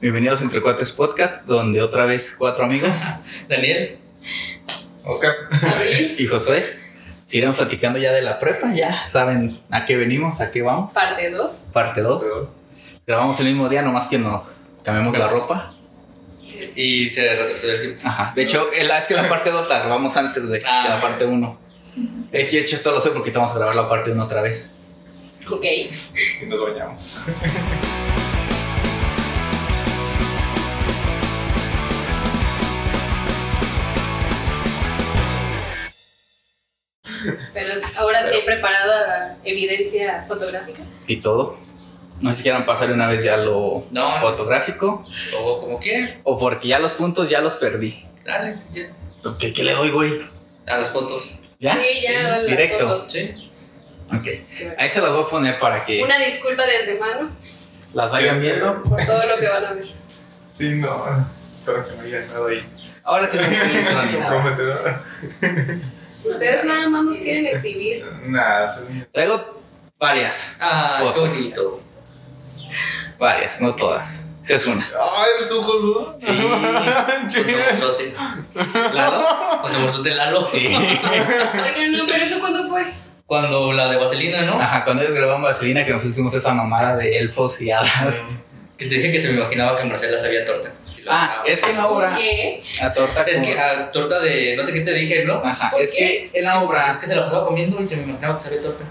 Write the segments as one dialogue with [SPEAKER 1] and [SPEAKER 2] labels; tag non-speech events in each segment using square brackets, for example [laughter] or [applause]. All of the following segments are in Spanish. [SPEAKER 1] Bienvenidos a Entre Cuates Podcast, donde otra vez cuatro amigos, Daniel
[SPEAKER 2] Oscar.
[SPEAKER 3] Abril,
[SPEAKER 1] y Josué, siguen platicando ya de la prepa, ya saben a qué venimos, a qué vamos.
[SPEAKER 3] parte 2.
[SPEAKER 1] Parte 2.
[SPEAKER 2] Perdón.
[SPEAKER 1] Grabamos el mismo día, nomás que nos cambiamos la ropa.
[SPEAKER 4] Y se retrocedió el tiempo.
[SPEAKER 1] Ajá. De hecho, el- es que la parte 2 la grabamos antes, güey,
[SPEAKER 4] Ah.
[SPEAKER 1] que la parte 1. De hecho, esto lo sé porque vamos a grabar la parte 1 otra vez.
[SPEAKER 3] Ok.
[SPEAKER 2] Y nos bañamos.
[SPEAKER 3] Pero es- ahora sí he preparado la evidencia fotográfica.
[SPEAKER 1] Y todo. No sé si quieran pasar una vez ya lo
[SPEAKER 4] No.
[SPEAKER 1] fotográfico
[SPEAKER 4] O como quieran.
[SPEAKER 1] o porque ya los puntos ya los perdí.
[SPEAKER 4] Dale, si quieres.
[SPEAKER 1] ¿Qué, qué le doy, güey?
[SPEAKER 4] A los puntos.
[SPEAKER 1] ¿Ya?
[SPEAKER 3] sí, ya
[SPEAKER 1] Ah, Sí,
[SPEAKER 3] las
[SPEAKER 1] directo.
[SPEAKER 3] fotos.
[SPEAKER 4] Sí.
[SPEAKER 1] Ok. Ahí se las voy a poner para que
[SPEAKER 3] Una disculpa de antemano
[SPEAKER 1] las vayan viendo.
[SPEAKER 3] por todo lo que van a ver.
[SPEAKER 2] Sí, no. Espero que no haya nada ahí.
[SPEAKER 1] Ahora sí no estoy ni nada.
[SPEAKER 2] Comprometedor.
[SPEAKER 3] Ustedes nada más nos quieren exhibir.
[SPEAKER 2] Nada, soy
[SPEAKER 1] Traigo varias,
[SPEAKER 4] Ah,
[SPEAKER 1] Fotos.
[SPEAKER 4] qué bonito.
[SPEAKER 1] varias, no todas. Esa es una.
[SPEAKER 2] ¡Ah, eres tú, Josué!
[SPEAKER 1] Sí.
[SPEAKER 2] No
[SPEAKER 4] Con tu
[SPEAKER 2] manches.
[SPEAKER 4] bolsote.
[SPEAKER 1] ¿La dos?
[SPEAKER 4] Con tu bolsote largo.
[SPEAKER 1] Sí.
[SPEAKER 3] Oigan, no, pero eso cuándo fue?
[SPEAKER 4] Cuando la de vaselina, ¿no?
[SPEAKER 1] Ajá, cuando ellos grababan Vaselina que nos hicimos esa mamada de elfos y hadas.
[SPEAKER 4] Que te dije que se me imaginaba que Marcela sabía torta. Y la
[SPEAKER 1] Ah,
[SPEAKER 4] bajaba.
[SPEAKER 1] es que en la obra,
[SPEAKER 3] ¿Qué?
[SPEAKER 1] la torta
[SPEAKER 4] Es que
[SPEAKER 1] con-
[SPEAKER 4] ah, torta de. No sé qué te dije, ¿no?
[SPEAKER 1] Ajá,
[SPEAKER 3] ¿Por
[SPEAKER 1] es que en la obra...
[SPEAKER 4] Pues es que se la pasaba comiendo y se me imaginaba que sabía torta.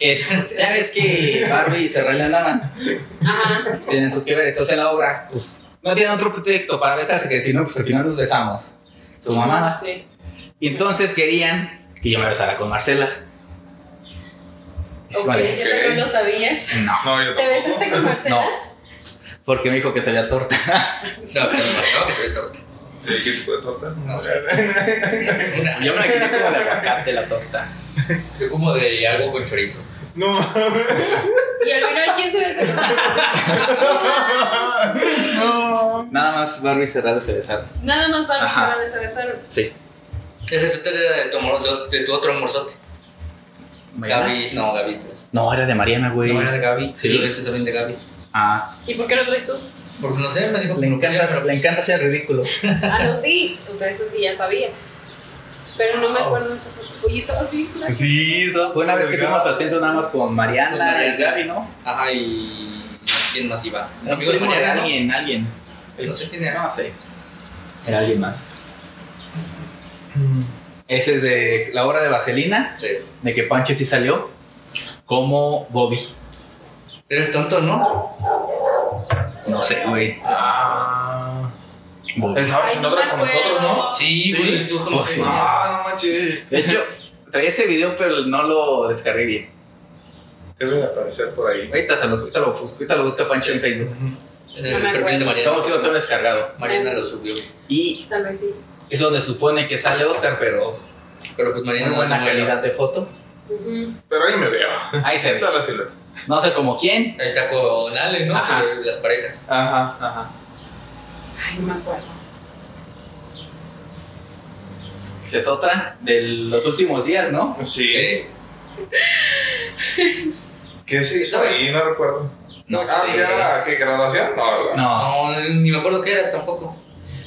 [SPEAKER 1] es- ya ves que Barbie y Serrano andaban,
[SPEAKER 3] Ajá.
[SPEAKER 1] tienen sus que ver. Entonces en la obra, pues, no tienen otro pretexto para besarse que decir, no, pues al final nos besamos. Su mamada.
[SPEAKER 3] Sí.
[SPEAKER 1] Y entonces querían que yo me besara con Marcela. Y es
[SPEAKER 3] Ok,
[SPEAKER 1] como de,
[SPEAKER 3] eso no lo sabía.
[SPEAKER 1] No,
[SPEAKER 2] No, yo
[SPEAKER 3] ¿Te besaste con Marcela?
[SPEAKER 1] porque me dijo que sabía torta.
[SPEAKER 4] No, se me imaginaba que sabía torta.
[SPEAKER 2] ¿De qué tipo de torta? No,
[SPEAKER 4] Una-
[SPEAKER 1] [laughs] Yo me la quité como de aguacate la torta.
[SPEAKER 4] Yo como de algo con chorizo.
[SPEAKER 2] no mames.
[SPEAKER 3] ¿Y al final quién se besó?
[SPEAKER 2] No.
[SPEAKER 1] Nada más Barbie cerrada se besaron.
[SPEAKER 3] Nada más Barbie
[SPEAKER 1] Ajá.
[SPEAKER 3] se va a besar.
[SPEAKER 1] Sí.
[SPEAKER 4] Ese suéter era de tu, amor- de, de tu otro almorzote. Gaby, no, Gaby. este es.
[SPEAKER 1] No, era de Mariana, güey.
[SPEAKER 4] No, era de Gaby.
[SPEAKER 1] Sí.
[SPEAKER 4] Sí. Los lentes también de Gaby.
[SPEAKER 1] Ah,
[SPEAKER 3] ¿Y por qué lo traes tú?
[SPEAKER 4] Porque no sé, me dijo
[SPEAKER 1] le
[SPEAKER 4] que lo pusiera,
[SPEAKER 1] encanta,
[SPEAKER 4] pero
[SPEAKER 1] le encanta ser ridículo.
[SPEAKER 3] Ah, no, sí. O sea, eso sí ya sabía. Pero no me acuerdo de esa foto. Oye, estabas bien flaca.
[SPEAKER 2] pues Sí, estás
[SPEAKER 1] Fue una vez que
[SPEAKER 2] delgado.
[SPEAKER 1] fuimos al centro nada más con Mariana y Gaby, ¿no?
[SPEAKER 4] Ajá, y. ¿Quién más iba? Un amigo de
[SPEAKER 1] Primo de
[SPEAKER 4] Mariana.
[SPEAKER 1] alguien, alguien.
[SPEAKER 4] ¿no? No sé quién era.
[SPEAKER 1] No sé. Era alguien más. Ese es de la obra de Vaselina,
[SPEAKER 4] Sí.
[SPEAKER 1] de que Pancho sí salió. Como Bobby.
[SPEAKER 4] Era el tonto, ¿no?
[SPEAKER 1] No sé, güey.
[SPEAKER 2] Ah. Estabas
[SPEAKER 3] Ay,
[SPEAKER 2] en
[SPEAKER 3] no me
[SPEAKER 2] otra con nosotros, ¿no?
[SPEAKER 3] acuerdo.
[SPEAKER 4] Sí,
[SPEAKER 2] Sí.
[SPEAKER 4] güey, tú
[SPEAKER 1] Oh, sí.
[SPEAKER 4] ella.
[SPEAKER 2] Ah, no manches.
[SPEAKER 1] De hecho, traía ese video, pero no lo descargué bien.
[SPEAKER 2] Debe de aparecer por ahí.
[SPEAKER 1] Ahorita, se los- ahorita lo, busco, ahorita lo busca Pancho en Facebook.
[SPEAKER 4] En el
[SPEAKER 3] No
[SPEAKER 4] perfil
[SPEAKER 3] me
[SPEAKER 4] de
[SPEAKER 3] acuerdo.
[SPEAKER 4] Mariana.
[SPEAKER 1] Todo sí lo tengo descargado.
[SPEAKER 4] Mariana lo subió.
[SPEAKER 1] Y
[SPEAKER 3] Tal vez sí.
[SPEAKER 1] es donde supone que sale Oscar, pero
[SPEAKER 4] Pero pues Mariana
[SPEAKER 1] tiene buena
[SPEAKER 4] no era.
[SPEAKER 1] calidad de foto.
[SPEAKER 3] Ujú.
[SPEAKER 2] Pero ahí me veo.
[SPEAKER 1] Ahí se
[SPEAKER 2] Ahí
[SPEAKER 1] ve.
[SPEAKER 2] está la silueta.
[SPEAKER 1] No sé como quién.
[SPEAKER 4] Ahí está con Ale, ¿no?
[SPEAKER 1] Ajá.
[SPEAKER 4] Que las parejas.
[SPEAKER 2] Ajá, ajá.
[SPEAKER 3] Ay, no me acuerdo.
[SPEAKER 1] Esa es otra de los últimos días, ¿no?
[SPEAKER 2] Sí.
[SPEAKER 4] Sí.
[SPEAKER 2] ¿Qué se hizo ahí? No recuerdo.
[SPEAKER 4] No,
[SPEAKER 2] Ah,
[SPEAKER 4] sí.
[SPEAKER 2] ¿qué era? ¿Qué graduación? No, ¿verdad?
[SPEAKER 3] Ah,
[SPEAKER 1] No.
[SPEAKER 4] No, ni me acuerdo qué era tampoco.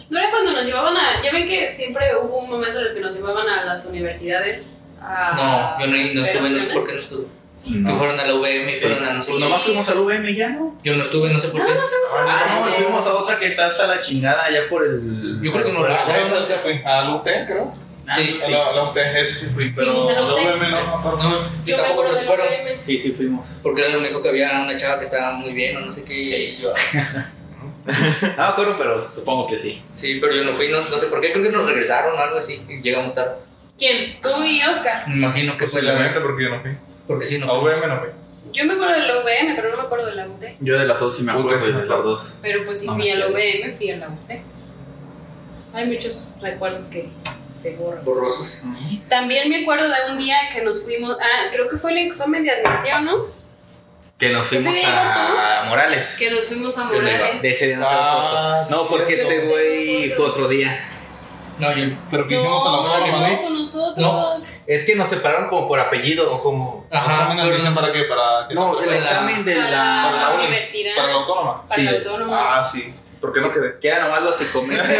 [SPEAKER 3] ¿No era cuando nos llevaban a.? Ya ven que siempre hubo un momento en el que nos llevaban a las universidades. A Ah,
[SPEAKER 4] No, yo no, no estuve, no sé
[SPEAKER 3] versiones?
[SPEAKER 4] por qué no estuve. Que
[SPEAKER 1] no.
[SPEAKER 4] fueron a la UVM y
[SPEAKER 1] Sí.
[SPEAKER 4] fueron a no sé
[SPEAKER 1] Pues nomás fuimos al UVM y ya, ¿no?
[SPEAKER 4] Yo no estuve, no sé por
[SPEAKER 3] No,
[SPEAKER 4] qué.
[SPEAKER 3] no sabes.
[SPEAKER 1] Ah, no, y fuimos a otra que está hasta la chingada allá por el.
[SPEAKER 4] Yo creo que no
[SPEAKER 2] Ah,
[SPEAKER 4] regresamos.
[SPEAKER 2] esa sí fui. A la UT, creo.
[SPEAKER 1] Ah,
[SPEAKER 4] Sí.
[SPEAKER 2] A la, la UT, ese sí fui, pero
[SPEAKER 3] fuimos a la
[SPEAKER 2] la
[SPEAKER 3] UT.
[SPEAKER 2] UVM
[SPEAKER 4] No,
[SPEAKER 2] no, no, acuerdo.
[SPEAKER 4] yo
[SPEAKER 3] Yo me
[SPEAKER 4] tampoco
[SPEAKER 3] acuerdo
[SPEAKER 4] no
[SPEAKER 3] de
[SPEAKER 4] se fueron.
[SPEAKER 3] la
[SPEAKER 1] Sí, sí, fuimos.
[SPEAKER 4] Porque era lo único que había una chava que estaba muy bien o no sé qué. Y yo,
[SPEAKER 1] No me acuerdo, pero supongo que sí.
[SPEAKER 4] sí, pero yo no fui, no, no sé por qué. Creo que nos regresaron o algo así. Y llegamos tarde.
[SPEAKER 3] ¿Quién? Tú y Oscar.
[SPEAKER 4] Me imagino que
[SPEAKER 2] Pues
[SPEAKER 4] fue
[SPEAKER 2] la
[SPEAKER 4] la vez.
[SPEAKER 2] neta, porque yo no fui.
[SPEAKER 4] Porque sí, no.
[SPEAKER 2] A
[SPEAKER 4] fuimos.
[SPEAKER 2] UVM no fui.
[SPEAKER 3] Yo me acuerdo de la UVM, pero no me acuerdo de la UT.
[SPEAKER 1] Yo de las dos sí me acuerdo,
[SPEAKER 2] Puta, sí
[SPEAKER 1] y
[SPEAKER 2] me
[SPEAKER 1] de las
[SPEAKER 2] acuerdo.
[SPEAKER 1] dos.
[SPEAKER 3] Pero pues si
[SPEAKER 1] No,
[SPEAKER 3] fui
[SPEAKER 1] me
[SPEAKER 3] a la
[SPEAKER 1] acuerdo.
[SPEAKER 3] UVM, fui a la UT. Hay muchos recuerdos que se borran.
[SPEAKER 4] Borrosos.
[SPEAKER 3] También me acuerdo de un día que nos fuimos. Ah, creo que fue el examen de admisión, ¿no?
[SPEAKER 1] Que nos
[SPEAKER 3] Ese
[SPEAKER 1] fuimos
[SPEAKER 3] día
[SPEAKER 1] a Morales.
[SPEAKER 3] Que nos fuimos a
[SPEAKER 4] Yo no iba.
[SPEAKER 3] Morales.
[SPEAKER 1] De ese día no tengo
[SPEAKER 2] Ah,
[SPEAKER 1] fotos.
[SPEAKER 2] sí,
[SPEAKER 1] No, porque
[SPEAKER 2] cierto.
[SPEAKER 1] este güey fue otro día.
[SPEAKER 4] No, yo.
[SPEAKER 2] Pero
[SPEAKER 3] No,
[SPEAKER 2] prueba
[SPEAKER 3] no,
[SPEAKER 2] ¿no?
[SPEAKER 3] con nosotros.
[SPEAKER 4] No.
[SPEAKER 1] Es que nos separaron como por
[SPEAKER 2] O
[SPEAKER 1] apellidos.
[SPEAKER 2] como.
[SPEAKER 4] Ajá,
[SPEAKER 2] ¿Examen de
[SPEAKER 4] pero-
[SPEAKER 2] admisión para qué? Para, que-
[SPEAKER 1] No, el
[SPEAKER 4] Para la-
[SPEAKER 1] examen de
[SPEAKER 3] a la,
[SPEAKER 1] la.
[SPEAKER 2] uni.
[SPEAKER 3] universidad.
[SPEAKER 2] para la autónoma.
[SPEAKER 3] para
[SPEAKER 1] sí.
[SPEAKER 3] el autónomo.
[SPEAKER 2] Ah, sí. ¿Por qué no quedé?
[SPEAKER 1] Que era nomás lo [laughs] psicométricos.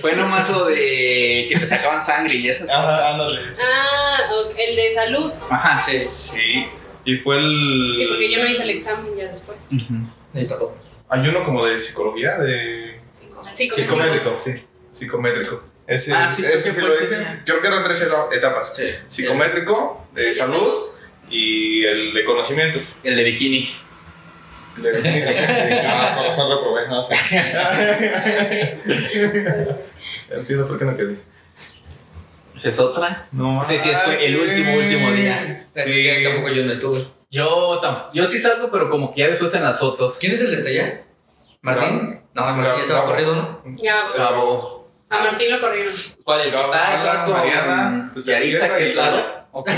[SPEAKER 1] Fue nomás lo de que te sacaban sangre y esas
[SPEAKER 2] Ajá, ándale.
[SPEAKER 3] [laughs] Ah, ok, el de salud.
[SPEAKER 1] Ajá.
[SPEAKER 4] Sí,
[SPEAKER 2] Sí. Y fue el.
[SPEAKER 3] Sí, porque yo no hice el examen ya después.
[SPEAKER 1] Ujú.
[SPEAKER 4] me tocó.
[SPEAKER 2] Hay uno como de psicología, de.
[SPEAKER 3] Psicométrico.
[SPEAKER 2] Psicométrico, sí. Psicométrico. Ese,
[SPEAKER 1] Ah, sí,
[SPEAKER 2] ese
[SPEAKER 1] creo que
[SPEAKER 2] sí
[SPEAKER 1] fue
[SPEAKER 2] lo
[SPEAKER 1] ese
[SPEAKER 2] dicen.
[SPEAKER 1] día.
[SPEAKER 2] Creo que eran tres eta- etapas:
[SPEAKER 4] Sí.
[SPEAKER 2] psicométrico, de salud y el de conocimientos.
[SPEAKER 1] El de bikini.
[SPEAKER 2] De ah, no, o sea, reprobé, no sé. Entiendo por qué no quedé.
[SPEAKER 1] Esa es otra.
[SPEAKER 2] No
[SPEAKER 1] Sí, sí, fue el último, último día.
[SPEAKER 4] Así
[SPEAKER 2] Sí.
[SPEAKER 4] que tampoco yo no estuve.
[SPEAKER 1] Yo tam- yo sí salgo, pero como que ya después en las fotos.
[SPEAKER 4] ¿Quién es el de hasta allá? ¿Martín? No, Martín
[SPEAKER 2] Claro,
[SPEAKER 4] ya estaba
[SPEAKER 2] claro.
[SPEAKER 4] corrido, ¿no?
[SPEAKER 3] Ya,
[SPEAKER 1] Bravo.
[SPEAKER 3] a Martín lo corrieron.
[SPEAKER 1] ¿Cuál? El que está
[SPEAKER 2] Gabriela,
[SPEAKER 1] atrás con
[SPEAKER 2] Ah, Mariana, pues,
[SPEAKER 1] Yaritza, que
[SPEAKER 2] y
[SPEAKER 1] es
[SPEAKER 2] Lara.
[SPEAKER 1] Lara. Ok.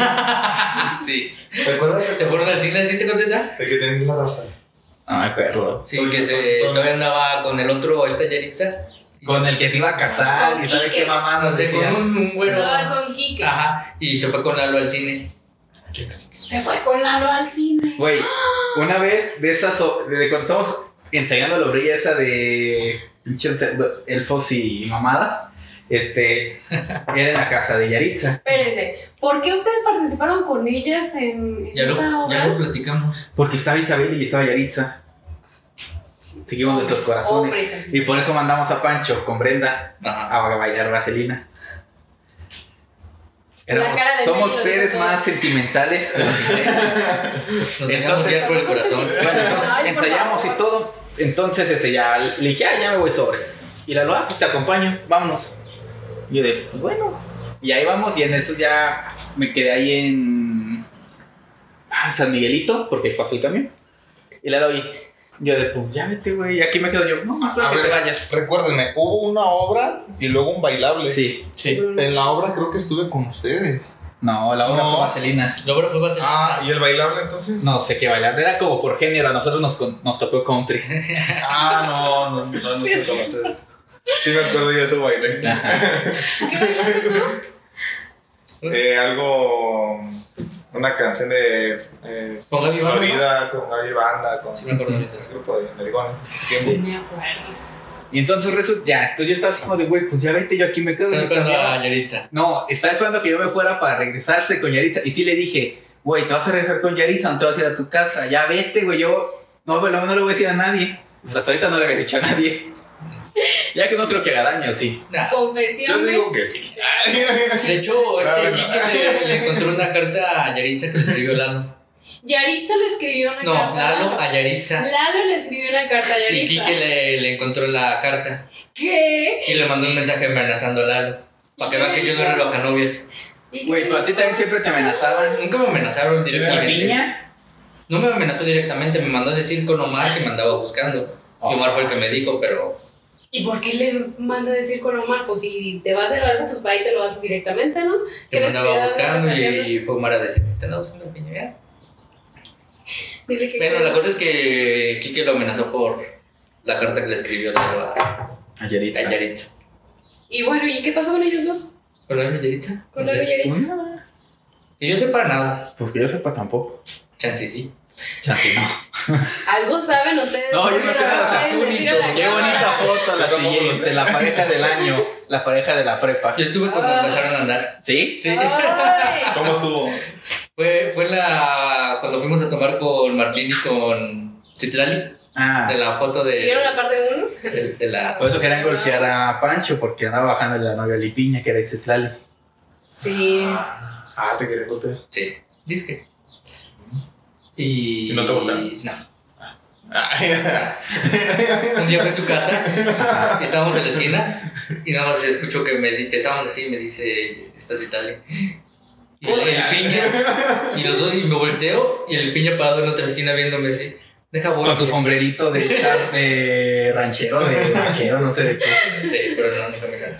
[SPEAKER 4] Sí.
[SPEAKER 2] ¿Te acuerdas de
[SPEAKER 4] ¿Se fueron al cine? ¿Sí te contesta?
[SPEAKER 2] El que tenía las rastas.
[SPEAKER 1] [laughs] Ah, me acuerdo.
[SPEAKER 4] Sí,
[SPEAKER 2] Oye,
[SPEAKER 4] que se,
[SPEAKER 2] con-
[SPEAKER 4] todavía andaba con el otro, este, esta Yaritza.
[SPEAKER 1] Con el que se iba a casar y sabe qué mamá
[SPEAKER 4] No sé, con
[SPEAKER 1] decía.
[SPEAKER 4] un, un güero.
[SPEAKER 3] Estaba Ah, con Quique.
[SPEAKER 4] Ajá. Y se fue con Lalo al cine.
[SPEAKER 3] Se fue con Lalo al cine.
[SPEAKER 1] Güey, una vez de esas, o- de cuando estamos ensayando la orilla esa de pinches elfos y mamadas, este, era en la casa de Yaritza.
[SPEAKER 3] Espérense, ¿por qué ustedes participaron con ellas en, en
[SPEAKER 4] Ya lo,
[SPEAKER 3] esa
[SPEAKER 4] ya lo
[SPEAKER 3] obra?
[SPEAKER 4] platicamos.
[SPEAKER 1] Porque estaba Isabel y estaba Yaritza. Seguimos nuestros corazones.
[SPEAKER 3] Hombres.
[SPEAKER 1] Y por eso mandamos a Pancho con Brenda
[SPEAKER 4] Ajá.
[SPEAKER 1] a bailar vaselina.
[SPEAKER 3] La
[SPEAKER 1] Éramos-
[SPEAKER 3] cara de
[SPEAKER 1] somos
[SPEAKER 3] Pancho,
[SPEAKER 1] seres
[SPEAKER 3] dijo todo.
[SPEAKER 1] más sentimentales.
[SPEAKER 4] Nos dejamos
[SPEAKER 1] Entonces-
[SPEAKER 4] guiar por el corazón.
[SPEAKER 3] [laughs]
[SPEAKER 1] Bueno, entonces
[SPEAKER 3] Ay, por
[SPEAKER 1] ensayamos y
[SPEAKER 3] favor.
[SPEAKER 1] todo. Entonces este, ya le dije, ah, ya me voy sobres. Y la loa, pues te acompaño, vámonos. Y yo de, pues bueno. Y ahí vamos, y en eso ya me quedé ahí en ah, San Miguelito, porque pasó el camión. Y la oí. Yo de, pues ya vete, güey. Y aquí me quedo yo, no, más para
[SPEAKER 2] A
[SPEAKER 1] que
[SPEAKER 2] ver.
[SPEAKER 1] se vayas.
[SPEAKER 2] Recuérdenme, hubo una obra y luego un bailable.
[SPEAKER 1] Sí, sí.
[SPEAKER 2] En la obra creo que estuve con ustedes.
[SPEAKER 1] No, la obra
[SPEAKER 2] No.
[SPEAKER 1] fue vaselina.
[SPEAKER 4] La obra fue bastante.
[SPEAKER 2] Ah, ¿y el bailable entonces?
[SPEAKER 1] No sé qué bailar, era como por género, a nosotros nos, con- nos tocó
[SPEAKER 2] [laughs]
[SPEAKER 1] country.
[SPEAKER 2] Ah, no, no, no, no
[SPEAKER 1] Sí,
[SPEAKER 2] sé
[SPEAKER 1] sí.
[SPEAKER 2] cómo hacer. Sí me acuerdo de ese baile.
[SPEAKER 1] Ajá.
[SPEAKER 3] ¿Qué bailaste tú?
[SPEAKER 2] Eh, algo, una canción de eh,
[SPEAKER 4] Con Gaby Vargas,
[SPEAKER 2] Florida, con Gaby Banda, con
[SPEAKER 4] Sí, me acuerdo ahorita.
[SPEAKER 2] ese grupo de nerigones.
[SPEAKER 3] No me acuerdo.
[SPEAKER 1] Y entonces resulta, ya, entonces yo estaba así como de, güey, pues ya vete, yo aquí me quedo.
[SPEAKER 4] Estaba
[SPEAKER 1] me
[SPEAKER 4] esperando
[SPEAKER 1] cambiaba.
[SPEAKER 4] a Yaritza.
[SPEAKER 1] No, estaba esperando que yo me fuera para regresarse con Yaritza. Y sí le dije, güey, te vas a regresar con Yaritza, no te vas a ir a tu casa. Ya vete, güey. Yo no, pero no le voy a decir a nadie. Pues hasta ahorita no le había dicho a nadie. [laughs] Ya que no creo que haga daño, sí.
[SPEAKER 4] Nah.
[SPEAKER 2] Yo
[SPEAKER 3] Confesiones.
[SPEAKER 2] digo que [laughs] sí.
[SPEAKER 4] De hecho, este
[SPEAKER 2] Nada,
[SPEAKER 4] Kike le, le encontró una carta a Yaritza que le escribió Lalo.
[SPEAKER 3] Yaritza le escribió una
[SPEAKER 4] No,
[SPEAKER 3] carta.
[SPEAKER 4] Lalo a Yaritza.
[SPEAKER 3] Lalo le escribió una carta a
[SPEAKER 4] Y
[SPEAKER 3] Yaritza.
[SPEAKER 4] Kike le, le encontró la carta.
[SPEAKER 3] ¿Qué?
[SPEAKER 4] Y le mandó un mensaje amenazando a Lalo. Para que vean que yo no era bajanovias.
[SPEAKER 3] ¿Y
[SPEAKER 1] Güey, pero a ti también siempre te amenazaban.
[SPEAKER 4] Nunca me amenazaron
[SPEAKER 1] ¿La
[SPEAKER 4] directamente.
[SPEAKER 1] piña?
[SPEAKER 4] No me amenazó directamente, me mandó a decir con Omar que me andaba buscando. Y Omar fue el que me dijo, pero
[SPEAKER 3] ¿Y por qué le manda a decir con Omar? Pues si te va a hacer algo, pues va y te lo haces directamente, ¿no?
[SPEAKER 4] que me andaba
[SPEAKER 3] necesidad de
[SPEAKER 4] buscando
[SPEAKER 3] resolverlo?
[SPEAKER 4] y, fue Omar a decir, te andaba buscando piña, ¿ya?
[SPEAKER 3] Dile que
[SPEAKER 4] Bueno, la cosa es que Kike lo amenazó por la carta que le escribió Lalo a,
[SPEAKER 1] A
[SPEAKER 4] a
[SPEAKER 1] Yaritza.
[SPEAKER 4] Yaritza.
[SPEAKER 3] Y bueno, ¿y qué pasó con ellos dos?
[SPEAKER 4] ¿Con Lalo y Yaritza?
[SPEAKER 3] Con
[SPEAKER 4] No sé.
[SPEAKER 3] Lalo y Yaritza.
[SPEAKER 1] Una,
[SPEAKER 4] Que yo sepa nada.
[SPEAKER 1] Pues que yo sepa tampoco.
[SPEAKER 4] Chance, sí.
[SPEAKER 1] Chance, no.
[SPEAKER 3] ¿Algo saben ustedes?
[SPEAKER 1] No, yo no sé nada, o sea,
[SPEAKER 3] Pueden decir a la
[SPEAKER 1] Qué
[SPEAKER 3] cámara.
[SPEAKER 1] bonita foto la
[SPEAKER 2] Yo tampoco lo
[SPEAKER 1] siguiente.
[SPEAKER 2] sé.
[SPEAKER 1] La pareja del año. La pareja de la prepa.
[SPEAKER 4] Yo estuve cuando
[SPEAKER 3] Ah.
[SPEAKER 4] empezaron a andar.
[SPEAKER 1] pues, ¿Sí?
[SPEAKER 4] Sí.
[SPEAKER 2] [laughs]
[SPEAKER 3] Ay.
[SPEAKER 2] ¿Cómo estuvo?
[SPEAKER 4] Fue, fue la, cuando fuimos a tomar con Martín y con Citlali, de
[SPEAKER 1] Ah.
[SPEAKER 4] la foto de...
[SPEAKER 3] ¿Sí vieron la parte 1?
[SPEAKER 4] de- de la
[SPEAKER 1] Por eso querían golpear a Pancho porque andaba bajando la novia Lipiña, que era Icetlali.
[SPEAKER 3] Sí.
[SPEAKER 2] Ah, te quería [laughs] golpear.
[SPEAKER 4] Sí, disque. Y.
[SPEAKER 2] ¿Y no te golpearon?
[SPEAKER 4] No.
[SPEAKER 2] Ah,
[SPEAKER 4] Un día fue a su casa,
[SPEAKER 1] Ajá. [laughs]
[SPEAKER 4] y estábamos en la esquina, y nada más escucho que, me, di- que estábamos así, y me dice: Estás Italia. Y el, el piña, y los dos, y me volteo, y el piña parado en otra esquina viéndome así. Deja
[SPEAKER 1] Con
[SPEAKER 4] voy.
[SPEAKER 1] tu sombrerito de, char- de ranchero, de vaquero, no sé de qué.
[SPEAKER 4] Sí, pero no, nunca me salió.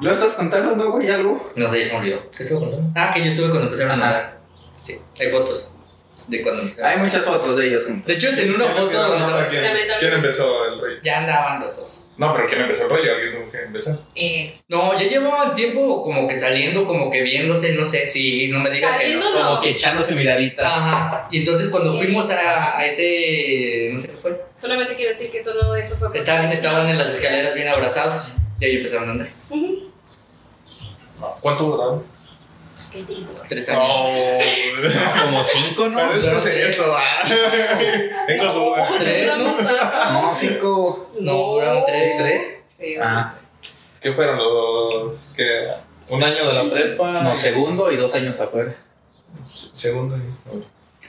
[SPEAKER 1] ¿Lo estás contando, no, güey, algo?
[SPEAKER 4] No sé, ya se me olvidó. ¿Qué estuvo contando? Ah, que yo estuve cuando empezaron a
[SPEAKER 1] Ajá.
[SPEAKER 4] nadar. Sí, hay fotos. de cuando empezaron.
[SPEAKER 1] Hay muchas fotos de ellos juntos.
[SPEAKER 4] De hecho, tenía una
[SPEAKER 2] Yo creo
[SPEAKER 4] foto
[SPEAKER 2] que no
[SPEAKER 4] donde
[SPEAKER 2] nos
[SPEAKER 4] estaban-
[SPEAKER 2] da quién-
[SPEAKER 3] Lamentablemente.
[SPEAKER 2] ¿Quién empezó el rollo?
[SPEAKER 4] ya andaban los dos.
[SPEAKER 2] No, pero ¿quién empezó el rollo? Alguien tuvo que empezar.
[SPEAKER 3] Eh,
[SPEAKER 4] No, ya llevaban tiempo como que saliendo, como que viéndose, no sé, si no me digas que
[SPEAKER 3] saliendo
[SPEAKER 4] no.
[SPEAKER 1] Como
[SPEAKER 3] no,
[SPEAKER 1] que echándose miraditas.
[SPEAKER 4] Ajá. Y entonces cuando fuimos a, a ese, no sé qué fue,
[SPEAKER 3] solamente quiero decir que todo eso fue... porque
[SPEAKER 4] estaban, estaban en las escaleras bien abrazados y ahí empezaron a andar.
[SPEAKER 3] Ujú.
[SPEAKER 2] ¿Cuánto duraron?
[SPEAKER 3] Qué tiempo.
[SPEAKER 4] Tres años.
[SPEAKER 2] No. [laughs]
[SPEAKER 1] No, como cinco, ¿no?
[SPEAKER 2] Pero eso no
[SPEAKER 4] duraron
[SPEAKER 2] sería
[SPEAKER 4] tres.
[SPEAKER 2] eso. [laughs] ah. Tengo dudas.
[SPEAKER 4] Tres, ¿no?
[SPEAKER 3] [laughs] Duramos tanto.
[SPEAKER 1] No, cinco. Ah,
[SPEAKER 4] No, duraron tres.
[SPEAKER 1] ¿Tres?
[SPEAKER 3] Sí,
[SPEAKER 1] Ajá.
[SPEAKER 2] ¿Qué fueron los que un año de la prepa?
[SPEAKER 1] No, segundo y dos años afuera.
[SPEAKER 2] Se- Segundo. y-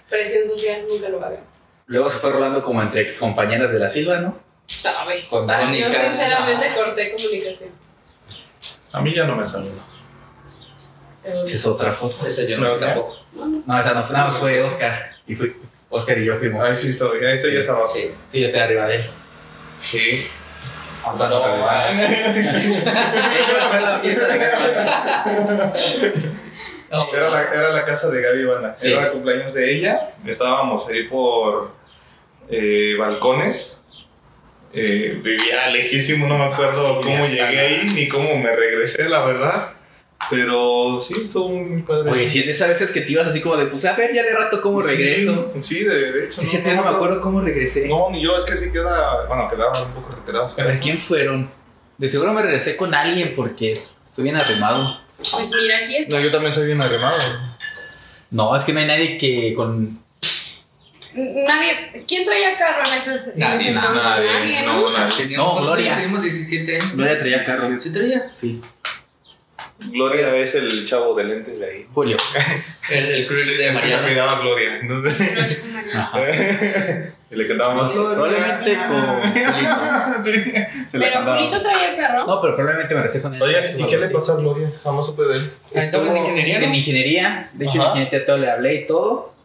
[SPEAKER 3] Presión social, nunca lo va a ver.
[SPEAKER 1] Luego se fue rolando como entre ex compañeras de la Silva, ¿no?
[SPEAKER 3] Sabe.
[SPEAKER 1] Con Dani.
[SPEAKER 3] Yo
[SPEAKER 4] Comunicación.
[SPEAKER 3] sinceramente corté comunicación.
[SPEAKER 2] A mí ya no me saluda.
[SPEAKER 3] Pero-
[SPEAKER 1] Esa es otra foto.
[SPEAKER 4] Esa yo no,
[SPEAKER 2] No,
[SPEAKER 4] tampoco.
[SPEAKER 3] No, no sé.
[SPEAKER 1] No, esa no fue, nada más fue Oscar. Y fui, Oscar y yo fuimos.
[SPEAKER 2] Ahí sí estoy. Ahí estoy, ya estaba.
[SPEAKER 4] Sí.
[SPEAKER 1] Sí, yo estoy arriba de él.
[SPEAKER 2] Sí.
[SPEAKER 1] Andando arriba. [laughs] Esa fue la fiesta de Gabriela.
[SPEAKER 4] No,
[SPEAKER 2] Era la, era la casa de Gaby Banda.
[SPEAKER 1] Sí.
[SPEAKER 2] Era el cumpleaños de ella. Estábamos ahí por eh, balcones. Eh, vivía lejísimo, no me acuerdo
[SPEAKER 1] Ah, Sí,
[SPEAKER 2] cómo
[SPEAKER 1] hasta
[SPEAKER 2] llegué
[SPEAKER 1] la-
[SPEAKER 2] ahí ni cómo me regresé, la verdad. Pero sí, estuvo muy padre.
[SPEAKER 1] Oye, si es de esas veces que te ibas así como de, pues a ver, ya de rato cómo
[SPEAKER 2] Sí,
[SPEAKER 1] regreso.
[SPEAKER 2] Sí, de, de hecho.
[SPEAKER 1] Sí, sí, no me acuerdo cómo regresé.
[SPEAKER 2] No, ni yo, es que sí queda. Bueno, quedaba un poco retirado.
[SPEAKER 1] ¿Pero de quién fueron? De seguro me regresé con alguien porque estoy bien arremado.
[SPEAKER 3] Pues mira, aquí está.
[SPEAKER 2] No, yo también soy bien arremado.
[SPEAKER 1] No, es que no hay nadie que con...
[SPEAKER 3] Nadie. ¿Quién traía carro en esos en
[SPEAKER 4] Nadie,
[SPEAKER 3] ese entonces? Nadie, ¿no?
[SPEAKER 2] nadie.
[SPEAKER 4] Teníamos-
[SPEAKER 1] No,
[SPEAKER 4] ¿cuántos
[SPEAKER 1] Gloria.
[SPEAKER 4] años Teníamos 17 años.
[SPEAKER 1] Gloria traía carro.
[SPEAKER 4] Sí traía.
[SPEAKER 1] Sí.
[SPEAKER 2] Gloria es el chavo de lentes de ahí.
[SPEAKER 1] Julio.
[SPEAKER 4] El, el cruce de
[SPEAKER 2] Es que se
[SPEAKER 4] Mariana. Ah,
[SPEAKER 2] cuidaba Gloria. entonces-
[SPEAKER 3] No es como nadie.
[SPEAKER 1] Ajá.
[SPEAKER 2] y le cantábamos Gloria.
[SPEAKER 1] Probablemente con Julito.
[SPEAKER 2] Sí, se la
[SPEAKER 3] Pero
[SPEAKER 2] cantábamos.
[SPEAKER 3] Julito traía carro.
[SPEAKER 1] No, pero probablemente me regresé con él.
[SPEAKER 2] Oye, ¿y qué le pasó a Gloria? Jamás supe de él.
[SPEAKER 4] Ah, estaba en
[SPEAKER 1] Estuvo
[SPEAKER 4] ingeniería, ¿no?
[SPEAKER 1] En ingeniería. De hecho, en
[SPEAKER 2] Ajá.
[SPEAKER 1] ingeniería todo le hablé y todo.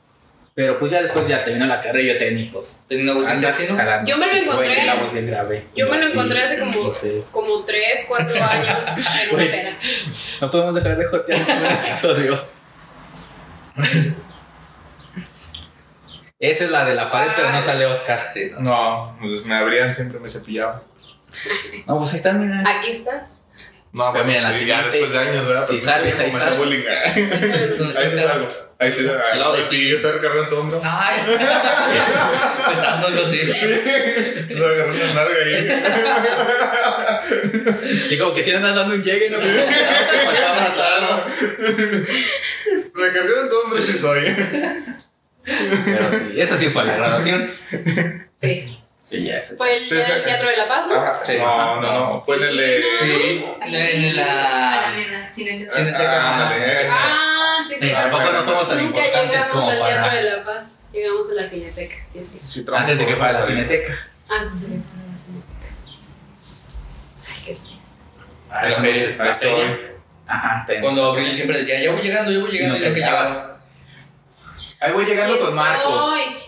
[SPEAKER 1] Pero pues ya después ya terminó la carrera y yo pues, técnicos.
[SPEAKER 4] Tenía una voz bien sexy, ¿no?
[SPEAKER 3] Pues, Yo me lo encontré.
[SPEAKER 1] la voz bien grave.
[SPEAKER 3] Yo me lo
[SPEAKER 1] Sí,
[SPEAKER 3] encontré hace como-
[SPEAKER 1] no sé.
[SPEAKER 3] Como tres, cuatro años en una
[SPEAKER 1] Güey.
[SPEAKER 3] pena.
[SPEAKER 1] No podemos dejar de jotear el primer episodio. Esa es la de la pared, pero no sale Oscar.
[SPEAKER 4] Sí, no.
[SPEAKER 2] No, pues me abrían, siempre me cepillaban.
[SPEAKER 1] No, pues ahí están, mira.
[SPEAKER 3] Aquí estás.
[SPEAKER 2] No,
[SPEAKER 1] Pero mira, la
[SPEAKER 2] sí, ya
[SPEAKER 1] siguiente-
[SPEAKER 2] después de años, ¿verdad?
[SPEAKER 1] Si
[SPEAKER 2] Porque
[SPEAKER 1] sales, ahí
[SPEAKER 2] me hacía
[SPEAKER 1] estás.
[SPEAKER 2] bullying.
[SPEAKER 4] Entonces,
[SPEAKER 2] Ahí sí
[SPEAKER 4] estaba-
[SPEAKER 2] salgo. Ahí sí salgo.
[SPEAKER 1] Al lado de
[SPEAKER 2] Ay,
[SPEAKER 1] ti.
[SPEAKER 2] Yo estaba cargando tu hombro.
[SPEAKER 4] Ay, [laughs] pensándolo, sí.
[SPEAKER 2] Estaba agarrando una larga ahí.
[SPEAKER 1] Sí, como que si andas dando un llegue, ¿no? Me faltaba abrazarlo.
[SPEAKER 2] Me cargaron tu hombro, sí soy.
[SPEAKER 1] Pero sí, esa sí fue la graduación.
[SPEAKER 3] Sí.
[SPEAKER 1] Sí, ya sé.
[SPEAKER 3] Fue el
[SPEAKER 2] Sí,
[SPEAKER 3] día
[SPEAKER 2] sí.
[SPEAKER 3] del Teatro de la Paz, ¿no?
[SPEAKER 1] Sí.
[SPEAKER 2] No, no, no. Fue en el de.
[SPEAKER 4] Sí, la- en la
[SPEAKER 5] Alameda, sin entrar.
[SPEAKER 4] Cineteca.
[SPEAKER 2] Ah, ándale.
[SPEAKER 3] Ah, sí, sí.
[SPEAKER 1] Sí, tampoco no somos tan
[SPEAKER 3] Nunca
[SPEAKER 1] importantes
[SPEAKER 3] llegamos
[SPEAKER 1] como
[SPEAKER 3] al Teatro
[SPEAKER 1] para...
[SPEAKER 3] de la Paz. Llegamos a la Cineteca. Sí, Ah, sí.
[SPEAKER 2] Sí, trabajo
[SPEAKER 1] Antes de que
[SPEAKER 2] por
[SPEAKER 1] fuera la
[SPEAKER 2] Costa Rica.
[SPEAKER 1] cineteca.
[SPEAKER 3] Antes de que fuera la Cineteca. Ay, qué triste.
[SPEAKER 1] Ah,
[SPEAKER 4] la
[SPEAKER 1] eso no
[SPEAKER 4] feria,
[SPEAKER 1] sé,
[SPEAKER 2] Ahí
[SPEAKER 1] la feria.
[SPEAKER 2] estoy.
[SPEAKER 1] Ajá, está bien.
[SPEAKER 4] Cuando Abril siempre decía, ya voy llegando, ya voy llegando,
[SPEAKER 1] Y
[SPEAKER 4] y
[SPEAKER 1] no
[SPEAKER 4] nunca
[SPEAKER 1] llegabas.
[SPEAKER 4] llegaba.
[SPEAKER 1] Ahí voy llegando
[SPEAKER 3] Aquí
[SPEAKER 1] con Marco.
[SPEAKER 3] Estoy.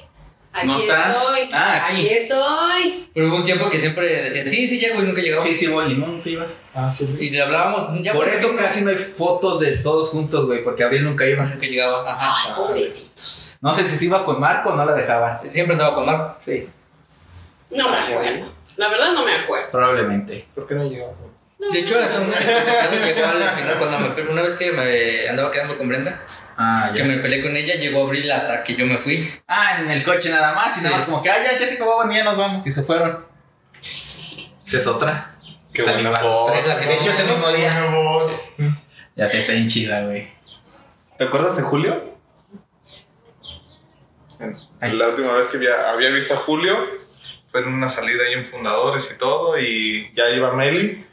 [SPEAKER 3] Aquí
[SPEAKER 1] ¿No estás?
[SPEAKER 3] estoy.
[SPEAKER 1] Ah, aquí.
[SPEAKER 3] aquí. estoy.
[SPEAKER 4] Pero hubo un tiempo que siempre decían, sí, sí, llego, y nunca llegaba.
[SPEAKER 1] Sí, sí, voy y nunca iba.
[SPEAKER 2] Ah, sí.
[SPEAKER 4] Y le hablábamos, ya
[SPEAKER 1] Por
[SPEAKER 4] voy,
[SPEAKER 1] eso casi no hay fotos de todos juntos, güey, porque Abril nunca iba.
[SPEAKER 4] nunca llegaba. Ajá.
[SPEAKER 3] Pobrecitos.
[SPEAKER 1] No sé si se iba con Marco o no la dejaban.
[SPEAKER 4] Siempre andaba con Marco.
[SPEAKER 1] Sí,
[SPEAKER 3] No me acuerdo. La verdad no me acuerdo.
[SPEAKER 1] probablemente.
[SPEAKER 2] ¿Por qué no llegaba?
[SPEAKER 3] No,
[SPEAKER 4] De hecho,
[SPEAKER 3] no,
[SPEAKER 4] hasta
[SPEAKER 3] no.
[SPEAKER 4] una vez llegó al final, cuando me, una vez que me andaba quedando con Brenda,
[SPEAKER 1] Ah,
[SPEAKER 4] que
[SPEAKER 1] ya.
[SPEAKER 4] me peleé con ella, llegó Abril hasta que yo me fui.
[SPEAKER 1] Ah, en el coche nada más, y nada
[SPEAKER 4] Sí.
[SPEAKER 1] más como que, ah, ya, ya se acababan, ya nos vamos. Y se fueron. Esa es otra.
[SPEAKER 2] Qué
[SPEAKER 1] Está
[SPEAKER 2] buena
[SPEAKER 1] bien,
[SPEAKER 2] voz.
[SPEAKER 4] Es la que se
[SPEAKER 1] De hecho, ese mismo
[SPEAKER 2] Qué
[SPEAKER 1] día.
[SPEAKER 2] buena voz.
[SPEAKER 1] Ya se está bien chida, güey.
[SPEAKER 2] ¿Te acuerdas de Julio?
[SPEAKER 1] Ahí
[SPEAKER 2] La última vez que había, había visto a Julio fue en una salida ahí en Fundadores y todo, y ya iba Meli.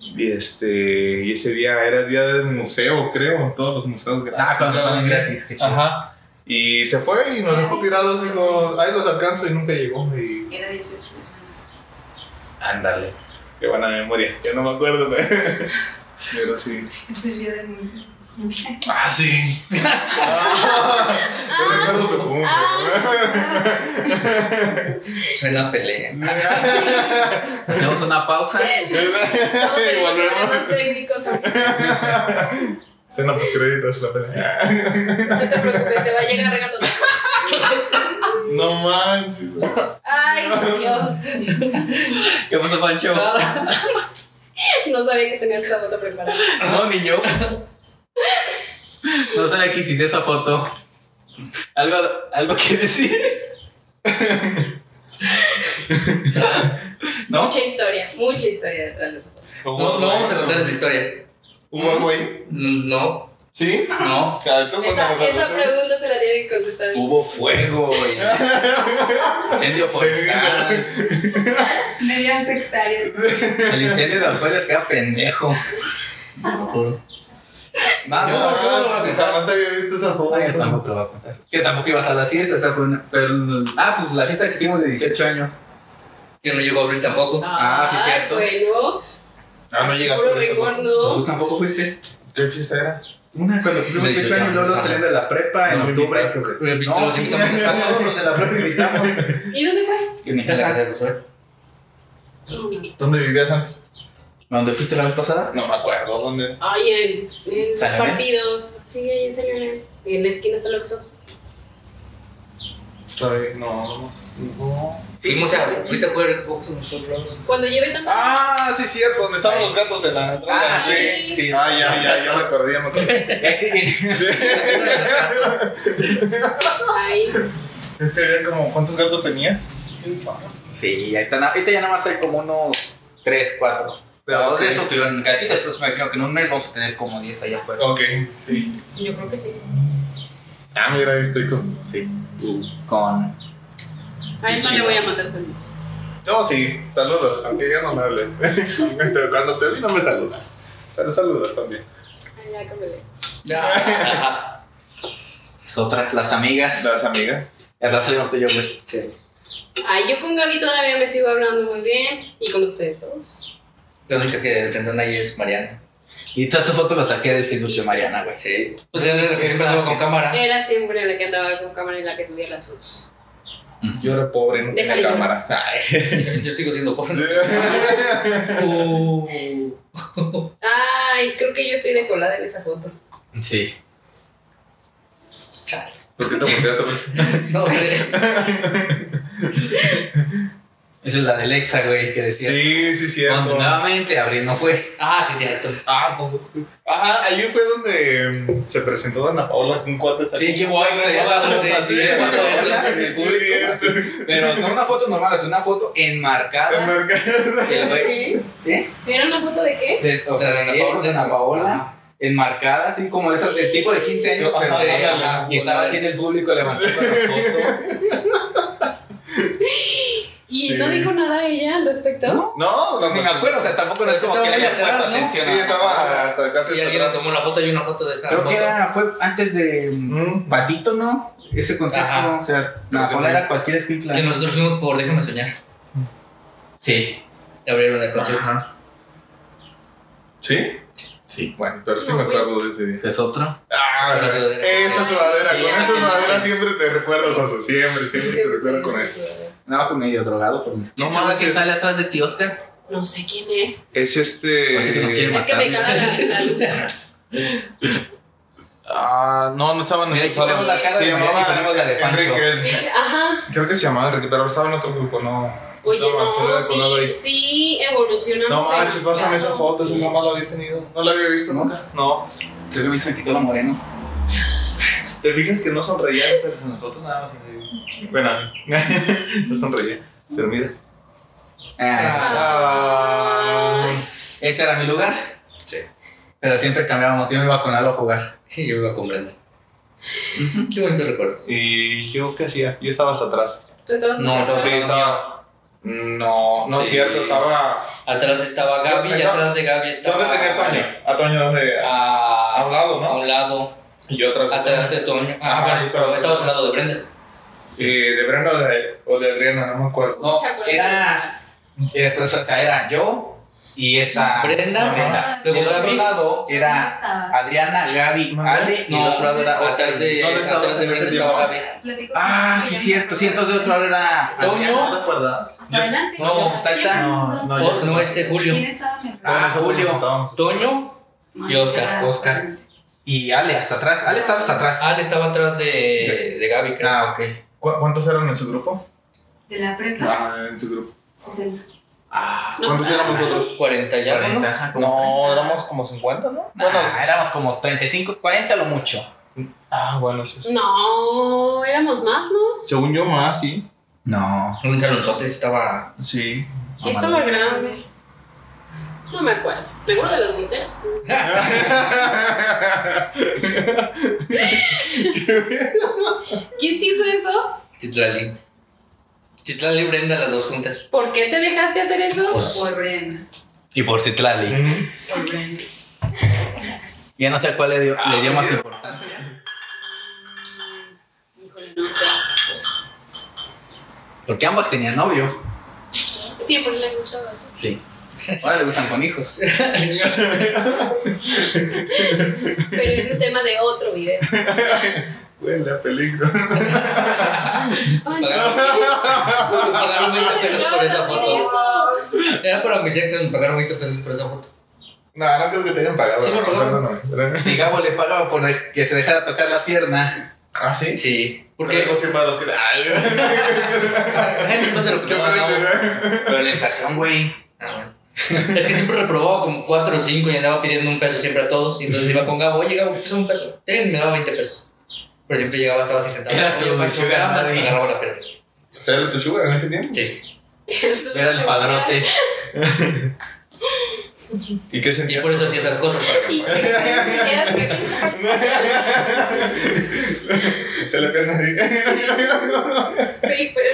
[SPEAKER 2] Y, este, y ese día era día del museo, creo, todos los museos gratis.
[SPEAKER 1] Ah, cuando salen gratis, qué chido.
[SPEAKER 2] Ajá. Y se fue y nos dejó tirados, dijo, ahí los alcanzo y nunca llegó. Y
[SPEAKER 5] Era 18
[SPEAKER 2] ándale. Qué buena memoria, yo no me acuerdo, pero, [laughs] pero sí.
[SPEAKER 5] Es el día del
[SPEAKER 1] [laughs]
[SPEAKER 5] museo.
[SPEAKER 2] Ah,
[SPEAKER 3] [laughs]
[SPEAKER 2] sí. Yo recuerdo tu cumple.
[SPEAKER 3] Ah,
[SPEAKER 4] Suena pelea.
[SPEAKER 3] ah.
[SPEAKER 1] Hacemos una pausa.
[SPEAKER 3] Vamos a
[SPEAKER 2] [laughs] Y
[SPEAKER 3] tener que pagar
[SPEAKER 2] volvemos.
[SPEAKER 3] los técnicos.
[SPEAKER 2] Escena post créditos, la pelea.
[SPEAKER 1] [laughs]
[SPEAKER 3] No te preocupes, te va a llegar regalo.
[SPEAKER 2] No manches. güey.
[SPEAKER 3] Ay, Dios.
[SPEAKER 1] ¿Qué pasó, Pancho?
[SPEAKER 3] [laughs] Ah. No sabía que tenías esa foto preparada.
[SPEAKER 1] No, ni yo. No sabía que hiciste esa foto. ¿Algo, algo que decir? [laughs] ¿No?
[SPEAKER 3] Mucha historia, mucha historia detrás de esa foto.
[SPEAKER 4] No, no vamos a contar esa historia.
[SPEAKER 2] ¿Hubo algo ahí?
[SPEAKER 4] No,
[SPEAKER 2] ¿Sí?
[SPEAKER 4] no.
[SPEAKER 2] O sea, tú
[SPEAKER 3] Esa,
[SPEAKER 2] contamos
[SPEAKER 3] esa pregunta te la tiene que contestar.
[SPEAKER 1] Hubo fuego, güey. Incendio forestal.
[SPEAKER 5] Medias hectáreas.
[SPEAKER 1] El incendio de Alférez queda pendejo.
[SPEAKER 2] No,
[SPEAKER 4] No,
[SPEAKER 1] Vamos.
[SPEAKER 4] no, no, no.
[SPEAKER 2] Ah, no, jamás había visto esa
[SPEAKER 1] Ay, yo
[SPEAKER 2] foto.
[SPEAKER 1] tampoco lo voy a contar. Que tampoco ibas a la fiesta, esa fue una. Pero, ah, pues la fiesta que hicimos de 18 años.
[SPEAKER 4] Que no llegó a abrir tampoco.
[SPEAKER 1] Ah, sí,
[SPEAKER 3] Ay,
[SPEAKER 1] cierto.
[SPEAKER 3] Bueno,
[SPEAKER 2] Ah, no llegaste.
[SPEAKER 3] puro rigor, no.
[SPEAKER 1] ¿Tú tampoco fuiste?
[SPEAKER 2] ¿Qué fiesta era?
[SPEAKER 1] Una cuando cumplimos
[SPEAKER 4] De
[SPEAKER 1] 18 años,
[SPEAKER 4] 18
[SPEAKER 1] luego
[SPEAKER 4] años,
[SPEAKER 1] saliendo de la
[SPEAKER 4] Ah,
[SPEAKER 1] prepa en
[SPEAKER 2] No me
[SPEAKER 1] octubre.
[SPEAKER 2] invitaste, güey.
[SPEAKER 4] Los
[SPEAKER 1] No,
[SPEAKER 4] invitamos
[SPEAKER 1] [laughs]
[SPEAKER 4] a
[SPEAKER 1] a todos los de la prepa [laughs] invitamos.
[SPEAKER 3] ¿Y dónde fue?
[SPEAKER 1] En mi
[SPEAKER 4] en la
[SPEAKER 1] casa.
[SPEAKER 4] casa de Josué.
[SPEAKER 2] ¿Dónde vivías antes?
[SPEAKER 1] ¿Dónde fuiste la vez pasada?
[SPEAKER 2] No me acuerdo dónde.
[SPEAKER 3] Ay, en, en los
[SPEAKER 1] ¿Salió bien?
[SPEAKER 3] partidos. Sí, ahí en Salinas. En la esquina está el Oxxo.
[SPEAKER 2] Todavía- No, no.
[SPEAKER 4] Fuimos a. Fuiste a jugar Xbox en nosotros.
[SPEAKER 3] Cuando lleve tan...
[SPEAKER 2] Ah, sí, cierto, donde estaban los gatos en la entrada.
[SPEAKER 3] sí.
[SPEAKER 2] Ah, ya, ya, ya me acordé, ya
[SPEAKER 1] [laughs]
[SPEAKER 2] me acordé.
[SPEAKER 1] Sí.
[SPEAKER 2] Sí.
[SPEAKER 3] Ahí.
[SPEAKER 2] Es que había como, ¿cuántos gatos tenía?
[SPEAKER 1] Sí, ahorita, na- ahorita ya nada más hay como unos 3, 4. Pero
[SPEAKER 2] Ah,
[SPEAKER 1] dos
[SPEAKER 2] ok.
[SPEAKER 1] de esos tuvieron gatitos, entonces me imagino que en un mes vamos a tener como 10 allá afuera.
[SPEAKER 2] Ok, sí.
[SPEAKER 3] Yo creo que sí.
[SPEAKER 2] Ah, mira, ahí estoy con.
[SPEAKER 1] Sí. Con.
[SPEAKER 3] A él no le
[SPEAKER 1] Chido.
[SPEAKER 3] voy a mandar saludos.
[SPEAKER 2] No, sí, saludos, aunque ya no me hables. [laughs] Pero Cuando te vi no me saludas. Pero saludos también.
[SPEAKER 3] Ay, ya, cámbiale.
[SPEAKER 4] [laughs] Ah,
[SPEAKER 1] Es otra, las amigas.
[SPEAKER 2] Las amigas.
[SPEAKER 1] El rato salimos tú y yo, güey.
[SPEAKER 3] Ay, yo con Gaby todavía me sigo hablando muy bien. Y con ustedes dos.
[SPEAKER 4] La única que desentona ahí es Mariana.
[SPEAKER 1] Y todas tus fotos las saqué del Facebook de Mariana, güey.
[SPEAKER 4] Sí. Pues ella es la que siempre andaba con cámara.
[SPEAKER 3] Era siempre la que andaba con cámara y la que subía las fotos.
[SPEAKER 2] Yo era pobre, no tenía
[SPEAKER 3] Déjale.
[SPEAKER 2] cámara. Ay.
[SPEAKER 4] Yo sigo siendo pobre.
[SPEAKER 2] Uh.
[SPEAKER 3] Ay, creo que yo estoy de colada en esa foto.
[SPEAKER 1] Sí.
[SPEAKER 4] Chale.
[SPEAKER 2] [laughs] ¿Por qué te volteaste?
[SPEAKER 4] [laughs]
[SPEAKER 2] güey?
[SPEAKER 4] No sé.
[SPEAKER 1] Esa es la de Alexa, güey, que decía.
[SPEAKER 2] Sí, sí,
[SPEAKER 1] Cuando
[SPEAKER 2] cierto.
[SPEAKER 1] nuevamente abril no fue.
[SPEAKER 4] Ah, sí, cierto.
[SPEAKER 2] Ah, poco. Ajá, ahí fue donde mm, se presentó Dana Paola con cuates.
[SPEAKER 1] Sí,
[SPEAKER 2] aquí.
[SPEAKER 1] que guay, güey,
[SPEAKER 2] Sí,
[SPEAKER 1] guay,
[SPEAKER 2] sí,
[SPEAKER 1] sí,
[SPEAKER 2] sí,
[SPEAKER 1] sí,
[SPEAKER 2] sí,
[SPEAKER 1] cuando habla en
[SPEAKER 2] sí,
[SPEAKER 1] el público,
[SPEAKER 2] sí,
[SPEAKER 1] así.
[SPEAKER 2] sí.
[SPEAKER 1] Pero no una foto normal, es una foto
[SPEAKER 2] Es
[SPEAKER 1] enmarcada.
[SPEAKER 2] marca-
[SPEAKER 1] El güey.
[SPEAKER 3] ¿Qué?
[SPEAKER 1] ¿Eh?
[SPEAKER 3] ¿Era una foto de qué?
[SPEAKER 1] De, o sea, de él, de Ana Paola. Enmarcada, así como esas del tipo de 15 años,
[SPEAKER 2] Ajá,
[SPEAKER 1] pero de
[SPEAKER 2] ándale,
[SPEAKER 1] ella.
[SPEAKER 4] ajá.
[SPEAKER 1] Y estaba así en el público levantando la foto.
[SPEAKER 3] ¿Y
[SPEAKER 2] Sí.
[SPEAKER 3] no dijo nada ella al respecto?
[SPEAKER 1] No,
[SPEAKER 2] No, no
[SPEAKER 1] ni me
[SPEAKER 2] pues,
[SPEAKER 1] acuerdo, o sea, tampoco no es como
[SPEAKER 4] Estaba
[SPEAKER 1] que le
[SPEAKER 4] muy
[SPEAKER 1] haya
[SPEAKER 4] atrás,
[SPEAKER 1] puesto
[SPEAKER 4] ¿no?
[SPEAKER 1] atención.
[SPEAKER 2] Sí,
[SPEAKER 1] a-
[SPEAKER 2] estaba hasta casi.
[SPEAKER 4] Y
[SPEAKER 2] hasta
[SPEAKER 4] alguien le
[SPEAKER 2] atrás.
[SPEAKER 4] tomó la foto y una foto de esa
[SPEAKER 1] Creo
[SPEAKER 4] foto.
[SPEAKER 1] que era, fue antes de mm,
[SPEAKER 2] Mm.
[SPEAKER 1] Patito, ¿no? Ese concierto,
[SPEAKER 4] Ajá.
[SPEAKER 1] o sea, Ana
[SPEAKER 4] que
[SPEAKER 1] Paola
[SPEAKER 4] sí.
[SPEAKER 1] era cualquier escuincla.
[SPEAKER 4] Que nosotros fuimos por Déjame Soñar.
[SPEAKER 1] Sí,
[SPEAKER 4] Y abrieron el concierto. [laughs]
[SPEAKER 2] Ajá. ¿Sí?
[SPEAKER 1] sí.
[SPEAKER 2] Bueno, pero sí
[SPEAKER 3] No,
[SPEAKER 2] me
[SPEAKER 3] güey.
[SPEAKER 2] acuerdo de ese día.
[SPEAKER 1] ¿Ese es otro?
[SPEAKER 2] Ah,
[SPEAKER 4] Con la sudadera.
[SPEAKER 2] esa sudadera,
[SPEAKER 3] Sí,
[SPEAKER 2] con
[SPEAKER 3] ya
[SPEAKER 2] esa
[SPEAKER 3] me
[SPEAKER 2] sudadera
[SPEAKER 3] acordé.
[SPEAKER 2] siempre te recuerdo, José. Siempre, siempre te recuerdo con eso.
[SPEAKER 1] No, con medio drogado por mis...
[SPEAKER 2] No
[SPEAKER 1] ¿Quién sabe
[SPEAKER 2] manches.
[SPEAKER 1] quién sale atrás de ti, Oscar?
[SPEAKER 3] No sé quién es.
[SPEAKER 2] Es este.
[SPEAKER 1] Así que nos quiere
[SPEAKER 3] Es que me caga la- la luz.
[SPEAKER 2] Ah, no, no estaba en
[SPEAKER 1] Mira,
[SPEAKER 2] nuestro
[SPEAKER 1] aquí tenemos
[SPEAKER 2] salón.
[SPEAKER 1] la cara
[SPEAKER 2] Se
[SPEAKER 1] de Mariana y
[SPEAKER 2] llamaba
[SPEAKER 1] ponemos la de Pancho.
[SPEAKER 2] Enrique.
[SPEAKER 3] Ajá.
[SPEAKER 2] Creo que se llamaba Enrique, pero estaba en otro grupo, no.
[SPEAKER 3] Oye,
[SPEAKER 2] Estaba solo de colado
[SPEAKER 3] no, sí,
[SPEAKER 2] ahí.
[SPEAKER 3] sí evolucionamos.
[SPEAKER 2] No manches,
[SPEAKER 3] demasiado.
[SPEAKER 2] pásame esa foto, esa jamás la había tenido. No la había visto nunca. No.
[SPEAKER 1] Creo que me dicen quitó lo moreno.
[SPEAKER 2] ¿Te fijas que no sonreía pero en las fotos nada más? Bueno, sí. [laughs] no sonreía. Pero mira.
[SPEAKER 1] Ah,
[SPEAKER 2] Ah.
[SPEAKER 1] Ese era mi lugar.
[SPEAKER 4] Sí.
[SPEAKER 1] Pero siempre cambiábamos, yo me iba con Lalo a jugar.
[SPEAKER 4] Sí, yo me iba comprando. Qué bonito recuerdo.
[SPEAKER 2] ¿Y yo qué hacía? Yo estaba hasta atrás.
[SPEAKER 3] Tú estabas
[SPEAKER 4] No, estaba-
[SPEAKER 2] Sí, estaba. No, no es
[SPEAKER 4] Sí.
[SPEAKER 2] cierto, estaba.
[SPEAKER 4] Atrás estaba Gaby y
[SPEAKER 2] Estaba-
[SPEAKER 4] atrás de Gaby estaba.
[SPEAKER 2] ¿Dónde tenías
[SPEAKER 4] Ah.
[SPEAKER 2] Toño? A Toño de. A,
[SPEAKER 4] A,
[SPEAKER 2] a un lado,
[SPEAKER 4] a
[SPEAKER 2] ¿no?
[SPEAKER 4] un lado.
[SPEAKER 2] Y yo atrás. de
[SPEAKER 4] Atrás
[SPEAKER 2] Toño.
[SPEAKER 4] de Toño.
[SPEAKER 2] Ajá,
[SPEAKER 4] Ah,
[SPEAKER 2] yo
[SPEAKER 4] pero
[SPEAKER 2] estaba-
[SPEAKER 4] estabas al lado de Brenda.
[SPEAKER 2] Eh, de Brenda o de, o de Adriana, no me acuerdo.
[SPEAKER 1] No,
[SPEAKER 3] ¿Se acuerdan?
[SPEAKER 1] era... Entonces, o sea, era yo y esta...
[SPEAKER 4] Ah, Brenda,
[SPEAKER 1] Brenda.
[SPEAKER 4] luego
[SPEAKER 1] Del otro
[SPEAKER 4] Gaby.
[SPEAKER 1] lado
[SPEAKER 5] ¿Dónde
[SPEAKER 1] era
[SPEAKER 5] estaba?
[SPEAKER 1] Adriana, Gaby,
[SPEAKER 2] Ajá.
[SPEAKER 1] Ale y
[SPEAKER 4] No,
[SPEAKER 1] del otro lado era Oscar.
[SPEAKER 4] atrás de,
[SPEAKER 2] ¿Dónde estabas
[SPEAKER 4] atrás de
[SPEAKER 2] en ese
[SPEAKER 4] Brenda estaba
[SPEAKER 2] tiempo?
[SPEAKER 4] Gaby.
[SPEAKER 5] Platico con
[SPEAKER 1] Ah,
[SPEAKER 5] ella,
[SPEAKER 1] sí,
[SPEAKER 5] me
[SPEAKER 1] cierto, sí, entonces de otro lado era...
[SPEAKER 4] Toño.
[SPEAKER 1] Adriana.
[SPEAKER 2] te acuerdas?
[SPEAKER 5] Hasta adelante.
[SPEAKER 4] No,
[SPEAKER 5] ¿Quién
[SPEAKER 1] está-
[SPEAKER 5] estaba?
[SPEAKER 2] No, no,
[SPEAKER 4] Oh, no, este
[SPEAKER 5] ¿Quién
[SPEAKER 4] Julio.
[SPEAKER 5] estaba? mi hermano?
[SPEAKER 1] Ah, Julio.
[SPEAKER 2] Julio.
[SPEAKER 4] Toño y Oscar.
[SPEAKER 1] Oscar. y Ale hasta atrás. Ale estaba hasta atrás.
[SPEAKER 4] Ale estaba atrás de, de Gaby, creo.
[SPEAKER 1] Ah, ok.
[SPEAKER 2] ¿Cu- ¿Cuántos eran en su grupo?
[SPEAKER 5] De la prepa,
[SPEAKER 2] Ah, en su grupo.
[SPEAKER 5] 60.
[SPEAKER 1] Ah,
[SPEAKER 4] Pues
[SPEAKER 3] No,
[SPEAKER 2] ¿Cuántos éramos nosotros?
[SPEAKER 4] 40 ya, ¿no?
[SPEAKER 1] 40, ajá, como
[SPEAKER 2] No,
[SPEAKER 1] 30.
[SPEAKER 2] éramos como 50, ¿no?
[SPEAKER 1] Nah, éramos como 35, 40 lo mucho.
[SPEAKER 2] Ah, bueno, sí, sí.
[SPEAKER 3] No, éramos más, ¿no?
[SPEAKER 2] Según yo, más, sí.
[SPEAKER 1] No.
[SPEAKER 4] Un salonzote estaba.
[SPEAKER 2] Sí.
[SPEAKER 3] Sí, estaba grande. No me acuerdo. Seguro de las goteras.
[SPEAKER 4] [laughs]
[SPEAKER 3] ¿Quién te hizo eso?
[SPEAKER 4] Chitlali. Chitlali y Brenda, las dos [laughs] juntas.
[SPEAKER 3] ¿Por qué te dejaste hacer eso?
[SPEAKER 4] Pues-
[SPEAKER 5] Por Brenda.
[SPEAKER 1] Y por Citlali.
[SPEAKER 5] Por Brenda.
[SPEAKER 1] Ya no sé cuál le dio, le dio más
[SPEAKER 2] sí.
[SPEAKER 1] importancia.
[SPEAKER 3] Híjole, no sé.
[SPEAKER 1] Porque ambas tenían novio.
[SPEAKER 3] Siempre le gustaba eso.
[SPEAKER 4] [laughs]
[SPEAKER 1] Sí. Ahora le gustan con hijos.
[SPEAKER 3] Pero ese es tema de otro video.
[SPEAKER 2] Huele a peligro.
[SPEAKER 3] Ay,
[SPEAKER 4] Pagaron, pagaron 20 pesos por esa foto. Era para mi sexo, me pagaron 20 pesos por esa foto.
[SPEAKER 2] No, no creo que te hayan pagado.
[SPEAKER 4] Sí, me pagaron.
[SPEAKER 2] Perdóname. Pero-
[SPEAKER 1] Si Gabo le pagaba por de- que se dejara tocar la pierna.
[SPEAKER 2] Ah, sí.
[SPEAKER 4] Sí. Porque.
[SPEAKER 2] Traigo 100 varos que. Ah,
[SPEAKER 4] [laughs]
[SPEAKER 2] Ay,
[SPEAKER 4] Ay, después de lo
[SPEAKER 2] [laughs]
[SPEAKER 4] que
[SPEAKER 2] ¿Qué
[SPEAKER 4] te pagaba.
[SPEAKER 2] parece?
[SPEAKER 1] Pero la inflación, güey.
[SPEAKER 4] Ah, bueno. Es que siempre reprobaba como 4 o 5 y andaba pidiendo un peso siempre a todos. Y entonces iba con Gabo, oye Gabo, ¿qué es un peso? Ten, me daba 20 pesos. Pero siempre llegaba, estaba así sentado.
[SPEAKER 1] Era
[SPEAKER 4] Oye,
[SPEAKER 1] su
[SPEAKER 4] Pancho, me
[SPEAKER 1] sugar
[SPEAKER 4] da más,
[SPEAKER 1] daddy.
[SPEAKER 4] me agarraba la pierna.
[SPEAKER 2] ¿Usted era tu sugar en ese tiempo?
[SPEAKER 4] Sí.
[SPEAKER 1] Era el
[SPEAKER 4] [laughs]
[SPEAKER 1] padrote.
[SPEAKER 2] ¿Y qué
[SPEAKER 4] Y
[SPEAKER 2] sentías?
[SPEAKER 4] por eso hacía esas cosas para
[SPEAKER 3] Y-
[SPEAKER 4] acampar.
[SPEAKER 3] y-
[SPEAKER 2] Se le pierna así.
[SPEAKER 3] Sí, pues.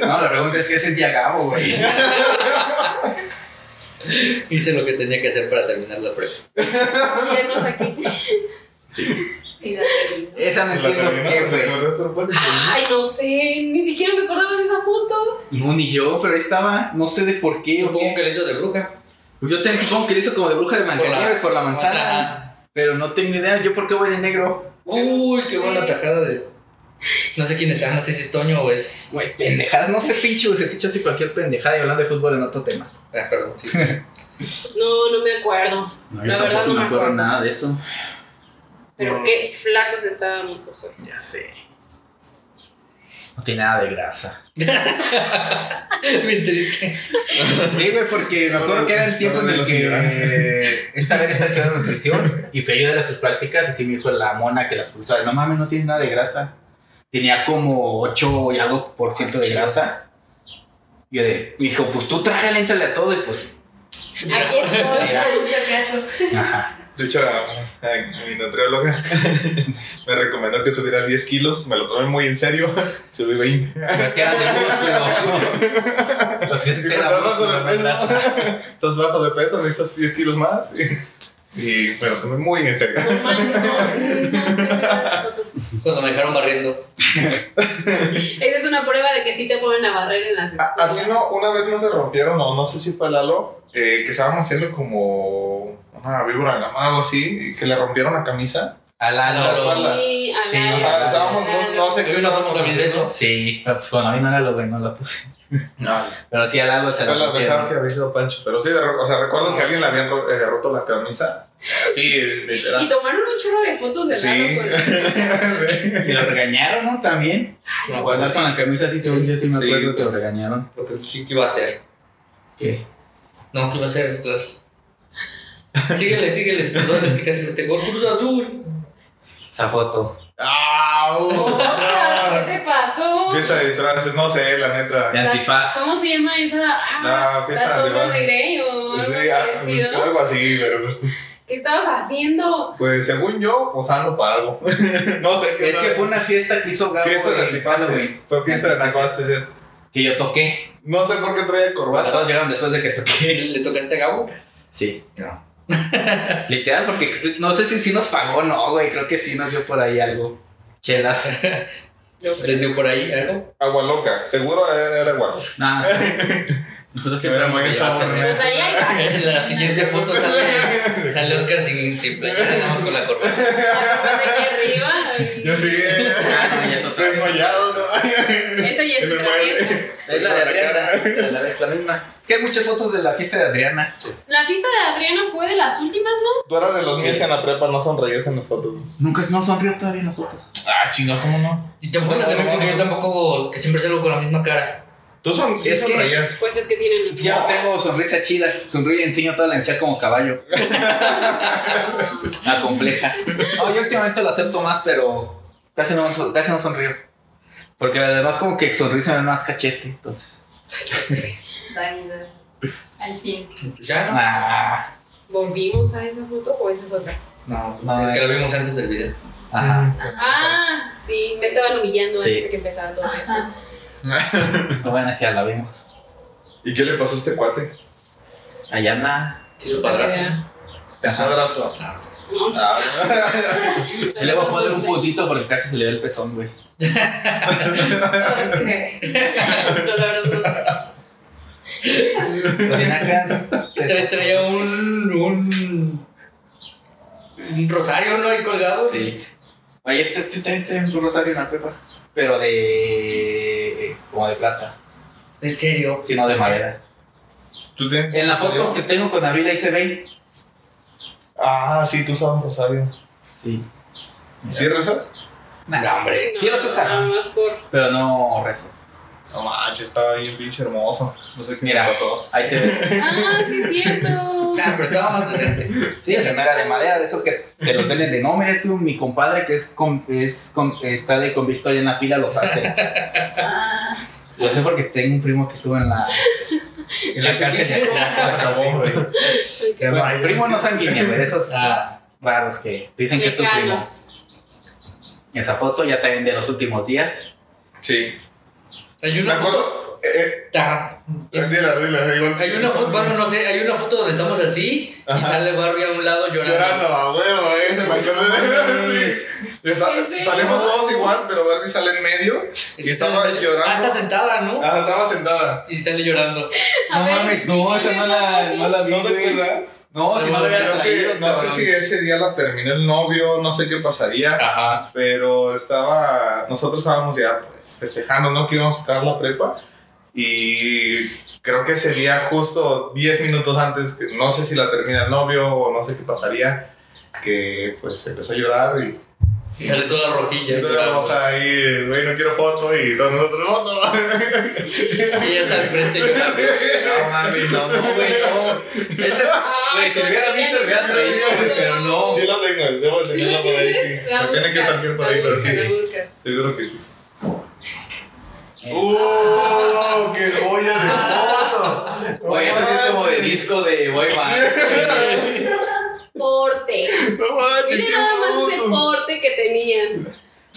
[SPEAKER 1] No, la pregunta es qué sentía Gabo, güey.
[SPEAKER 4] [laughs] Hice lo que tenía que hacer para terminar la prueba.
[SPEAKER 3] Ya no saqué.
[SPEAKER 5] Y la terminó.
[SPEAKER 1] Esa
[SPEAKER 4] Ah,
[SPEAKER 1] no
[SPEAKER 2] [laughs] Se la
[SPEAKER 1] entiendo
[SPEAKER 2] terminó,
[SPEAKER 1] qué
[SPEAKER 2] se
[SPEAKER 1] fue.
[SPEAKER 2] corrió, pero puede ser.
[SPEAKER 3] Ay, no sé. Ni siquiera me acordaba de esa foto.
[SPEAKER 1] No, ni yo, pero ahí estaba. No sé de por qué. o
[SPEAKER 4] Supongo
[SPEAKER 1] qué.
[SPEAKER 4] que le hizo de bruja.
[SPEAKER 1] Yo te, supongo que le hizo como de bruja de Mancanieves por la manzana.
[SPEAKER 4] Ajá.
[SPEAKER 1] Pero no tengo idea. ¿Yo por qué voy de negro?
[SPEAKER 4] Uy, qué buena tajada de. No sé quién está, no sé si es Toño o es.
[SPEAKER 1] Güey, pendejadas. No sé, pinche, güey. Se te echa así cualquier pendejada y hablando de fútbol en otro tema.
[SPEAKER 4] Ah, perdón, sí. [laughs]
[SPEAKER 3] No, no me acuerdo.
[SPEAKER 1] No,
[SPEAKER 3] La verdad no me acuerdo.
[SPEAKER 1] nada de eso.
[SPEAKER 3] Pero
[SPEAKER 2] No.
[SPEAKER 3] qué flacos estábamos, o sea.
[SPEAKER 1] Ya sé. No tiene nada de grasa.
[SPEAKER 4] Bien triste.
[SPEAKER 1] Sí, güey, porque me acuerdo que era el tiempo en el
[SPEAKER 2] Ahora de los
[SPEAKER 1] que esta vez estaba estudiando nutrición y fui a ayudarle a sus prácticas y sí me dijo la mona que las pulsaba. No mames, no tiene nada de grasa. Tenía como 8 y algo por ciento
[SPEAKER 2] Ah,
[SPEAKER 1] de grasa. Y yo de, me dijo, pues tú trágale, éntrale a todo y pues.
[SPEAKER 3] Aquí estoy.
[SPEAKER 5] Hizo mucho caso.
[SPEAKER 1] Ajá.
[SPEAKER 2] De hecho, a- a mi nutrióloga [laughs] me recomendó que subiera 10 kilos. Me lo tomé muy en serio. [laughs] Subí 20.
[SPEAKER 1] Pero es que era de músculo. Lo que es que
[SPEAKER 2] Y
[SPEAKER 1] era
[SPEAKER 2] cuando bajo
[SPEAKER 1] músculo,
[SPEAKER 2] de
[SPEAKER 1] no
[SPEAKER 2] peso.
[SPEAKER 1] grasa.
[SPEAKER 2] [laughs] Estás bajo de peso, necesitas 10 kilos más. [laughs] Y me lo tomé muy en serio.
[SPEAKER 3] No manches, no, no, no, no, no.
[SPEAKER 4] Cuando me dejaron barriendo.
[SPEAKER 3] Esa es una prueba de que sí te ponen a barrer en las escuelas.
[SPEAKER 2] A, a ti no, una vez no te rompieron, o no sé si fue Lalo, eh, que estábamos haciendo como una víbora en la mano o así, y que le rompieron la camisa.
[SPEAKER 1] A
[SPEAKER 4] La
[SPEAKER 1] Lalo.
[SPEAKER 2] espalda.
[SPEAKER 3] Sí, a
[SPEAKER 1] Sí,
[SPEAKER 3] la-
[SPEAKER 1] ajá,
[SPEAKER 2] Ah, estábamos, no, no sé
[SPEAKER 4] Yo
[SPEAKER 2] qué
[SPEAKER 4] vi una foto
[SPEAKER 2] estábamos
[SPEAKER 4] también de eso.
[SPEAKER 1] Sí, pues cuando a mí no la logré, no la puse.
[SPEAKER 4] No.
[SPEAKER 1] Pero sí, a Lalo se la
[SPEAKER 2] Bueno, pensaba que
[SPEAKER 1] rompieron.
[SPEAKER 2] había sido Pancho, pero sí, o sea, recuerdo que a alguien le habían ro- eh, roto la camisa. Sí,
[SPEAKER 3] Y
[SPEAKER 2] literal.
[SPEAKER 3] tomaron un chorro de fotos de lado
[SPEAKER 2] Sí.
[SPEAKER 3] con la-
[SPEAKER 1] Y lo regañaron, ¿no? También.
[SPEAKER 3] Ay,
[SPEAKER 1] Por andar con la camisa [laughs] así, según yo sí me
[SPEAKER 2] Sí.
[SPEAKER 1] acuerdo que lo regañaron.
[SPEAKER 4] Lo que sí que iba a hacer.
[SPEAKER 1] ¿Qué?
[SPEAKER 4] No, que iba a hacer. entonces. Síguele, síguele. Perdón, es que casi me tengo Cruz Azul.
[SPEAKER 1] Esa foto.
[SPEAKER 3] Oscar, ¿Qué
[SPEAKER 2] ¡Au!
[SPEAKER 3] te pasó?
[SPEAKER 2] Fiesta de disfraces, no sé, la neta.
[SPEAKER 1] De
[SPEAKER 3] Las-
[SPEAKER 1] antifaz.
[SPEAKER 3] ¿Cómo se llama esa? Ah,
[SPEAKER 2] La fiesta
[SPEAKER 3] las
[SPEAKER 2] de
[SPEAKER 3] sombras
[SPEAKER 2] Bach.
[SPEAKER 3] de Grey o algo
[SPEAKER 2] Sí, ah, pues,
[SPEAKER 3] parecido.
[SPEAKER 2] algo así, pero
[SPEAKER 3] ¿Qué estabas haciendo?
[SPEAKER 2] pues según yo, posando para algo. [laughs] no sé qué
[SPEAKER 1] Es que
[SPEAKER 2] tal.
[SPEAKER 1] fue una fiesta que hizo Gabo.
[SPEAKER 2] Fiesta de
[SPEAKER 1] en
[SPEAKER 2] antifaces.
[SPEAKER 1] Halloween.
[SPEAKER 2] Fue fiesta de
[SPEAKER 1] Antifaces.
[SPEAKER 2] antifaces.
[SPEAKER 1] Que yo toqué.
[SPEAKER 2] No sé por qué traía
[SPEAKER 1] Porque
[SPEAKER 2] corbata.
[SPEAKER 1] todos llegaron después de que toqué.
[SPEAKER 4] ¿Le tocaste a este Gabo?
[SPEAKER 1] Sí.
[SPEAKER 4] No.
[SPEAKER 1] [laughs] Literal, porque no sé si sí nos pagó o no, güey. Creo que sí nos dio por ahí algo. Chelas. [laughs]
[SPEAKER 4] ¿Les dio por ahí algo?
[SPEAKER 2] Agua loca. Seguro era, era agua loca.
[SPEAKER 1] Nada. Nosotros siempre
[SPEAKER 2] Era
[SPEAKER 1] hemos
[SPEAKER 2] muy
[SPEAKER 1] llevado
[SPEAKER 2] sabor,
[SPEAKER 1] cerveza.
[SPEAKER 3] Pues ahí hay
[SPEAKER 4] En la siguiente foto
[SPEAKER 1] Pues,
[SPEAKER 2] [laughs]
[SPEAKER 4] sale, sale Oscar sin, sin playera, nada más con la corbata.
[SPEAKER 3] la parte de aquí arriba.
[SPEAKER 2] Yo
[SPEAKER 3] y-
[SPEAKER 2] sí.
[SPEAKER 1] Ah, no, ya es otra vez.
[SPEAKER 2] Desmayado, ¿no? [laughs]
[SPEAKER 3] Esa ya
[SPEAKER 2] En
[SPEAKER 3] es
[SPEAKER 2] el
[SPEAKER 3] otra
[SPEAKER 2] mueble.
[SPEAKER 3] fiesta.
[SPEAKER 1] Es la de
[SPEAKER 2] La cara.
[SPEAKER 1] Adriana, la, la, es la misma. Es que hay muchas fotos de la fiesta de Adriana.
[SPEAKER 3] La fiesta de Adriana fue de las últimas, ¿no?
[SPEAKER 2] Tú eras de los
[SPEAKER 4] Sí.
[SPEAKER 2] míos en la prepa, no sonreías en las fotos.
[SPEAKER 1] Nunca no sonrió todavía en las fotos.
[SPEAKER 2] Ah, chinga, ¿cómo no?
[SPEAKER 4] Y tampoco las de mí porque yo tampoco, que siempre salgo con la misma cara.
[SPEAKER 2] Tú son, sí
[SPEAKER 1] Es que-
[SPEAKER 2] sonreías.
[SPEAKER 3] Pues es que tienen los
[SPEAKER 1] Es que yo tengo sonrisa chida. Sonríe y enseño toda la encía como
[SPEAKER 4] [laughs]
[SPEAKER 1] caballo. La compleja. No, yo últimamente lo acepto más, pero casi no, son- casi no sonrío. Porque además como que sonrisa me da más cachete, entonces.
[SPEAKER 5] Vanidad. Al fin.
[SPEAKER 4] Pues ya, ¿no?
[SPEAKER 1] Ah,
[SPEAKER 3] ¿Volvimos a esa foto o esa es otra?
[SPEAKER 1] no, no.
[SPEAKER 4] es que lo vimos antes del video.
[SPEAKER 1] Ajá.
[SPEAKER 3] Ah, sí, me estaban humillando
[SPEAKER 1] Sí.
[SPEAKER 3] antes de que empezara todo esto.
[SPEAKER 5] Ajá.
[SPEAKER 1] No van hacia la vimos.
[SPEAKER 2] ¿Y qué le pasó a este cuate?
[SPEAKER 1] Allá nada.
[SPEAKER 4] Sí, su padrastro.
[SPEAKER 2] Te
[SPEAKER 1] Ajá. pues,
[SPEAKER 2] abrazo.
[SPEAKER 4] Claro, sí.
[SPEAKER 3] No,
[SPEAKER 2] Ah,
[SPEAKER 1] Y le voy a poner un puntito porque casi se le ve el pezón, güey.
[SPEAKER 5] Ok.
[SPEAKER 3] No, la verdad no.
[SPEAKER 1] Lo tiene
[SPEAKER 4] [laughs]
[SPEAKER 1] acá.
[SPEAKER 4] Tra- traía un, un. un rosario, ¿no? Ahí colgado.
[SPEAKER 1] Sí. Oye, tú tú también traes tu rosario en la pepa. Pero de. como de plata,
[SPEAKER 4] En serio.
[SPEAKER 1] sino de madera.
[SPEAKER 2] ¿Tú tienes
[SPEAKER 1] En la foto
[SPEAKER 2] rosario?
[SPEAKER 1] que tengo con Abril ahí se ve.
[SPEAKER 2] Ah, sí, tú usabas rosario.
[SPEAKER 1] Sí.
[SPEAKER 2] ¿Sí rezas?
[SPEAKER 4] No, hombre.
[SPEAKER 1] Sí, los usa.
[SPEAKER 3] Nada más por.
[SPEAKER 1] Pero no rezo.
[SPEAKER 2] No manches, estaba bien pinche hermoso. No sé qué
[SPEAKER 1] Mira.
[SPEAKER 2] me pasó.
[SPEAKER 1] Ahí se ve.
[SPEAKER 3] Ah, sí, es cierto.
[SPEAKER 4] Ah, pero estaba más decente.
[SPEAKER 1] [laughs] Sí, o sea, no era de madera, de esos que te los venden de no, mira, es que mi compadre que es, con- es con- está de convicto ahí en la pila los
[SPEAKER 3] [laughs]
[SPEAKER 1] hace.
[SPEAKER 5] Ah,
[SPEAKER 1] Lo sé porque tengo un primo que estuvo en la, en la
[SPEAKER 4] Ese
[SPEAKER 1] cárcel.
[SPEAKER 4] que es-
[SPEAKER 2] Se acabó, güey.
[SPEAKER 3] Ok.
[SPEAKER 1] Bueno,
[SPEAKER 2] Rayos.
[SPEAKER 1] primo no sanguíneo, güey, de esos
[SPEAKER 4] Ah.
[SPEAKER 1] raros que dicen que es tu primo.
[SPEAKER 3] Lejanos.
[SPEAKER 1] Esa foto ya también de los últimos días.
[SPEAKER 2] Sí.
[SPEAKER 4] Hay
[SPEAKER 2] Me
[SPEAKER 4] una foto.
[SPEAKER 2] acuerdo. Eh,
[SPEAKER 4] Ajá.
[SPEAKER 2] eh, dila, dila, igual.
[SPEAKER 4] Hay una foto, bueno, no sé, hay una foto donde estamos así y
[SPEAKER 2] Ajá.
[SPEAKER 4] sale Barbie a un lado llorando.
[SPEAKER 2] Llorando, a huevo, eh. Se me acuerdo de sí. Y está-
[SPEAKER 3] ¿En serio?
[SPEAKER 2] Salimos todos igual, pero Barbie sale en medio.
[SPEAKER 4] Y
[SPEAKER 2] Y
[SPEAKER 4] se
[SPEAKER 2] estaba
[SPEAKER 4] sale-
[SPEAKER 2] llorando.
[SPEAKER 4] Ah, está sentada, ¿no?
[SPEAKER 2] Ah, estaba sentada.
[SPEAKER 4] Y sale llorando.
[SPEAKER 3] A ver,
[SPEAKER 1] no,
[SPEAKER 3] sí,
[SPEAKER 1] la
[SPEAKER 2] ¿No te
[SPEAKER 1] güey.
[SPEAKER 2] acuerdas?
[SPEAKER 1] No, si no lo hubiera
[SPEAKER 2] Creo
[SPEAKER 1] traído,
[SPEAKER 2] que, no sé
[SPEAKER 1] cabrón.
[SPEAKER 2] si ese día la terminó el novio, no sé qué pasaría.
[SPEAKER 4] Ajá.
[SPEAKER 2] pero estaba, nosotros estábamos ya pues festejando, ¿no? Que íbamos a acabar la prepa y creo que ese día justo 10 minutos antes, que no sé si la termina el novio o no sé qué pasaría, que pues empezó a llorar y
[SPEAKER 4] Y sale toda rojilla.
[SPEAKER 2] yo
[SPEAKER 4] llorando.
[SPEAKER 2] la rosa ahí, güey, no quiero foto y todos nosotros foto.
[SPEAKER 4] Y ella está enfrente llorando.
[SPEAKER 1] No mames, no, no, güey, no. Este es-
[SPEAKER 3] Ah,
[SPEAKER 1] Güey, si lo hubiera visto, lo hubiera traído, güey, pero no.
[SPEAKER 2] Sí la tengo, debo
[SPEAKER 3] ¿Sí la
[SPEAKER 2] tenerla por ahí, sí.
[SPEAKER 3] tienes? La
[SPEAKER 2] Me tiene que
[SPEAKER 3] buscas,
[SPEAKER 2] partir por
[SPEAKER 3] la
[SPEAKER 2] ahí, pero
[SPEAKER 3] buscas, la
[SPEAKER 2] sí.
[SPEAKER 3] buscas.
[SPEAKER 2] Seguro que sí.
[SPEAKER 1] Eh,
[SPEAKER 2] ¡Uh! ¡Qué joya de foto!
[SPEAKER 1] Güey, eso sí es como de disco de güey, va.
[SPEAKER 3] Porte.
[SPEAKER 2] No manches,
[SPEAKER 3] Miren
[SPEAKER 2] qué
[SPEAKER 3] nada más ese
[SPEAKER 2] foto.
[SPEAKER 3] porte que tenían.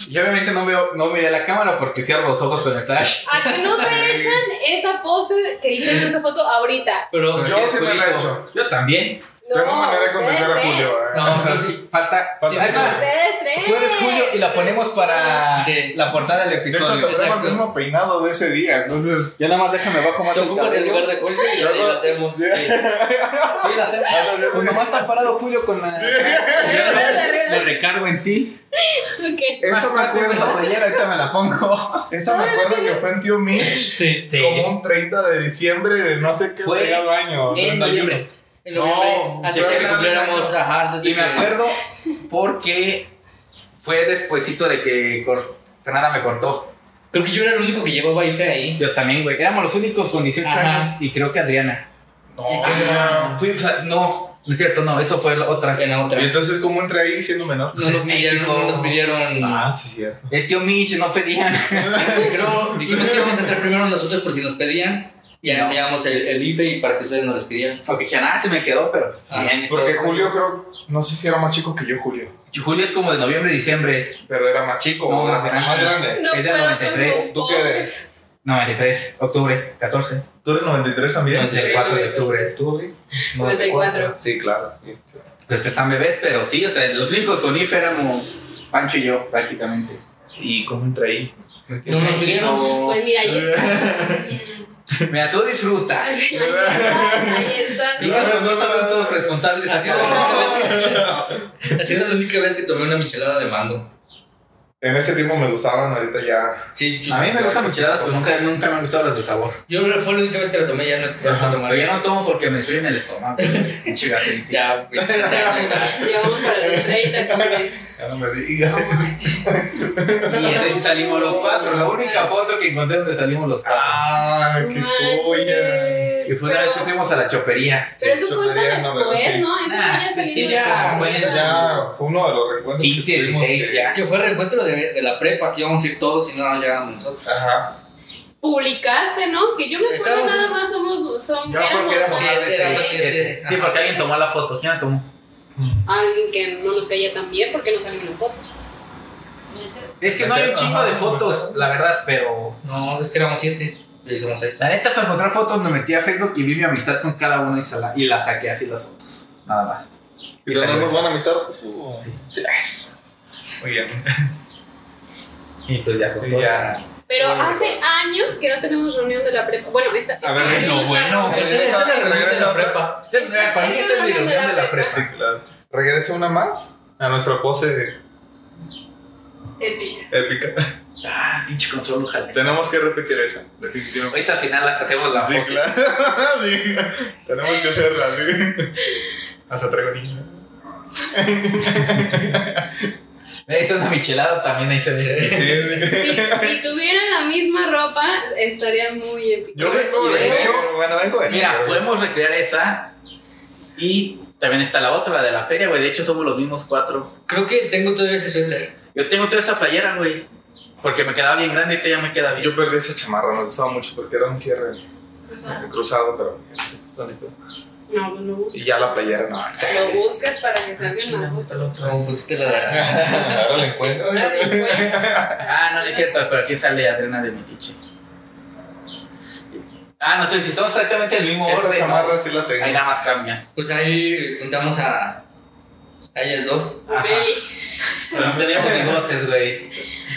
[SPEAKER 1] Yo obviamente no veo, no miré la cámara porque cierro los ojos con el flash.
[SPEAKER 3] A que
[SPEAKER 2] [laughs]
[SPEAKER 3] no se echan esa pose que hicieron en esa foto ahorita.
[SPEAKER 4] Pero.
[SPEAKER 1] Pero
[SPEAKER 2] Yo sí
[SPEAKER 1] es
[SPEAKER 2] me la he
[SPEAKER 1] culito.
[SPEAKER 2] hecho.
[SPEAKER 1] Yo también.
[SPEAKER 3] No,
[SPEAKER 2] Tengo manera de
[SPEAKER 3] ustedes
[SPEAKER 2] contentar a
[SPEAKER 3] tres.
[SPEAKER 2] Julio. eh.
[SPEAKER 4] No,
[SPEAKER 1] No, creo que falta.
[SPEAKER 2] Falta-
[SPEAKER 1] Es más,
[SPEAKER 3] Ustedes tres.
[SPEAKER 1] tú eres Julio y la
[SPEAKER 3] [laughs]
[SPEAKER 1] ponemos para
[SPEAKER 4] Sí.
[SPEAKER 1] Ah, la portada del
[SPEAKER 2] De hecho, hasta
[SPEAKER 1] episodio.
[SPEAKER 2] traigo el
[SPEAKER 4] exacto.
[SPEAKER 2] mismo peinado de ese día. Entonces,
[SPEAKER 1] Ya nada más déjame bajo más
[SPEAKER 4] Te ocupas el
[SPEAKER 1] cabello.
[SPEAKER 4] lugar de Julio y ahí lo hacemos.
[SPEAKER 2] Sí.
[SPEAKER 4] sí.
[SPEAKER 1] Sí, la
[SPEAKER 2] ah,
[SPEAKER 1] hacemos. Pues [laughs] nomás está parado Julio con la. Me recargo en ti.
[SPEAKER 2] [laughs]
[SPEAKER 3] Ok.
[SPEAKER 2] esa me
[SPEAKER 1] Más tarde tengo esa
[SPEAKER 2] acuerdo,
[SPEAKER 1] playera, ahorita me la pongo.
[SPEAKER 2] esa me acuerdo que fue en Tío Mitch.
[SPEAKER 4] Sí.
[SPEAKER 2] Como un 30 de diciembre, de no sé qué
[SPEAKER 1] Fue
[SPEAKER 2] fregado año. 31.
[SPEAKER 1] En noviembre.
[SPEAKER 4] En noviembre,
[SPEAKER 2] No,
[SPEAKER 4] antes de
[SPEAKER 1] yo
[SPEAKER 4] que
[SPEAKER 1] creo que
[SPEAKER 4] cumpliéramos, ajá, antes de
[SPEAKER 1] Y me
[SPEAKER 4] que-
[SPEAKER 1] acuerdo porque fue despuesito de que Cor- Fernanda me cortó.
[SPEAKER 4] Creo que yo era el único que llevaba hija ahí.
[SPEAKER 1] Yo también, güey. Éramos los únicos con 18
[SPEAKER 4] Ajá.
[SPEAKER 1] años y creo que Adriana.
[SPEAKER 2] No,
[SPEAKER 4] Y que-
[SPEAKER 2] ya.
[SPEAKER 1] Fui- o sea, no, no es cierto, no, eso fue la otra.
[SPEAKER 4] En la otra.
[SPEAKER 2] Y entonces, ¿cómo entré ahí siendo menor?
[SPEAKER 4] No nos
[SPEAKER 1] en
[SPEAKER 4] pidieron,
[SPEAKER 1] México.
[SPEAKER 4] no nos pidieron.
[SPEAKER 2] Ah, sí, cierto.
[SPEAKER 1] Es tío Mitch, no pedían.
[SPEAKER 4] Creo, dijimos que íbamos a entrar primero nosotros por si nos pedían. Y ya
[SPEAKER 1] No.
[SPEAKER 4] enseñamos el, el IFE y para que ustedes nos los pidieran.
[SPEAKER 1] Aunque ya nada se me quedó, pero.
[SPEAKER 4] Ah,
[SPEAKER 1] bien,
[SPEAKER 2] Porque
[SPEAKER 1] esto-
[SPEAKER 2] Julio, creo, no sé si era más chico que yo, Julio.
[SPEAKER 1] Julio es como de noviembre, diciembre.
[SPEAKER 2] Pero era más chico,
[SPEAKER 1] No,
[SPEAKER 2] o era
[SPEAKER 1] más grande.
[SPEAKER 2] más grande.
[SPEAKER 3] No
[SPEAKER 1] Es del
[SPEAKER 3] puedo con
[SPEAKER 1] 93.
[SPEAKER 3] sus
[SPEAKER 2] ¿Tú qué eres?
[SPEAKER 3] poses.
[SPEAKER 1] 93, octubre, 14.
[SPEAKER 2] ¿Tú eres 93 también?
[SPEAKER 1] 94 de octubre.
[SPEAKER 2] ¿Tú, Lee?
[SPEAKER 3] 94.
[SPEAKER 2] Sí, claro.
[SPEAKER 1] Pues que están bebés, pero sí, o sea, los únicos con IFE éramos Pancho y yo, prácticamente.
[SPEAKER 2] ¿Y cómo entré ahí?
[SPEAKER 4] No
[SPEAKER 2] No entiendo.
[SPEAKER 4] nos pidieron.
[SPEAKER 3] Pues mira,
[SPEAKER 2] [laughs]
[SPEAKER 3] ahí está. [laughs]
[SPEAKER 5] bien.
[SPEAKER 1] Mira, tú disfruta.
[SPEAKER 3] Ahí está. Ahí está.
[SPEAKER 1] [laughs] Y nosotros no somos todos responsables
[SPEAKER 4] Así
[SPEAKER 1] haciendo
[SPEAKER 4] es la
[SPEAKER 1] la
[SPEAKER 4] única vez que- así es la única vez que tomé una michelada de mando.
[SPEAKER 2] En ese tiempo me gustaban, ahorita ya.
[SPEAKER 4] Sí, yo,
[SPEAKER 1] A mí me gustan micheladas, pero nunca, nunca me han gustado las de sabor.
[SPEAKER 4] yo fue la única vez que la tomé, ya no trato de tomar.
[SPEAKER 1] Pero ya no tomo porque me suena el [laughs] estómago. Pinche gastritis.
[SPEAKER 4] Ya, [laughs] pues, ya.
[SPEAKER 3] Llevamos para los 30, como ves.
[SPEAKER 2] [laughs] Ya no me
[SPEAKER 3] No
[SPEAKER 2] digas.
[SPEAKER 3] manches.
[SPEAKER 1] Y ese sí salimos los cuatro. La única foto que encontré donde salimos los cuatro.
[SPEAKER 2] ¡Ah, qué joya!
[SPEAKER 3] Manches.
[SPEAKER 1] Y fue una vez que
[SPEAKER 3] Pero-
[SPEAKER 1] fuimos a la chopería.
[SPEAKER 3] Pero eso fue hasta
[SPEAKER 2] Chopería, no, pero
[SPEAKER 3] después,
[SPEAKER 2] sí.
[SPEAKER 3] ¿no? Eso
[SPEAKER 1] Nah,
[SPEAKER 3] fue ya salido
[SPEAKER 4] sí,
[SPEAKER 3] de
[SPEAKER 4] ya
[SPEAKER 3] la
[SPEAKER 4] como fue-
[SPEAKER 3] escuela.
[SPEAKER 2] Ya fue uno de los recuerdos. que
[SPEAKER 1] 15,
[SPEAKER 2] tuvimos
[SPEAKER 1] 16
[SPEAKER 2] que-
[SPEAKER 1] ya.
[SPEAKER 4] Que fue el reencuentro de, de la prepa, que íbamos a ir todos y no nos llegábamos nosotros.
[SPEAKER 2] Ajá.
[SPEAKER 3] Publicaste, ¿no? Que yo me acuerdo
[SPEAKER 4] Estábamos
[SPEAKER 3] nada
[SPEAKER 4] en-
[SPEAKER 3] más somos, son,
[SPEAKER 1] Yo me acuerdo que éramos más de
[SPEAKER 4] siete, éramos
[SPEAKER 1] seis,
[SPEAKER 4] siete.
[SPEAKER 1] siete. Sí,
[SPEAKER 4] Ajá.
[SPEAKER 1] porque alguien tomó la foto. ¿Quién la tomó?
[SPEAKER 3] alguien que no nos caía tan bien porque no salió una foto.
[SPEAKER 1] Es que no hay un chingo de fotos, la verdad, pero...
[SPEAKER 4] No, es que éramos siete y somos seis.
[SPEAKER 1] La neta, para encontrar fotos me metí a Facebook y vi mi amistad con cada uno y, se la- y la saqué así las fotos. Nada más.
[SPEAKER 2] ¿Y
[SPEAKER 1] salió
[SPEAKER 2] tenemos
[SPEAKER 1] esa.
[SPEAKER 2] buena amistad?
[SPEAKER 1] Sí.
[SPEAKER 2] Yes. Muy bien.
[SPEAKER 1] Y pues ya fue
[SPEAKER 2] Y
[SPEAKER 1] todo.
[SPEAKER 2] ya.
[SPEAKER 3] Pero
[SPEAKER 2] Bueno.
[SPEAKER 3] hace años que no tenemos reunión de la prepa. Bueno, esta. esta
[SPEAKER 2] ver,
[SPEAKER 3] reunión
[SPEAKER 1] no,
[SPEAKER 3] es la
[SPEAKER 1] bueno,
[SPEAKER 3] reunión.
[SPEAKER 2] Regresa,
[SPEAKER 4] Este- este era el reencuentro de
[SPEAKER 2] regresa
[SPEAKER 4] la
[SPEAKER 2] otra.
[SPEAKER 4] prepa.
[SPEAKER 1] Este- eh, Para mí esta es mi reunión de la
[SPEAKER 2] Sí,
[SPEAKER 1] presa.
[SPEAKER 2] claro. Regresa una más a nuestra pose
[SPEAKER 5] Épica.
[SPEAKER 2] épica.
[SPEAKER 1] Ah, pinche control, ojalá.
[SPEAKER 2] Tenemos que repetir esa, definitivamente.
[SPEAKER 1] Ahorita al final hacemos la
[SPEAKER 2] Sí,
[SPEAKER 1] foto.
[SPEAKER 2] claro. [laughs] Sí. Tenemos que hacerla. sí. Hasta traigo niña.
[SPEAKER 1] Eh, Esta es una michelada también ahí se ve.
[SPEAKER 2] Sí.
[SPEAKER 3] Si, si tuvieran la misma ropa, estaría muy épico.
[SPEAKER 2] Yo vengo
[SPEAKER 1] Y de
[SPEAKER 2] de
[SPEAKER 1] hecho,
[SPEAKER 2] negro, Bueno, vengo de
[SPEAKER 1] Mira,
[SPEAKER 2] negro.
[SPEAKER 1] podemos recrear esa. Y también está la otra, la de la feria, güey. De hecho, somos los mismos cuatro.
[SPEAKER 4] Creo que tengo todavía ese suéter.
[SPEAKER 1] Yo tengo toda esa playera, güey. Porque me quedaba bien grande y esta ya me queda bien.
[SPEAKER 2] pues, Yo perdí esa chamarra, me gustaba mucho porque era un cierre
[SPEAKER 5] Cruzada.
[SPEAKER 2] cruzado, pero no sé dónde quedó.
[SPEAKER 3] No, pues lo buscas.
[SPEAKER 2] Y ya la playera, no.
[SPEAKER 3] Lo buscas para que salga en la
[SPEAKER 1] ¿Dónde está
[SPEAKER 3] foto.
[SPEAKER 1] la otra?
[SPEAKER 4] Como pusiste la de
[SPEAKER 2] [laughs]
[SPEAKER 4] [laughs]
[SPEAKER 2] Ahora la encuentro.
[SPEAKER 3] La reencuentro.
[SPEAKER 1] Ah, no, no es cierto, pero aquí sale Adriana de Metiche. Ah, no, entonces estamos exactamente en el mismo
[SPEAKER 2] Esa
[SPEAKER 1] orden. ¿no?
[SPEAKER 2] chamarra sí la tengo.
[SPEAKER 1] Ahí nada más cambia.
[SPEAKER 4] Pues ahí juntamos a, a ellas dos.
[SPEAKER 3] Ok.
[SPEAKER 1] Pero no teníamos
[SPEAKER 2] [laughs]
[SPEAKER 1] bigotes, güey.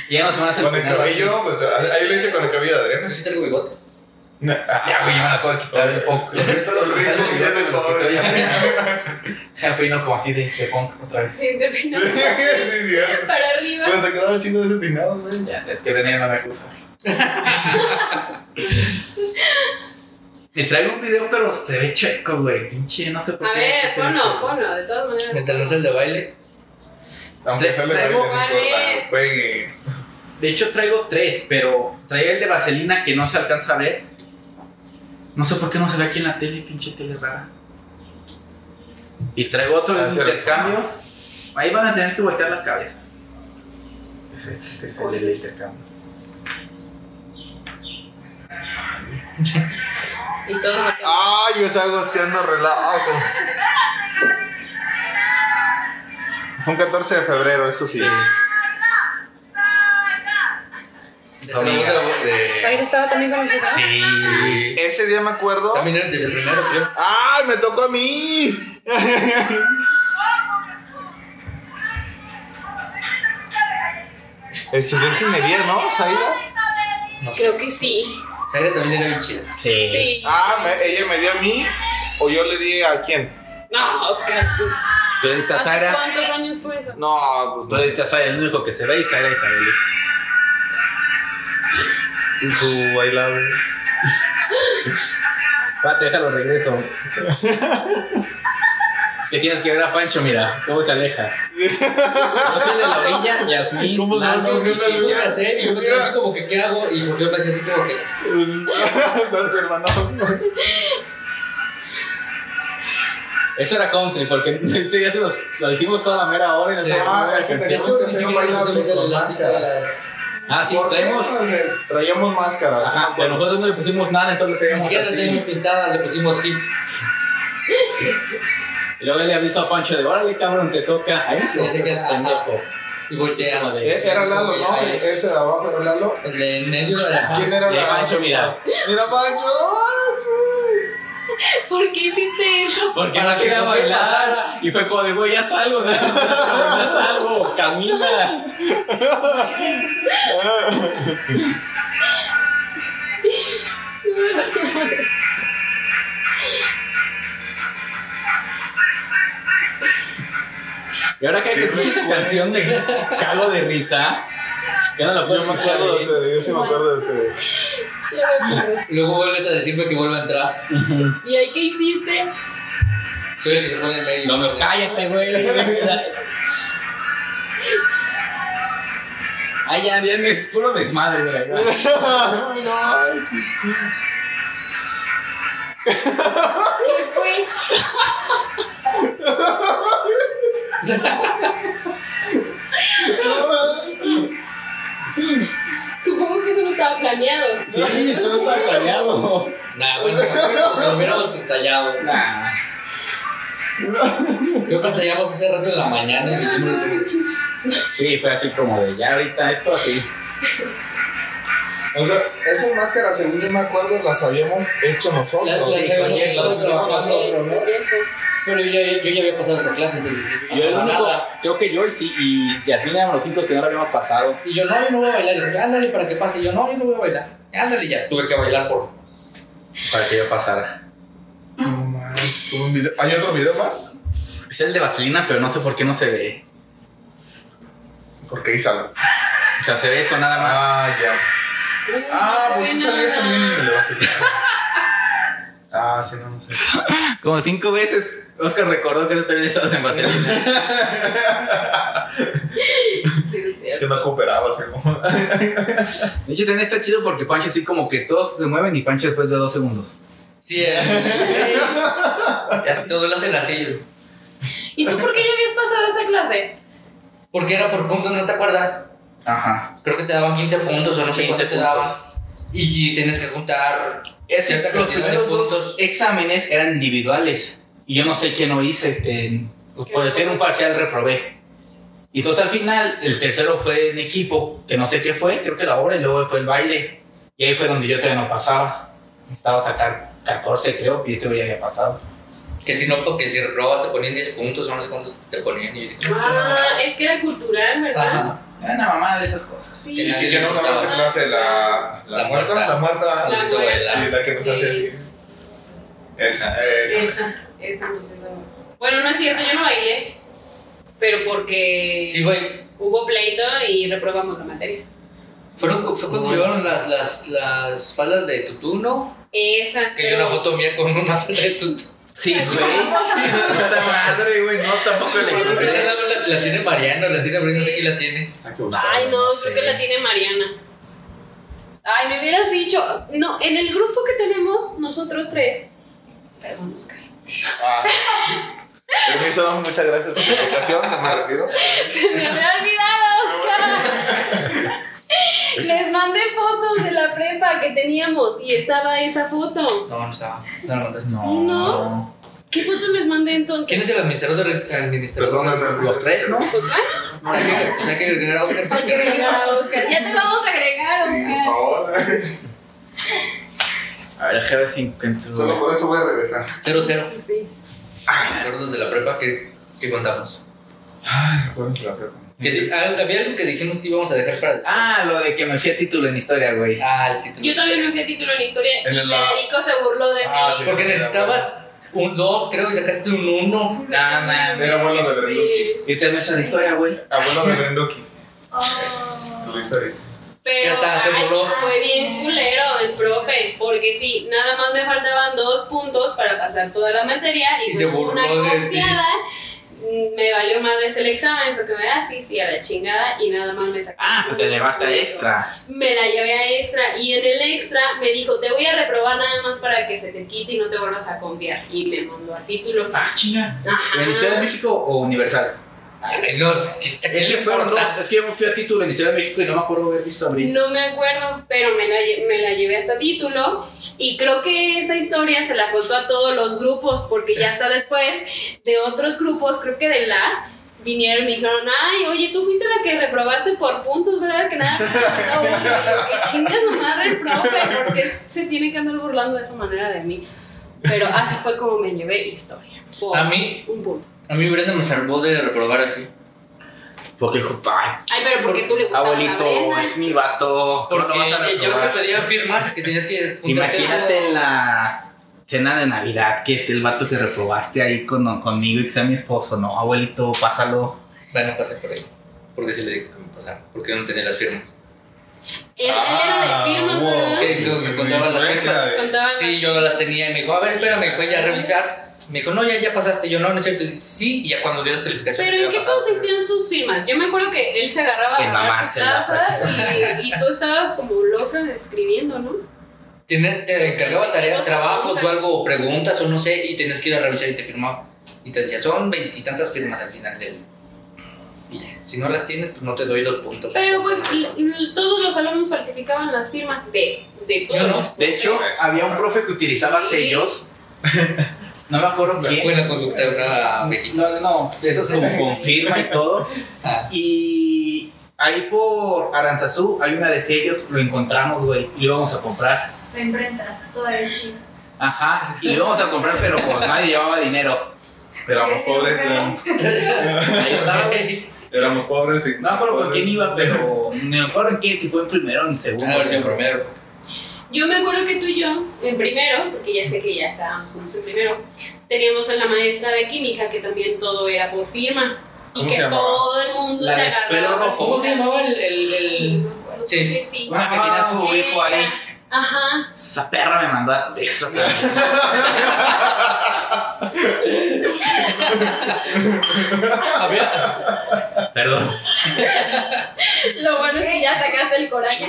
[SPEAKER 1] Y ya nos van a hacer
[SPEAKER 2] Con el
[SPEAKER 1] peinados.
[SPEAKER 2] cabello, pues ahí lo hice con el cabello de
[SPEAKER 4] Creo
[SPEAKER 2] Adriana.
[SPEAKER 4] que sí traigo bigote.
[SPEAKER 1] Ah, Ya, güey, yo me la puedo quitar un poco. Los restos [laughs] los
[SPEAKER 2] Los restos
[SPEAKER 1] restos
[SPEAKER 2] ya
[SPEAKER 1] me los
[SPEAKER 2] de todo.
[SPEAKER 1] quito ya. Ya peino como así de, de punk otra vez.
[SPEAKER 3] Sí, te
[SPEAKER 2] [laughs]
[SPEAKER 3] peinas
[SPEAKER 2] Sí, cierto.
[SPEAKER 3] para arriba.
[SPEAKER 2] Pues te quedaba chido ese peinado, güey.
[SPEAKER 1] Ya sé, es que venía no me
[SPEAKER 2] [laughs]
[SPEAKER 1] gusta. Me traigo un video, pero se ve checo, güey. Pinche, no sé por
[SPEAKER 3] A
[SPEAKER 1] qué.
[SPEAKER 3] ver,
[SPEAKER 1] se ve
[SPEAKER 3] ponlo,
[SPEAKER 1] chueco.
[SPEAKER 3] ponlo, de todas maneras.
[SPEAKER 4] Mientras no sea el de baile.
[SPEAKER 2] Aunque
[SPEAKER 1] Tra-
[SPEAKER 2] sale baile,
[SPEAKER 1] traigo
[SPEAKER 2] no importa.
[SPEAKER 3] varios.
[SPEAKER 2] Juegue.
[SPEAKER 1] De hecho, traigo tres, pero traía el de vaselina que no se alcanza a ver. No sé por qué no se ve aquí en la tele, pinche tele rara. Y traigo otro de
[SPEAKER 2] Ah,
[SPEAKER 1] un
[SPEAKER 2] se
[SPEAKER 1] intercambio. Ahí van a tener que voltear la cabeza. Ese es, este es el del intercambio.
[SPEAKER 3] Y todos voltean.
[SPEAKER 2] Ay, yo salgo haciendo relajo. Fue un 14 de febrero, eso sí.
[SPEAKER 4] Esa la voz de-
[SPEAKER 3] Zaira
[SPEAKER 4] de.
[SPEAKER 3] estaba también con nosotros.
[SPEAKER 1] Sí.
[SPEAKER 2] Ese día me acuerdo.
[SPEAKER 4] También eres el primero, creo.
[SPEAKER 2] ¡Ay, me tocó a mí! Estudió ingeniería, ¿no, Saida?
[SPEAKER 4] No sé.
[SPEAKER 3] Creo que sí.
[SPEAKER 4] Zaira también era bien chida.
[SPEAKER 1] Sí.
[SPEAKER 3] Sí.
[SPEAKER 2] Ah, me- ella me dio a mí o yo le di a quién.
[SPEAKER 3] No, Oscar.
[SPEAKER 1] Tú eres
[SPEAKER 3] ¿Hace
[SPEAKER 1] Sara.
[SPEAKER 3] ¿Cuántos años fue eso?
[SPEAKER 2] No, pues
[SPEAKER 1] Tú
[SPEAKER 2] no.
[SPEAKER 1] eres Sara, el único que se ve y Sara Isabel.
[SPEAKER 2] Y su bailable.
[SPEAKER 1] Pate, déjalo regreso. Que tienes que ver a Pancho, mira, cómo se aleja. No soy de la orilla, Yasmín.
[SPEAKER 2] ¿Cómo no?
[SPEAKER 1] Lalo,
[SPEAKER 2] ¿Por qué
[SPEAKER 1] Miguel.
[SPEAKER 2] saludas?
[SPEAKER 4] Una serie, yo me quedé así como que, ¿qué hago? Y yo me hacía así como que.
[SPEAKER 2] Son tu hermano.
[SPEAKER 1] Eso era country, porque [laughs] ese día se los, lo hicimos toda la mera hora y nos
[SPEAKER 4] Sí.
[SPEAKER 1] tomamos
[SPEAKER 2] Ah,
[SPEAKER 1] las
[SPEAKER 2] es que
[SPEAKER 4] De
[SPEAKER 1] canciones.
[SPEAKER 4] hecho, pues, ni siquiera nos hacemos el
[SPEAKER 2] Con
[SPEAKER 4] elástico
[SPEAKER 2] máscara.
[SPEAKER 4] a las.
[SPEAKER 1] Ah, sí,
[SPEAKER 2] ¿Por qué?
[SPEAKER 1] traemos.
[SPEAKER 2] O sea, Traíamos máscaras.
[SPEAKER 1] Ajá, pero nosotros no le pusimos nada, entonces le
[SPEAKER 4] Ni
[SPEAKER 1] traíamos
[SPEAKER 4] siquiera la teníamos
[SPEAKER 1] así.
[SPEAKER 4] pintada, le pusimos kiss.
[SPEAKER 1] Y luego le aviso a Pancho de, órale, cabrón, te toca. Ahí me quedé
[SPEAKER 4] Ese que-
[SPEAKER 1] como pendejo.
[SPEAKER 4] Y volteas.
[SPEAKER 1] Sí,
[SPEAKER 2] Eh, Era Lalo, ¿no?
[SPEAKER 4] Ahí.
[SPEAKER 2] Ese de abajo era Lalo.
[SPEAKER 4] El de en medio de la.
[SPEAKER 2] ¿Quién era
[SPEAKER 1] Y
[SPEAKER 2] la
[SPEAKER 1] Pancho, mira.
[SPEAKER 2] Mira, Pancho. ¡ay!
[SPEAKER 3] ¿Por qué hiciste eso? [laughs]
[SPEAKER 1] Porque
[SPEAKER 4] Para
[SPEAKER 1] no
[SPEAKER 4] que
[SPEAKER 1] quería
[SPEAKER 4] no se
[SPEAKER 1] bailar.
[SPEAKER 4] pasara.
[SPEAKER 1] Y fue como de, güey, ya salgo, [laughs] ¿no? ya salgo, camina. Y ahora que escuché esa canción de cago de risa, Ya no la puedo
[SPEAKER 2] Yo pues, me
[SPEAKER 1] escuchar.
[SPEAKER 2] acuerdo de
[SPEAKER 1] bien.
[SPEAKER 2] ustedes, yo sí me acuerdo de ustedes.
[SPEAKER 3] Ya me acordé.
[SPEAKER 4] Luego vuelves a decirme que vuelva a entrar.
[SPEAKER 1] Ujú.
[SPEAKER 3] ¿Y ahí qué hiciste?
[SPEAKER 4] Soy el que se pone en medio.
[SPEAKER 1] No me cállate, güey. Ay, ya, ya es puro desmadre, güey.
[SPEAKER 3] ¿Qué fue? Supongo que eso no estaba planeado.
[SPEAKER 1] Sí, todo está planeado.
[SPEAKER 4] Nah, bueno, creo que lo hubiéramos ensayado.
[SPEAKER 1] Nah.
[SPEAKER 4] Creo que ensayamos hace rato en la mañana. y
[SPEAKER 3] No, no,
[SPEAKER 4] dijimos,
[SPEAKER 3] no.
[SPEAKER 1] Sí, fue así como de ya ahorita esto así.
[SPEAKER 2] O sea, esas máscaras, según yo me acuerdo, las habíamos hecho nosotros.
[SPEAKER 4] Las- las
[SPEAKER 2] Sí,
[SPEAKER 4] habíamos
[SPEAKER 2] las
[SPEAKER 4] estado
[SPEAKER 2] hicimos
[SPEAKER 4] trabajando.
[SPEAKER 2] nosotros, ¿no?
[SPEAKER 3] Eso.
[SPEAKER 4] Pero yo ya, yo ya había pasado esa clase, entonces.
[SPEAKER 1] Yo el
[SPEAKER 4] no,
[SPEAKER 1] único,
[SPEAKER 4] nada.
[SPEAKER 1] creo que yo y sí, y Yasmina éramos los cinco que no lo habíamos pasado.
[SPEAKER 4] Y yo, no, yo no voy a bailar. Y dice, ándale para que pase. Y yo, no, yo no voy a bailar. Ándale, ya tuve que bailar por.
[SPEAKER 1] Para que yo pasara.
[SPEAKER 2] No mames, tuve un video- ¿Hay otro video más?
[SPEAKER 1] Es el de vaselina, pero no sé por qué no se ve.
[SPEAKER 2] Porque ahí sale.
[SPEAKER 1] O sea, se ve eso nada más.
[SPEAKER 2] Ah, ya.
[SPEAKER 3] Uy,
[SPEAKER 2] Ah,
[SPEAKER 3] no
[SPEAKER 2] pues
[SPEAKER 3] se
[SPEAKER 2] tú
[SPEAKER 3] ve
[SPEAKER 2] salías
[SPEAKER 3] nada.
[SPEAKER 2] también en el Evangelio. Ah, sí, no, no sé.
[SPEAKER 1] Como cinco veces. Oscar recordó que tú también estabas en vaselina. [laughs]
[SPEAKER 3] Sí, es cierto.
[SPEAKER 2] Que no cooperabas, ¿eh? como-
[SPEAKER 1] De hecho, también está chido porque Pancho así como que todos se mueven y Pancho después de dos segundos.
[SPEAKER 4] [laughs] Sí, eh,
[SPEAKER 1] Ya
[SPEAKER 4] todo lo hacen así.
[SPEAKER 3] ¿Y tú por qué ya habías pasado esa clase?
[SPEAKER 4] Porque era por puntos, ¿no te acuerdas?
[SPEAKER 1] Ajá.
[SPEAKER 4] Creo que te daban 15 puntos o no sé
[SPEAKER 1] 15
[SPEAKER 4] cuánto te
[SPEAKER 1] puntos.
[SPEAKER 4] daban. Y, y tienes que juntar.
[SPEAKER 1] Es
[SPEAKER 4] Cierta
[SPEAKER 1] que los
[SPEAKER 4] cantidad de
[SPEAKER 1] primeros
[SPEAKER 4] puntos.
[SPEAKER 1] dos exámenes eran individuales. Y yo no sé qué no hice. en- por hacer un parcial reprobé. Y entonces al final, el tercero fue en equipo, que no sé qué fue, creo que la obra, y luego fue el baile. Y ahí fue donde yo todavía no pasaba. Estaba a sacar 14, creo, y este ya había pasado.
[SPEAKER 4] Que si no, porque si robas te ponían 10 puntos o no sé cuántos te ponían. Y yo dije, "No,
[SPEAKER 3] Ah, es que era cultural,
[SPEAKER 4] no".
[SPEAKER 3] ¿verdad?
[SPEAKER 4] Ajá.
[SPEAKER 1] Era una mamada de esas cosas.
[SPEAKER 3] Sí.
[SPEAKER 2] Y que no nos daba esa clase, la, la,
[SPEAKER 4] La
[SPEAKER 2] muerta,
[SPEAKER 4] muerta.
[SPEAKER 2] la muerta,
[SPEAKER 4] Nos hizo
[SPEAKER 2] sí,
[SPEAKER 4] bailar.
[SPEAKER 2] la que nos hace así. Esa, esa.
[SPEAKER 3] Esa, esa no sé. Bueno, no es cierto, yo no bailé. Pero porque
[SPEAKER 4] Sí, güey.
[SPEAKER 3] hubo pleito y reprobamos la materia.
[SPEAKER 4] Fueron, cu- fue cuando llevaron las, las, las faldas de tutú, ¿no?
[SPEAKER 3] Esa.
[SPEAKER 4] Que hay una foto mía con una falda de tutú.
[SPEAKER 1] Sí, güey. [laughs] Puta madre, güey. No, tampoco le
[SPEAKER 4] Porque
[SPEAKER 1] encontré.
[SPEAKER 4] esa la, la, la tiene Mariano, la tiene Abril, no sé quién la tiene.
[SPEAKER 2] Hay que buscarla.
[SPEAKER 3] Ay, no,
[SPEAKER 1] Sí.
[SPEAKER 3] creo que la tiene Mariana. Ay, me hubieras dicho. No, en el grupo que tenemos, nosotros tres. Perdón, Oscar. [laughs]
[SPEAKER 2] Ah. Permiso, muchas gracias por la invitación, ya me retiro.
[SPEAKER 3] Se me había olvidado, Oscar.
[SPEAKER 4] [laughs]
[SPEAKER 3] Les mandé fotos de la prepa que teníamos y estaba esa foto.
[SPEAKER 4] No, no estaba. No la mandaste.
[SPEAKER 3] Sí, ¿no? ¿Qué fotos les mandé entonces?
[SPEAKER 4] ¿Quién es el administrador? administrador?
[SPEAKER 2] Perdóname.
[SPEAKER 1] Los tres, ¿no?
[SPEAKER 3] Pues,
[SPEAKER 4] Hay que, pues hay que agregar a Oscar.
[SPEAKER 3] Hay que agregar a Oscar. Ya te vamos a agregar,
[SPEAKER 2] Por
[SPEAKER 3] Oscar.
[SPEAKER 2] favor.
[SPEAKER 1] A ver, déjame ver si encuentro.
[SPEAKER 2] Solo por eso voy a regresar.
[SPEAKER 4] 0-0.
[SPEAKER 3] Sí.
[SPEAKER 4] Recuerdos de la prepa que, que contamos.
[SPEAKER 2] Ay, recuerdos de la prepa.
[SPEAKER 4] Que di- al- había algo que dijimos que íbamos a dejar para después.
[SPEAKER 1] Ah, lo de que me fui a título en historia, güey.
[SPEAKER 4] Ah, el título.
[SPEAKER 3] Yo también me fui a título en historia
[SPEAKER 2] En
[SPEAKER 3] y
[SPEAKER 2] el lado.
[SPEAKER 3] Federico se burló de mí.
[SPEAKER 2] Ah, sí.
[SPEAKER 4] Porque necesitabas un 2, creo, y sacaste un Ah, 1.
[SPEAKER 1] No mames.
[SPEAKER 2] Era abuelo de Renduki.
[SPEAKER 3] Sí.
[SPEAKER 1] Yo te me de historia, güey.
[SPEAKER 2] Abuelo de Renduki.
[SPEAKER 5] Oh.
[SPEAKER 2] Lo viste ahí.
[SPEAKER 3] Pero
[SPEAKER 4] Ya está, se
[SPEAKER 3] ay,
[SPEAKER 4] burló.
[SPEAKER 3] fue bien culero el profe, porque sí, nada más me faltaban dos puntos para pasar toda la materia y,
[SPEAKER 4] Y
[SPEAKER 3] pues
[SPEAKER 4] se burló
[SPEAKER 3] una
[SPEAKER 4] de ti.
[SPEAKER 3] confiada mm, me valió madres el examen porque me da sí, sí, a la chingada y nada más me sacó.
[SPEAKER 1] Ah, pues te llevaste a extra.
[SPEAKER 3] Me la llevé a extra y en el extra me dijo, te voy a reprobar nada más para que se te quite y no te vuelvas a confiar. Y me mandó a título.
[SPEAKER 1] Ah, chinga.
[SPEAKER 3] Ajá.
[SPEAKER 1] ¿En Historia de México o Universal?
[SPEAKER 4] Ay, no, que está
[SPEAKER 1] Es que
[SPEAKER 4] le
[SPEAKER 1] fueron dos.
[SPEAKER 4] importa?
[SPEAKER 1] Es que yo me fui a título en Ciudad de México y no me acuerdo haber visto a Abril.
[SPEAKER 3] No me acuerdo, pero me la, lle- me la llevé hasta título. Y creo que esa historia se la contó a todos los grupos, porque ya hasta después de otros grupos, creo que de la, vinieron y me dijeron, ay, oye, tú fuiste la que reprobaste por puntos, ¿verdad? Que nada, no, que chingue su madre el profe, porque se tiene que andar burlando de esa manera de mí. Pero así fue como me llevé historia. por
[SPEAKER 4] A mí,
[SPEAKER 3] Un punto.
[SPEAKER 4] a mí Brenda me salvó de reprobar así.
[SPEAKER 1] Porque dijo, ay,
[SPEAKER 3] Ay, pero porque tú le gustabas Pues a ¿eh?
[SPEAKER 1] abuelito,
[SPEAKER 3] Brenda.
[SPEAKER 1] es mi vato. ¿cómo lo
[SPEAKER 4] Porque
[SPEAKER 1] vas a
[SPEAKER 4] yo es que
[SPEAKER 1] reprobar?
[SPEAKER 4] pedía firmas que tenías que juntarse.
[SPEAKER 1] Imagínate en la cena de Navidad que esté el vato que reprobaste ahí con- conmigo y que sea mi esposo. No, abuelito, pásalo.
[SPEAKER 4] Bueno, pasé por ahí. Porque sí le dije que me pasara. Porque no tenía las firmas.
[SPEAKER 3] Él,
[SPEAKER 2] Ah,
[SPEAKER 3] él era de firmas, ¿verdad?
[SPEAKER 4] ok. creo que contaba las
[SPEAKER 2] influencia de-
[SPEAKER 3] Contaban
[SPEAKER 4] Sí,
[SPEAKER 3] las-
[SPEAKER 4] yo las tenía y me dijo, a ver, espérame, fue ya a revisar. Me dijo, no, ya, ya pasaste. Yo, no, no es cierto. Y dice, sí, y ya cuando dio las calificaciones,
[SPEAKER 3] Pero ¿en
[SPEAKER 4] había
[SPEAKER 3] qué
[SPEAKER 4] pasado.
[SPEAKER 3] consistían sus firmas? Yo me acuerdo que él se agarraba
[SPEAKER 1] En
[SPEAKER 3] a agarrar su
[SPEAKER 1] mamársela,
[SPEAKER 3] taza y, y tú estabas como loca escribiendo, ¿no?
[SPEAKER 4] Tenías- te encargaba tareas,
[SPEAKER 3] Cosas,
[SPEAKER 4] trabajos o
[SPEAKER 3] preguntas.
[SPEAKER 4] algo, o preguntas o no sé, y tenías que ir a revisar y te firmaba. Y te decía, son veintitantas firmas al final del. Y ya. Si no las tienes, pues no te doy los puntos.
[SPEAKER 3] Pero pues l- l- todos los alumnos falsificaban las firmas de, de todos.
[SPEAKER 4] Yo no.
[SPEAKER 3] los
[SPEAKER 1] De hecho,
[SPEAKER 3] profesores.
[SPEAKER 1] había un profe que utilizaba
[SPEAKER 3] Sí.
[SPEAKER 1] sellos. No me acuerdo
[SPEAKER 4] Fue
[SPEAKER 1] quién.
[SPEAKER 4] buena conducta de una
[SPEAKER 1] No,
[SPEAKER 4] mexicana.
[SPEAKER 1] no, no. Eso se [laughs]
[SPEAKER 4] [laughs]
[SPEAKER 1] confirma y todo.
[SPEAKER 4] Ah,
[SPEAKER 1] Y ahí por Aranzazú hay una de sellos. Lo encontramos, güey. Y lo íbamos a comprar.
[SPEAKER 5] La imprenta, todavía sí.
[SPEAKER 1] Ajá. Y lo íbamos a comprar, pero pues nadie llevaba dinero.
[SPEAKER 2] Éramos pobres, ya.
[SPEAKER 1] Ahí estaba, güey.
[SPEAKER 2] éramos pobres. y-
[SPEAKER 1] No me acuerdo con
[SPEAKER 2] pobres.
[SPEAKER 1] quién iba, pero no me acuerdo en quién. Si fue en primero o en segundo.
[SPEAKER 4] a ver si en primero.
[SPEAKER 3] Yo me acuerdo que tú y yo, en primero, porque ya sé que ya estábamos juntos en primero, teníamos a la maestra de química que también todo era por firmas. Y
[SPEAKER 2] ¿Cómo
[SPEAKER 3] que
[SPEAKER 2] se llamaba?
[SPEAKER 3] todo el mundo
[SPEAKER 1] La
[SPEAKER 3] se
[SPEAKER 1] de
[SPEAKER 3] agarraba.
[SPEAKER 1] pelo rojo.
[SPEAKER 4] ¿Cómo se llamaba el, el, el-
[SPEAKER 3] No me acuerdo,
[SPEAKER 4] Sí.
[SPEAKER 3] creo que sí.
[SPEAKER 1] Una que tenía su hijo ahí.
[SPEAKER 3] Ajá.
[SPEAKER 1] Esa perra me mandó a texto.
[SPEAKER 4] Había,
[SPEAKER 1] Perdón.
[SPEAKER 3] Lo bueno es que ya sacaste
[SPEAKER 1] [laughs]
[SPEAKER 3] el coraje.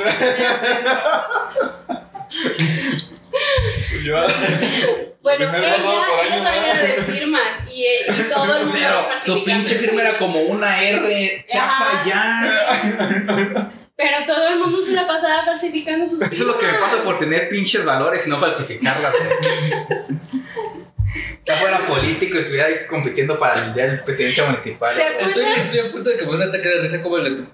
[SPEAKER 2] Yo- [laughs]
[SPEAKER 3] Bueno,
[SPEAKER 2] Primer
[SPEAKER 3] ella,
[SPEAKER 2] borrador por
[SPEAKER 3] ella
[SPEAKER 2] año,
[SPEAKER 3] también
[SPEAKER 2] ¿no?
[SPEAKER 3] era de firmas y, y todo el mundo
[SPEAKER 1] Pero
[SPEAKER 3] era
[SPEAKER 1] su pinche firma era como una R. Chafa
[SPEAKER 3] Ajá.
[SPEAKER 1] ya.
[SPEAKER 3] Pero todo el mundo se la pasaba falsificando sus firmas.
[SPEAKER 1] Eso es lo que me pasa por tener pinches valores y no falsificarlas. Si fuera político y estuviera ahí compitiendo para limpiar la presidencia municipal.
[SPEAKER 3] Se acu-
[SPEAKER 4] estoy, estoy a punto de que me dé un ataque de risa como el de tu.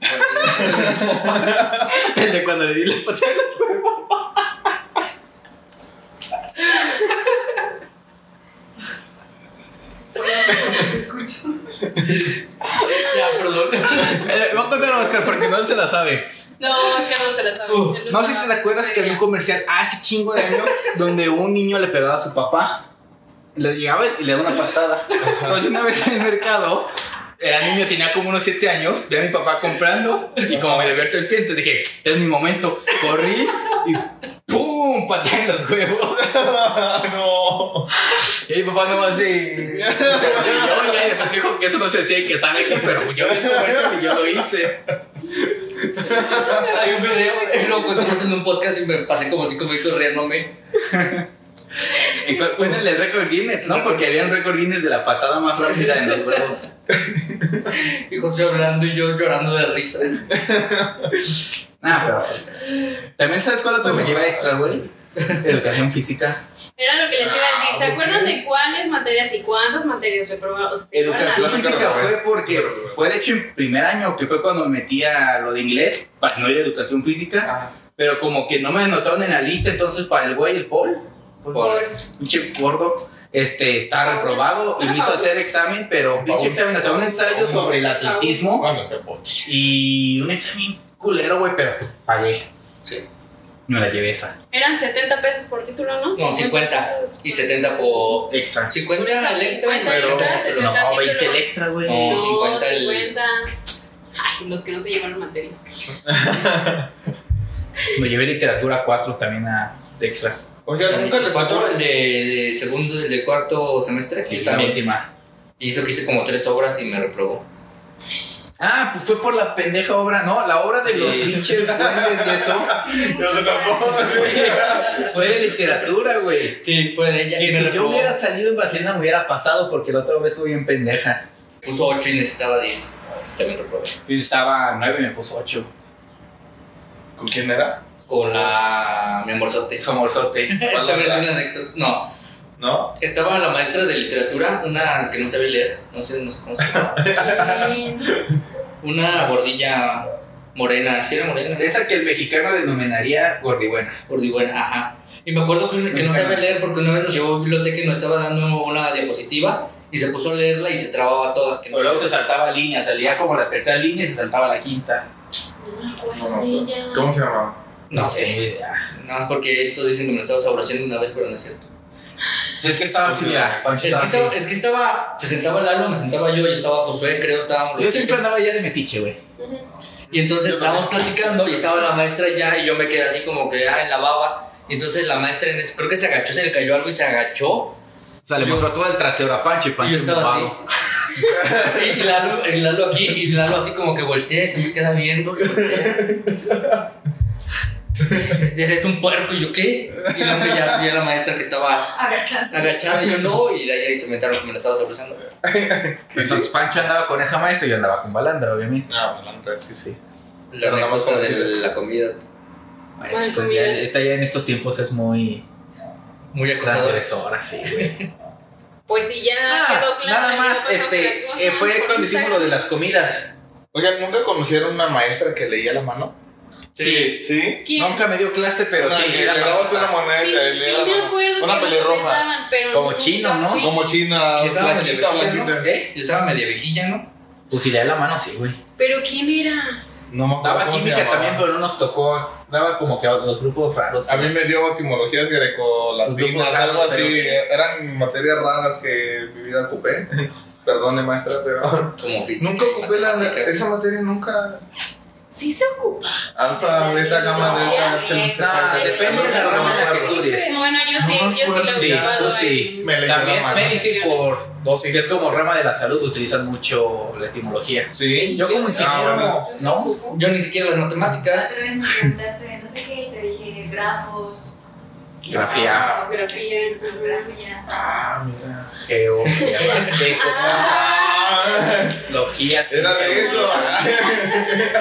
[SPEAKER 4] [laughs]
[SPEAKER 1] El de cuando le di la patada a su
[SPEAKER 5] Se escucha.
[SPEAKER 4] ya, perdón.
[SPEAKER 1] Eh, voy a contar a Oscar porque no se la sabe.
[SPEAKER 3] No, Oscar no se la sabe.
[SPEAKER 1] Uh,
[SPEAKER 3] Él
[SPEAKER 1] no sé
[SPEAKER 3] estaba-
[SPEAKER 1] si te acuerdas que había
[SPEAKER 3] [laughs]
[SPEAKER 1] un comercial hace chingo de años donde un niño le pegaba a su papá. Le llegaba y le daba una patada. Entonces una vez en el mercado, era niño, tenía como unos 7 años, vi a mi papá comprando y como me divierto el pie, entonces dije, es mi momento. Corrí y ¡pum! Pateé en los huevos.
[SPEAKER 2] no.
[SPEAKER 1] Y mi papá nomás de... Y yo ya y después me dijo que eso no se hacía y que sabe que, pero yo vi el comercial y yo lo hice.
[SPEAKER 4] Hay un video, eh, lo contamos en un podcast y me pasé como cinco minutos riéndome.
[SPEAKER 1] ¿Y cuál fue el récord Guinness, no? Porque había un récord Guinness de la patada más rápida en los huevos.
[SPEAKER 4] Y José hablando y yo llorando de risa.
[SPEAKER 1] Ah, pero sí. También sabes cuál otro me lleva extra, güey. [laughs] Educación física.
[SPEAKER 3] Era lo que les iba a decir. ¿Se
[SPEAKER 4] Ah,
[SPEAKER 3] acuerdan
[SPEAKER 4] ok.
[SPEAKER 3] de cuáles materias y cuántas materias se probaron? O sea, ¿se
[SPEAKER 1] Educación
[SPEAKER 3] acuerdan?
[SPEAKER 2] Claro,
[SPEAKER 1] física
[SPEAKER 2] claro,
[SPEAKER 1] fue
[SPEAKER 2] güey.
[SPEAKER 1] porque
[SPEAKER 2] Claro, güey.
[SPEAKER 1] fue de hecho en primer año, que fue cuando me metí a lo de inglés, para no ir a educación física,
[SPEAKER 4] Ajá.
[SPEAKER 1] pero como que no me anotaron en la lista, entonces para el güey, el Paul,
[SPEAKER 4] Por-
[SPEAKER 1] eh. pinche gordo, este, estaba
[SPEAKER 3] Paul.
[SPEAKER 1] reprobado y me hizo
[SPEAKER 3] Paul.
[SPEAKER 1] hacer examen, pero pinche
[SPEAKER 2] Paul.
[SPEAKER 1] examen, o sea, un ensayo
[SPEAKER 2] Paul.
[SPEAKER 1] sobre el atletismo
[SPEAKER 2] Bueno, se puede.
[SPEAKER 1] y un examen culero, güey, pero pues, pagué.
[SPEAKER 4] Sí.
[SPEAKER 1] Me la llevé esa.
[SPEAKER 3] Eran 70 pesos por título, ¿no?
[SPEAKER 4] No, 50
[SPEAKER 3] pesos.
[SPEAKER 4] y 70 por.
[SPEAKER 1] Extra.
[SPEAKER 4] 50 al extra y
[SPEAKER 3] Pero-
[SPEAKER 4] 70 por-
[SPEAKER 3] Pero
[SPEAKER 1] No,
[SPEAKER 3] capítulo-
[SPEAKER 1] 20 el extra, güey.
[SPEAKER 4] No.
[SPEAKER 3] No,
[SPEAKER 4] 50
[SPEAKER 3] 50.
[SPEAKER 4] el-
[SPEAKER 3] Ay, los que no se llevaron materias.
[SPEAKER 1] Me llevé literatura 4 también a extra.
[SPEAKER 2] Oiga, nunca
[SPEAKER 4] el
[SPEAKER 2] les
[SPEAKER 4] cuatro,
[SPEAKER 2] tocó.
[SPEAKER 4] el de, de segundo, el de cuarto semestre.
[SPEAKER 1] Sí,
[SPEAKER 4] yo
[SPEAKER 1] la
[SPEAKER 4] también.
[SPEAKER 1] última.
[SPEAKER 4] Y eso que hice como tres obras y me reprobó.
[SPEAKER 1] Ah, pues fue por la pendeja obra, ¿no? La obra de
[SPEAKER 4] Sí.
[SPEAKER 1] los pinches duendes y eso
[SPEAKER 2] Yo se la puedo decir.
[SPEAKER 1] fue de literatura, güey.
[SPEAKER 4] Sí, fue de ella. Y
[SPEAKER 1] Que
[SPEAKER 4] me
[SPEAKER 1] si yo
[SPEAKER 4] reprobó.
[SPEAKER 1] hubiera salido en Barcelona me hubiera pasado porque la otra vez estuve bien pendeja.
[SPEAKER 4] Puso 8 y necesitaba 10. Y también reprobé.
[SPEAKER 1] Yo estaba 9 me puso 8.
[SPEAKER 2] ¿Con quién era?
[SPEAKER 4] Con la. Mi amorzote.
[SPEAKER 1] Somorzote.
[SPEAKER 2] ¿Cuál
[SPEAKER 4] También es
[SPEAKER 2] era?
[SPEAKER 4] una anécdota. No,
[SPEAKER 2] ¿No?
[SPEAKER 4] estaba la maestra de literatura, una que no sabía leer. No sé, no sé cómo se llama. Una gordilla morena. ¿Sí era morena?
[SPEAKER 1] Esa que el mexicano denominaría gordibuena.
[SPEAKER 4] Gordibuena, ajá. Y me acuerdo que, que no sabía leer porque una vez nos llevó a biblioteca y nos estaba dando una diapositiva y se puso a leerla y se trababa toda. Que no
[SPEAKER 1] Pero luego se saltaba línea, salía como la tercera línea y se saltaba la quinta.
[SPEAKER 2] ¿Cómo se llamaba?
[SPEAKER 4] No sé.
[SPEAKER 1] güey. Ah.
[SPEAKER 4] Nada más porque esto dicen que me lo estaba saboreando una vez, pero no es cierto.
[SPEAKER 1] Es que estaba así, mira.
[SPEAKER 4] Es
[SPEAKER 1] Pancho
[SPEAKER 4] que
[SPEAKER 1] estaba así.
[SPEAKER 4] estaba, es que estaba se sentaba el alma, me sentaba yo y estaba Josué, creo, estábamos los
[SPEAKER 1] Yo
[SPEAKER 4] tres.
[SPEAKER 1] siempre andaba ya de metiche, güey.
[SPEAKER 4] Y entonces
[SPEAKER 2] Yo
[SPEAKER 4] estábamos platicando y estaba la maestra ya y yo me quedé así como que ya en la baba. Y entonces la maestra en eso, creo que se agachó, se le cayó algo y se agachó.
[SPEAKER 1] O sea, le
[SPEAKER 4] Yo-
[SPEAKER 1] mostró todo el trasero a Pancho y
[SPEAKER 4] Y
[SPEAKER 1] Pancho
[SPEAKER 4] yo estaba así.
[SPEAKER 1] embobado.
[SPEAKER 4] [laughs] Y Lalo, y Lalo aquí, y Lalo así como que voltea y se me queda viendo. Y voltea. [laughs] Eres un puerco, y yo qué. Y luego ya vi a la maestra que estaba
[SPEAKER 5] Agachando.
[SPEAKER 4] agachada, y yo no, y de ahí se metieron que me la estabas abrazando.
[SPEAKER 1] Entonces Pancho andaba con esa maestra y yo andaba con Balandra, obviamente.
[SPEAKER 2] No, la neta es que sí.
[SPEAKER 4] La
[SPEAKER 2] Pero nada más
[SPEAKER 4] anécdota de
[SPEAKER 2] conocida.
[SPEAKER 4] la comida,
[SPEAKER 1] Entonces,
[SPEAKER 3] Ay,
[SPEAKER 1] ya,
[SPEAKER 3] mira.
[SPEAKER 1] esta ya en estos tiempos es muy
[SPEAKER 4] muy acosadora.
[SPEAKER 1] transgresora, sí, güey.
[SPEAKER 3] Pues sí, ya
[SPEAKER 1] Nada,
[SPEAKER 3] quedó claro.
[SPEAKER 1] nada
[SPEAKER 3] ya
[SPEAKER 1] más,
[SPEAKER 3] pasó
[SPEAKER 1] este,
[SPEAKER 3] otra cosa
[SPEAKER 1] eh, fue
[SPEAKER 3] por
[SPEAKER 1] cuando hicimos lo de
[SPEAKER 3] Instagram.
[SPEAKER 1] las comidas.
[SPEAKER 2] Oigan, ¿nunca conocieron una maestra que leía la mano?
[SPEAKER 1] Sí.
[SPEAKER 2] ¿Sí?
[SPEAKER 3] ¿Quién?
[SPEAKER 1] Nunca me dio clase, pero
[SPEAKER 2] Una
[SPEAKER 1] sí,
[SPEAKER 2] que
[SPEAKER 1] era
[SPEAKER 2] le dabas
[SPEAKER 1] famosa.
[SPEAKER 2] una moneda y
[SPEAKER 3] Sí,
[SPEAKER 2] le leía
[SPEAKER 3] sí,
[SPEAKER 2] la
[SPEAKER 3] me
[SPEAKER 2] mano.
[SPEAKER 3] acuerdo
[SPEAKER 2] Una
[SPEAKER 3] que lo
[SPEAKER 2] pelirroja.
[SPEAKER 3] comentaban, pero
[SPEAKER 1] Como
[SPEAKER 3] nunca
[SPEAKER 1] chino, ¿no?
[SPEAKER 3] fui.
[SPEAKER 2] Como china,
[SPEAKER 4] Y estaba
[SPEAKER 2] blanquita,
[SPEAKER 4] medio vestida,
[SPEAKER 2] blanquita.
[SPEAKER 1] ¿Eh?
[SPEAKER 4] Yo estaba media viejilla, ¿no?
[SPEAKER 1] Pues si le da la mano, sí, güey.
[SPEAKER 3] Pero ¿quién era?
[SPEAKER 2] No me acuerdo
[SPEAKER 1] Daba
[SPEAKER 2] cómo se
[SPEAKER 1] química
[SPEAKER 2] llamaba.
[SPEAKER 1] también, pero no nos tocó. Daba como que a los grupos raros.
[SPEAKER 2] A mí me dio etimologías
[SPEAKER 1] Los grupos
[SPEAKER 2] grecolatinas,
[SPEAKER 1] raros,
[SPEAKER 2] algo así.
[SPEAKER 1] pero sí.
[SPEAKER 2] Eran materias raras que mi vida ocupé. [laughs] Perdone, maestra, pero.
[SPEAKER 4] Como física.
[SPEAKER 2] Nunca ocupé la,
[SPEAKER 4] matemáticas.
[SPEAKER 2] esa materia, nunca.
[SPEAKER 3] Sí se ocupa.
[SPEAKER 2] Alfa, beta, gamma, delta,
[SPEAKER 3] No,
[SPEAKER 2] epsilon,
[SPEAKER 3] no,
[SPEAKER 2] zeta, delta.
[SPEAKER 3] depende de la
[SPEAKER 2] No me
[SPEAKER 3] rama en la que
[SPEAKER 2] acuerdo.
[SPEAKER 1] estudies.
[SPEAKER 3] Bueno, yo sí,
[SPEAKER 2] No,
[SPEAKER 3] yo sí lo he
[SPEAKER 1] sí,
[SPEAKER 3] ocupado
[SPEAKER 1] tú sí.
[SPEAKER 3] en-
[SPEAKER 2] Me leí la
[SPEAKER 1] También
[SPEAKER 2] mano.
[SPEAKER 1] me dice por.
[SPEAKER 2] Dos
[SPEAKER 1] Que es como rama de la salud, utilizan mucho la etimología.
[SPEAKER 2] Sí.
[SPEAKER 1] Yo como
[SPEAKER 3] Ah,
[SPEAKER 1] ingeniero,
[SPEAKER 5] Entonces,
[SPEAKER 1] ¿no?
[SPEAKER 5] supo.
[SPEAKER 4] Yo ni siquiera las
[SPEAKER 5] La
[SPEAKER 4] matemáticas.
[SPEAKER 5] otra vez me preguntaste de no sé qué y te dije grafos,
[SPEAKER 1] Grafía,
[SPEAKER 2] Ah.
[SPEAKER 5] geografía, topografía.
[SPEAKER 2] Ah, mira. [laughs]
[SPEAKER 1] geografía,
[SPEAKER 2] Ah,
[SPEAKER 1] logía.
[SPEAKER 2] era de eso.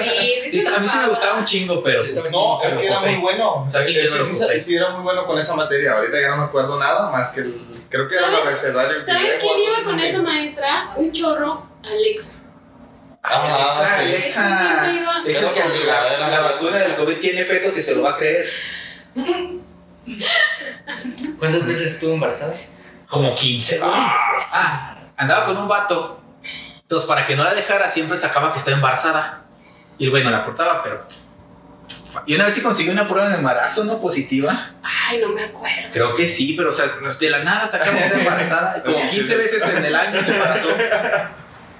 [SPEAKER 3] Sí, sí se
[SPEAKER 1] a mí sí me
[SPEAKER 3] ocupaba.
[SPEAKER 1] gustaba un chingo, pero. pues,
[SPEAKER 4] Sí, estaba
[SPEAKER 2] [laughs] No, es que era
[SPEAKER 1] Ocupé.
[SPEAKER 2] muy bueno.
[SPEAKER 1] O sea,
[SPEAKER 2] Es
[SPEAKER 1] sí,
[SPEAKER 2] que
[SPEAKER 1] yo no lo ocupé.
[SPEAKER 2] sí, sí, era muy bueno con esa materia. Ahorita ya no me acuerdo nada más que el. Creo que era el
[SPEAKER 3] ¿Saben-
[SPEAKER 2] abecedario.
[SPEAKER 3] ¿Saben
[SPEAKER 2] griego,
[SPEAKER 3] quién
[SPEAKER 2] algo
[SPEAKER 3] iba
[SPEAKER 2] así.
[SPEAKER 3] con esa maestra? Un chorro, Alexa.
[SPEAKER 2] Ah,
[SPEAKER 1] Alexa,
[SPEAKER 2] sí.
[SPEAKER 1] Alexa.
[SPEAKER 3] Ese sí me
[SPEAKER 1] Eso es
[SPEAKER 2] Era
[SPEAKER 1] que
[SPEAKER 2] obligada,
[SPEAKER 1] la,
[SPEAKER 2] era
[SPEAKER 1] la
[SPEAKER 2] obligada.
[SPEAKER 1] vacuna del COVID tiene efectos y se lo va a creer.
[SPEAKER 4] ¿Cuántas veces estuvo embarazada?
[SPEAKER 1] Como 15 güey. Ah, andaba con un vato. Entonces, para que no la dejara, siempre sacaba que estaba embarazada. Y el güey no la cortaba, pero. Y una vez sí consiguió una prueba de embarazo, ¿no? Positiva.
[SPEAKER 3] Ay, no
[SPEAKER 2] [laughs]
[SPEAKER 3] me acuerdo.
[SPEAKER 1] Creo que sí, pero, o sea, de la nada sacaba que era [laughs] embarazada. Como 15 veces en el año se embarazó.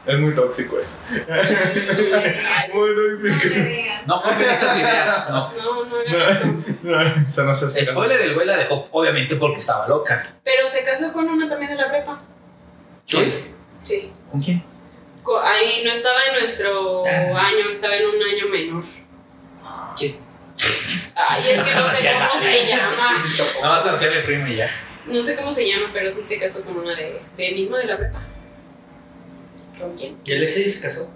[SPEAKER 2] Es muy tóxico eso.
[SPEAKER 3] Ay,
[SPEAKER 2] Muy
[SPEAKER 5] No
[SPEAKER 2] tóxico. [laughs]
[SPEAKER 5] me digan.
[SPEAKER 1] No copien estas ideas, no.
[SPEAKER 3] No, no, no.
[SPEAKER 2] No, Eso no se hace.
[SPEAKER 1] Spoiler, el güey la dejó, obviamente, porque estaba loca.
[SPEAKER 3] Pero se casó con una también de la prepa.
[SPEAKER 1] ¿Quién?
[SPEAKER 3] Sí.
[SPEAKER 1] ¿Con quién?
[SPEAKER 3] Co- Ahí no estaba en nuestro
[SPEAKER 4] Ah.
[SPEAKER 3] año, estaba en un año menor.
[SPEAKER 4] ¿Quién?
[SPEAKER 3] Ay,
[SPEAKER 2] [laughs]
[SPEAKER 3] es que no sé cómo se llama.
[SPEAKER 1] Nada más conocí a mi primo y ya.
[SPEAKER 3] No sé cómo se llama, pero sí se casó con una de, de mismo de la prepa. ¿Con quién?
[SPEAKER 4] Y Alexia ya se casó.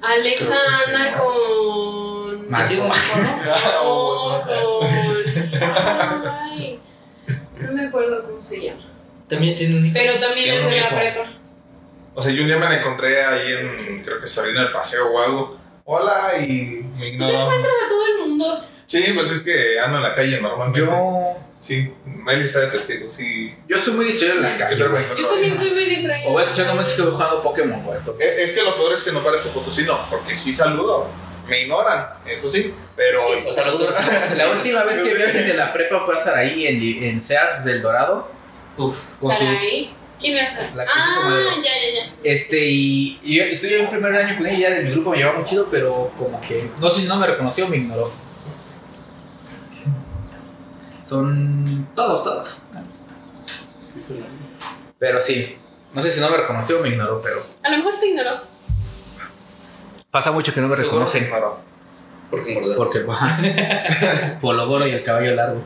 [SPEAKER 3] Alexa
[SPEAKER 2] Creo que sí,
[SPEAKER 3] anda
[SPEAKER 2] ¿no?
[SPEAKER 3] con.
[SPEAKER 1] Marco.
[SPEAKER 4] Tiene un hijo, ¿no?
[SPEAKER 2] [laughs]
[SPEAKER 3] No,
[SPEAKER 2] Oh,
[SPEAKER 3] con. Ay, no me acuerdo cómo se llama.
[SPEAKER 4] También tiene un hijo.
[SPEAKER 3] Pero también
[SPEAKER 2] Tiene
[SPEAKER 3] es
[SPEAKER 2] un
[SPEAKER 3] de la
[SPEAKER 2] hijo.
[SPEAKER 3] prepa.
[SPEAKER 2] O sea, yo un día me la encontré ahí en, creo que Solina del Paseo o algo. Hola, y me ignoró.
[SPEAKER 3] A todo el mundo.
[SPEAKER 2] Sí, pues es que ando en la calle normalmente.
[SPEAKER 1] Yo.
[SPEAKER 2] Sí, Meli está de testigo, sí.
[SPEAKER 1] Yo soy muy distraído en la calle.
[SPEAKER 2] Siempre me
[SPEAKER 1] güey.
[SPEAKER 2] encuentro.
[SPEAKER 3] Yo también soy muy distraída.
[SPEAKER 1] O voy escuchando música y voy jugando Pokémon, güey.
[SPEAKER 2] E- Es que lo peor es que no parezco potosino, porque sí saludo. Me ignoran, eso sí, pero.
[SPEAKER 3] pues,
[SPEAKER 4] O sea, nosotros.
[SPEAKER 1] La última vez que vi a alguien de la prepa fue a Saraí en, en Sears del Dorado.
[SPEAKER 4] Uf.
[SPEAKER 1] Con su-
[SPEAKER 3] Saraí. ¿eh? ¿Quién era Saraí?
[SPEAKER 1] La que hizo
[SPEAKER 3] Ah,
[SPEAKER 1] modelo.
[SPEAKER 3] ya, ya, ya.
[SPEAKER 1] este, y, y yo estuve en primer año con ella, de mi grupo me llevaba muy chido, pero como que, no sé si no me reconoció o me ignoró. Son todos, todos. Pero sí, no sé si no me reconoció o me ignoró, pero
[SPEAKER 3] A lo mejor te ignoró.
[SPEAKER 1] pasa mucho que no me
[SPEAKER 4] Seguro
[SPEAKER 1] reconocen.
[SPEAKER 4] Porque engordaste.
[SPEAKER 1] Porque, [laughs] polo gorro y el cabello largo.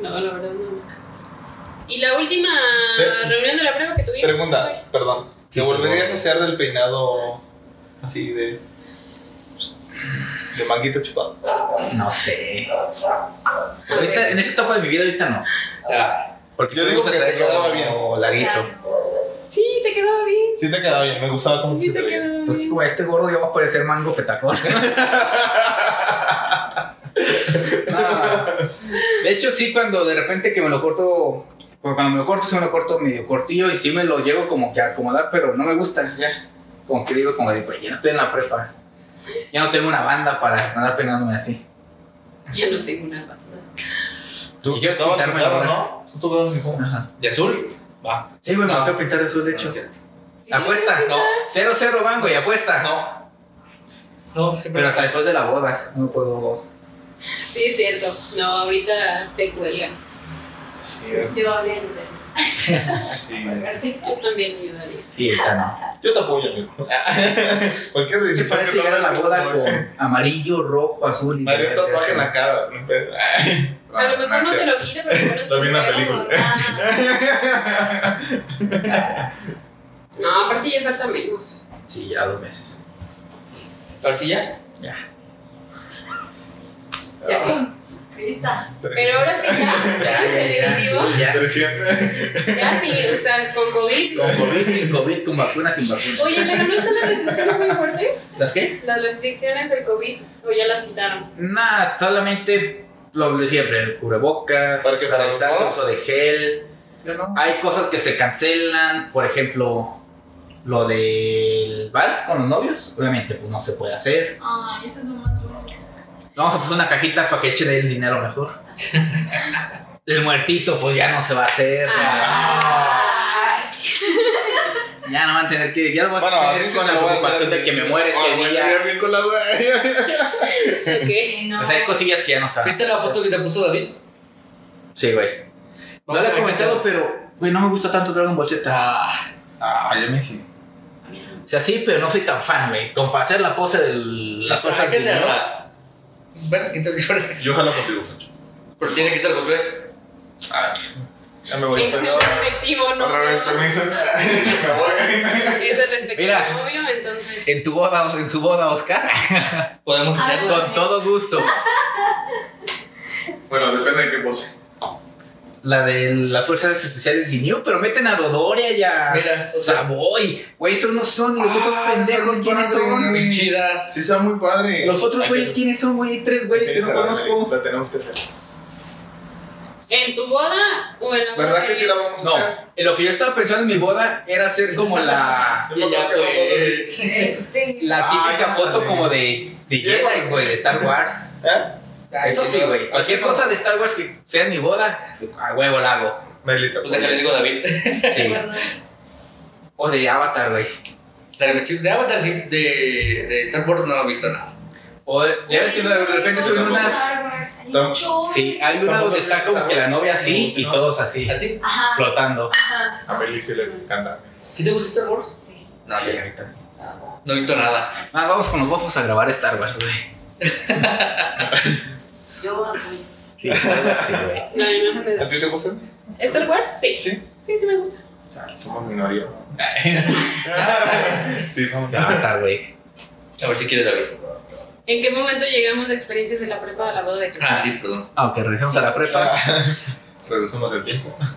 [SPEAKER 3] No, la verdad no. ¿Y la última
[SPEAKER 2] Te-
[SPEAKER 3] reunión de la prueba que tuvimos?
[SPEAKER 2] Pregunta, perdón.
[SPEAKER 1] Sí,
[SPEAKER 2] ¿Te volverías
[SPEAKER 1] seguro.
[SPEAKER 2] a hacer del peinado así de. de manguito chupado?
[SPEAKER 1] No sé. Ahorita, en esta etapa de mi vida, ahorita no.
[SPEAKER 4] Ah,
[SPEAKER 1] Porque
[SPEAKER 2] Yo
[SPEAKER 1] sí me
[SPEAKER 2] digo
[SPEAKER 1] gusta
[SPEAKER 2] que te
[SPEAKER 1] traerlo
[SPEAKER 2] quedaba bien.
[SPEAKER 1] Larguito.
[SPEAKER 3] Sí, te quedaba bien.
[SPEAKER 2] Ah, Sí, te quedaba bien, me gustaba cómo
[SPEAKER 3] Sí,
[SPEAKER 2] se te
[SPEAKER 3] te
[SPEAKER 2] veía.
[SPEAKER 3] quedaba
[SPEAKER 1] Pues
[SPEAKER 3] bien.
[SPEAKER 1] como este gordo ya va a parecer mango
[SPEAKER 2] [laughs]
[SPEAKER 1] petacón. Ah, De hecho, sí, cuando de repente que me lo corto, como cuando me lo corto, sí me lo corto medio cortillo y sí me lo llevo como que a acomodar, pero no me gusta, ya. Como que digo, como de, pues ya no estoy en la prepa. Ya no tengo una banda para andar pegándome así.
[SPEAKER 3] Ya no tengo una banda.
[SPEAKER 1] Y yo
[SPEAKER 2] tocabas
[SPEAKER 1] pintarme
[SPEAKER 2] guitarra,
[SPEAKER 1] ahora.
[SPEAKER 2] ¿no? Tú tocabas guitarra.
[SPEAKER 1] Ajá.
[SPEAKER 4] ¿De azul? Va.
[SPEAKER 1] Sí, güey,
[SPEAKER 4] No.
[SPEAKER 1] me tengo pintar azul, de
[SPEAKER 4] No,
[SPEAKER 1] hecho.
[SPEAKER 4] es cierto.
[SPEAKER 3] Sí,
[SPEAKER 1] Apuesta,
[SPEAKER 3] sí,
[SPEAKER 1] no. 0-0 bango y apuesta.
[SPEAKER 4] Ah, No. No, siempre
[SPEAKER 1] Pero
[SPEAKER 4] me
[SPEAKER 1] hasta
[SPEAKER 4] pasa.
[SPEAKER 1] después de la boda, no puedo.
[SPEAKER 3] Sí, es cierto. No, ahorita te cuelgan.
[SPEAKER 2] Sí.
[SPEAKER 5] Yo hablé de
[SPEAKER 2] sí.
[SPEAKER 3] Yo también ayudaría.
[SPEAKER 1] Sí, esta no.
[SPEAKER 2] Yo te apoyo, amigo. [laughs] Cualquier
[SPEAKER 1] Se
[SPEAKER 2] decisión
[SPEAKER 1] parece
[SPEAKER 2] que
[SPEAKER 1] llegar a
[SPEAKER 2] tomes,
[SPEAKER 1] la boda
[SPEAKER 2] tatuaje.
[SPEAKER 1] con amarillo, rojo, azul y
[SPEAKER 2] Madre, un
[SPEAKER 1] verde,
[SPEAKER 2] tatuaje
[SPEAKER 1] así.
[SPEAKER 2] en la cara. no pedo.
[SPEAKER 3] [laughs] A lo mejor
[SPEAKER 2] [laughs]
[SPEAKER 3] no te lo quita, pero bueno,
[SPEAKER 2] Ah, También una película.
[SPEAKER 3] No, aparte ya falta menos.
[SPEAKER 1] Sí, ya dos meses.
[SPEAKER 4] Ahora sí ya.
[SPEAKER 3] Ya.
[SPEAKER 5] Ahí está.
[SPEAKER 3] Pero ahora sí ya, ya, definitivo.
[SPEAKER 1] sí, ya.
[SPEAKER 2] 300.
[SPEAKER 3] Ya sí, o sea, con COVID.
[SPEAKER 1] Con COVID, sin COVID, con vacuna, sin vacuna.
[SPEAKER 3] Oye, pero ¿no están las restricciones muy fuertes?
[SPEAKER 1] ¿Las qué?
[SPEAKER 3] Las restricciones del COVID, o ya las quitaron.
[SPEAKER 1] Nada, solamente lo de siempre: el cubrebocas,
[SPEAKER 2] ¿Para qué? ¿Para
[SPEAKER 1] la
[SPEAKER 2] los
[SPEAKER 1] distancia,
[SPEAKER 2] dos?
[SPEAKER 1] uso de gel.
[SPEAKER 2] Ya no.
[SPEAKER 1] Hay cosas que se cancelan, por ejemplo, lo del vals con los novios. Obviamente, pues no se puede hacer.
[SPEAKER 5] Ay, eso es lo más bonito.
[SPEAKER 1] Vamos a poner una cajita para que eche de él dinero mejor.
[SPEAKER 2] [laughs]
[SPEAKER 1] El muertito, pues ya no se va a hacer.
[SPEAKER 3] Ah.
[SPEAKER 1] Ya, ya no van a tener que. Ya no vas
[SPEAKER 2] Bueno,
[SPEAKER 1] a
[SPEAKER 2] a
[SPEAKER 1] tener
[SPEAKER 2] mí sí
[SPEAKER 1] con
[SPEAKER 2] me
[SPEAKER 1] la
[SPEAKER 2] lo vas a
[SPEAKER 1] preocupación
[SPEAKER 2] dar.
[SPEAKER 1] de que me muere
[SPEAKER 2] Ah,
[SPEAKER 1] ese
[SPEAKER 2] bueno,
[SPEAKER 1] día.
[SPEAKER 2] ya bien con la duda.
[SPEAKER 3] Ok.
[SPEAKER 5] Eh, no.
[SPEAKER 1] O sea, hay cosillas que ya no saben.
[SPEAKER 4] ¿Viste la foto que te puso David?
[SPEAKER 1] Sí, güey. No
[SPEAKER 4] Vamos
[SPEAKER 1] la
[SPEAKER 4] a
[SPEAKER 1] he
[SPEAKER 4] ver qué
[SPEAKER 1] comentado,
[SPEAKER 4] tal.
[SPEAKER 1] pero. Güey, no me gusta tanto Dragon Ball Z.
[SPEAKER 4] Ah,
[SPEAKER 2] [laughs] Ah, ya me sí.
[SPEAKER 1] O sea, sí, pero no soy tan fan, güey. Como para hacer la pose de las
[SPEAKER 4] hasta
[SPEAKER 1] cosas
[SPEAKER 4] hay que
[SPEAKER 1] que no.
[SPEAKER 4] cerrar. Bueno, quién sabe qué fuerte.
[SPEAKER 2] Yo ojalá contigo, Sancho.
[SPEAKER 4] Pero tiene que estar Josué.
[SPEAKER 2] Ah, ya me voy.
[SPEAKER 3] Es el
[SPEAKER 2] Solo-
[SPEAKER 3] respectivo, ¿no?
[SPEAKER 2] Otra vez,
[SPEAKER 3] [laughs]
[SPEAKER 2] permiso. [laughs] Me voy.
[SPEAKER 3] Es el respectivo
[SPEAKER 1] Mira.
[SPEAKER 3] novio, entonces.
[SPEAKER 1] En tu boda, en su boda, Oscar.
[SPEAKER 4] Podemos
[SPEAKER 5] Ah,
[SPEAKER 4] hacerlo.
[SPEAKER 1] Con todo gusto.
[SPEAKER 2] Bueno, depende de qué pose.
[SPEAKER 1] La de las fuerzas especiales de New, pero meten a Dodoria y a
[SPEAKER 4] Mira, o sea-
[SPEAKER 1] Savoy. Güey, esos no son. ¿Y los otros
[SPEAKER 2] Ah,
[SPEAKER 1] pendejos
[SPEAKER 2] son
[SPEAKER 1] quiénes
[SPEAKER 2] padres,
[SPEAKER 1] son?
[SPEAKER 2] güey.
[SPEAKER 4] Muy chida.
[SPEAKER 2] Sí, está muy padre.
[SPEAKER 1] Los otros güeyes quiénes son, güey. Tres güeyes
[SPEAKER 2] Sí,
[SPEAKER 1] que no
[SPEAKER 2] la-
[SPEAKER 1] conozco.
[SPEAKER 2] La tenemos que hacer.
[SPEAKER 3] ¿En tu boda o en la boda?
[SPEAKER 2] ¿Verdad que
[SPEAKER 3] de-
[SPEAKER 2] sí la vamos a
[SPEAKER 1] No,
[SPEAKER 2] hacer?
[SPEAKER 1] en lo que yo estaba pensando en mi boda era hacer como la.
[SPEAKER 2] Yo me acuerdo que la foto de-
[SPEAKER 4] pues.
[SPEAKER 5] Este.
[SPEAKER 1] La
[SPEAKER 2] Ah,
[SPEAKER 1] típica
[SPEAKER 2] ya,
[SPEAKER 1] foto
[SPEAKER 2] güey.
[SPEAKER 1] como de, de
[SPEAKER 2] Llego.
[SPEAKER 1] Jedi, güey, de Star Wars.
[SPEAKER 2] ¿Eh?
[SPEAKER 4] Ah,
[SPEAKER 1] Eso sí,
[SPEAKER 4] no.
[SPEAKER 1] güey. Cualquier
[SPEAKER 4] Así no.
[SPEAKER 1] cosa de Star Wars que sea en mi boda, a huevo la hago.
[SPEAKER 2] Melita.
[SPEAKER 4] Pues déjale, digo a David.
[SPEAKER 1] Sí, güey.
[SPEAKER 5] Perdón.
[SPEAKER 1] O de Avatar, güey.
[SPEAKER 4] Estaría muy chido. De Avatar, sí, de, de Star Wars no he visto nada.
[SPEAKER 1] O de- ya ves que de repente suben unas. Sí, hay una donde está como que la novia así y todos así,
[SPEAKER 4] ¿A ti?
[SPEAKER 5] Ajá.
[SPEAKER 1] flotando.
[SPEAKER 5] Ajá.
[SPEAKER 2] A Meli sí le encanta.
[SPEAKER 4] ¿Sí te gusta Star Wars?
[SPEAKER 5] Sí.
[SPEAKER 4] No,
[SPEAKER 1] Sí,
[SPEAKER 4] sí.
[SPEAKER 1] ahorita.
[SPEAKER 4] No he visto nada.
[SPEAKER 1] Ah, vamos con los bofos a grabar Star Wars, güey.
[SPEAKER 5] Yo apoyo.
[SPEAKER 1] Sí, Star Wars, sí, güey.
[SPEAKER 3] No, no, no, no.
[SPEAKER 2] ¿A ti te gustan?
[SPEAKER 3] ¿Star Wars? Sí.
[SPEAKER 2] Sí.
[SPEAKER 3] Sí, sí me gusta.
[SPEAKER 2] Chale, somos minoría. sí, somos
[SPEAKER 1] De Avatar, güey.
[SPEAKER 4] A ver si quiere David.
[SPEAKER 3] ¿En qué momento llegamos a experiencias en la prepa a la boda de Cristo?
[SPEAKER 4] Ah, sí, perdón.
[SPEAKER 1] Aunque regresemos a la prepa.
[SPEAKER 2] Regresamos al tiempo.
[SPEAKER 1] Ah,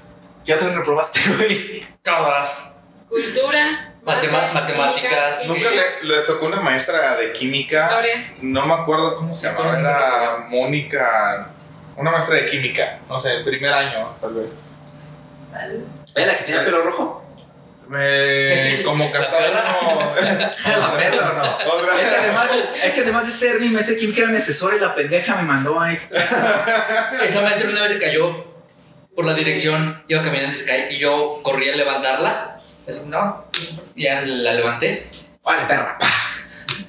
[SPEAKER 1] ¿Qué otras reprobaste, güey?
[SPEAKER 4] Todas.
[SPEAKER 3] Cultura.
[SPEAKER 4] Matema-
[SPEAKER 3] arte,
[SPEAKER 4] matemáticas,
[SPEAKER 3] química,
[SPEAKER 2] Nunca le, les tocó una maestra de química.
[SPEAKER 3] Historia.
[SPEAKER 2] No me acuerdo cómo se llamaba. Era Mónica. Una maestra de química. No sé, primer año, tal vez.
[SPEAKER 5] ¿Vale?
[SPEAKER 1] ¿Es ¿Eh, la que tenía pelo rojo?
[SPEAKER 2] Me, como castaño.
[SPEAKER 1] [laughs] ¿Era la perra o no?
[SPEAKER 2] Otra.
[SPEAKER 1] Es que, además, es que además de este ser mi maestra de química era mi asesora y la pendeja me mandó a extra.
[SPEAKER 4] Esa maestra una vez se cayó por la dirección. Iba caminando y se cayó. Y yo corrí a levantarla. Así, no. Ya la levanté.
[SPEAKER 1] Vale, perra.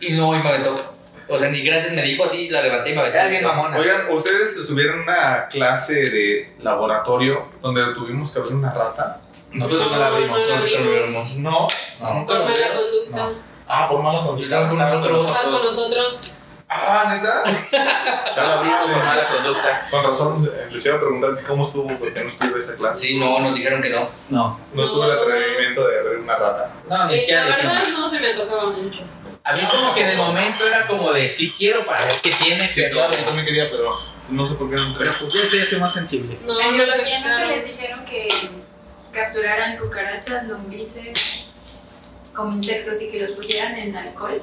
[SPEAKER 4] Y no, y me aventó. O sea, ni gracias me dijo así. La levanté y me aventó.
[SPEAKER 1] Era bien
[SPEAKER 4] Eso.
[SPEAKER 1] mamona.
[SPEAKER 2] Oigan, ¿ustedes tuvieron una clase de laboratorio donde tuvimos que abrir una rata?
[SPEAKER 1] Nosotros no la abrimos.
[SPEAKER 3] No, no,
[SPEAKER 4] Nosotros
[SPEAKER 3] no.
[SPEAKER 4] lo Pues vimos.
[SPEAKER 2] No,
[SPEAKER 1] No.
[SPEAKER 2] nunca
[SPEAKER 3] Por
[SPEAKER 2] lo
[SPEAKER 3] mala
[SPEAKER 2] vieron.
[SPEAKER 3] conducta.
[SPEAKER 2] Ah, por malas
[SPEAKER 4] Estabas con nosotros.
[SPEAKER 3] Estás con nosotros.
[SPEAKER 2] Ah, [laughs] neta. Chala,
[SPEAKER 1] Por
[SPEAKER 2] dígale.
[SPEAKER 1] mala conducta.
[SPEAKER 2] Con razón, eh, les iba a preguntar cómo estuvo porque no estuve en esa clase.
[SPEAKER 4] Sí, no, nos dijeron que no.
[SPEAKER 1] No.
[SPEAKER 2] No tuve el atrevimiento de abrir una rata.
[SPEAKER 1] No, ni
[SPEAKER 3] Eh, la
[SPEAKER 1] siquiera le
[SPEAKER 3] verdad
[SPEAKER 1] hicimos.
[SPEAKER 3] no se me antojaba mucho.
[SPEAKER 1] A mí como que en el momento era como de sí quiero para ver qué tiene,
[SPEAKER 2] Sí,
[SPEAKER 1] pero...
[SPEAKER 2] claro, yo también quería, pero no sé por qué nunca.
[SPEAKER 1] Pero pues yo ya soy más sensible.
[SPEAKER 3] No,
[SPEAKER 5] En
[SPEAKER 3] no lo
[SPEAKER 5] biología nunca
[SPEAKER 3] quitaron.
[SPEAKER 5] les dijeron que capturaran cucarachas, lombrices como insectos y que los pusieran en alcohol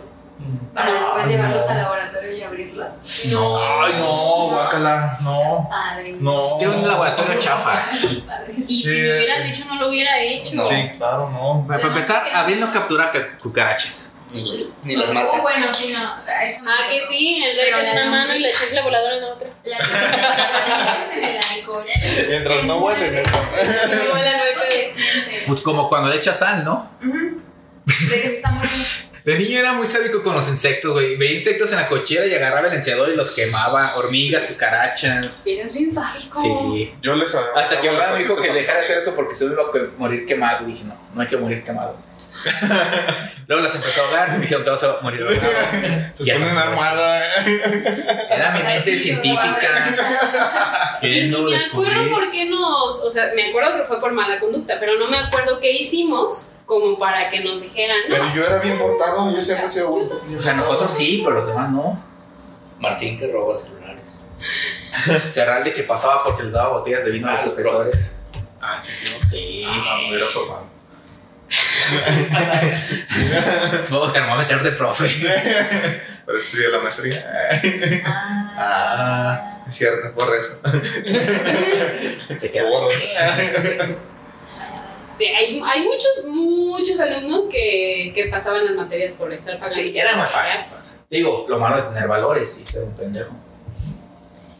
[SPEAKER 5] para después
[SPEAKER 2] Ah,
[SPEAKER 5] llevarlos
[SPEAKER 2] no.
[SPEAKER 5] al laboratorio y abrirlos.
[SPEAKER 2] Ay, no, guácala, no.
[SPEAKER 5] Padres.
[SPEAKER 2] No.
[SPEAKER 1] Tiene un laboratorio chafa.
[SPEAKER 5] Padres.
[SPEAKER 3] Y
[SPEAKER 2] Sí.
[SPEAKER 3] si
[SPEAKER 2] eh,
[SPEAKER 3] me hubieran dicho, no lo hubiera hecho.
[SPEAKER 4] No.
[SPEAKER 2] Sí, claro, no.
[SPEAKER 1] Para empezar, Abril no captura ca- cucarachas.
[SPEAKER 4] Ni las mata.
[SPEAKER 5] Oh, bueno, sí, no. a eso me
[SPEAKER 3] Ah, que
[SPEAKER 5] refiero.
[SPEAKER 3] sí, el rey
[SPEAKER 5] Pero
[SPEAKER 3] en
[SPEAKER 5] la
[SPEAKER 3] una mano y
[SPEAKER 5] lombriz.
[SPEAKER 3] la chifla voladora en otra.
[SPEAKER 5] La que la que es en el alcohol.
[SPEAKER 2] Mientras no huelen, ¿eh?
[SPEAKER 5] Igual al golpe de siente.
[SPEAKER 1] Pues como cuando le echas sal, ¿no?
[SPEAKER 5] Ujú. De que se está muriendo.
[SPEAKER 1] De niño era muy sádico con los insectos, güey. Veía insectos en la cochera y agarraba el encendedor y los quemaba. Hormigas, cucarachas.
[SPEAKER 3] Eres bien sádico.
[SPEAKER 1] Sí.
[SPEAKER 2] Yo les
[SPEAKER 1] Hasta que
[SPEAKER 2] ahora
[SPEAKER 1] ahora me dijo que dejara
[SPEAKER 2] [laughs]
[SPEAKER 1] de hacer eso porque se me iba a que- morir quemado. Y dije, no, no hay que morir quemado. Luego las empezó a ahogar y me dijeron, te vas a morir ahogado.
[SPEAKER 2] [laughs] Te ponen una armada. ¿eh?
[SPEAKER 1] Era mi mente científica
[SPEAKER 3] Y ni
[SPEAKER 5] [laughs]
[SPEAKER 1] queriendo
[SPEAKER 3] me acuerdo
[SPEAKER 1] descubrir.
[SPEAKER 3] por qué nos, o sea, me acuerdo que fue por mala conducta, pero no me acuerdo qué hicimos como para que nos dijeran, no,
[SPEAKER 2] Pero yo era bien portado, yo siempre he sido buen
[SPEAKER 1] O sea, nosotros sí, pero los demás no.
[SPEAKER 4] Martín que roba celulares.
[SPEAKER 1] Cerralde que pasaba porque les daba botellas de vino a
[SPEAKER 4] Ah,
[SPEAKER 1] los
[SPEAKER 4] los
[SPEAKER 1] profesores.
[SPEAKER 2] Ah, sí, yo.
[SPEAKER 1] Sí.
[SPEAKER 2] Ah, me hubiera asomado.
[SPEAKER 1] Vamos, que nos va a meter de profe.
[SPEAKER 2] Pero estudié la maestría. [laughs] Ah, es cierto, por eso.
[SPEAKER 1] Se queda.
[SPEAKER 2] Por-
[SPEAKER 3] sí, hay, hay muchos, muchos alumnos que, que pasaban las materias por estar pagando.
[SPEAKER 1] Sí, era más fácil. Digo, lo malo de tener valores y ser un pendejo.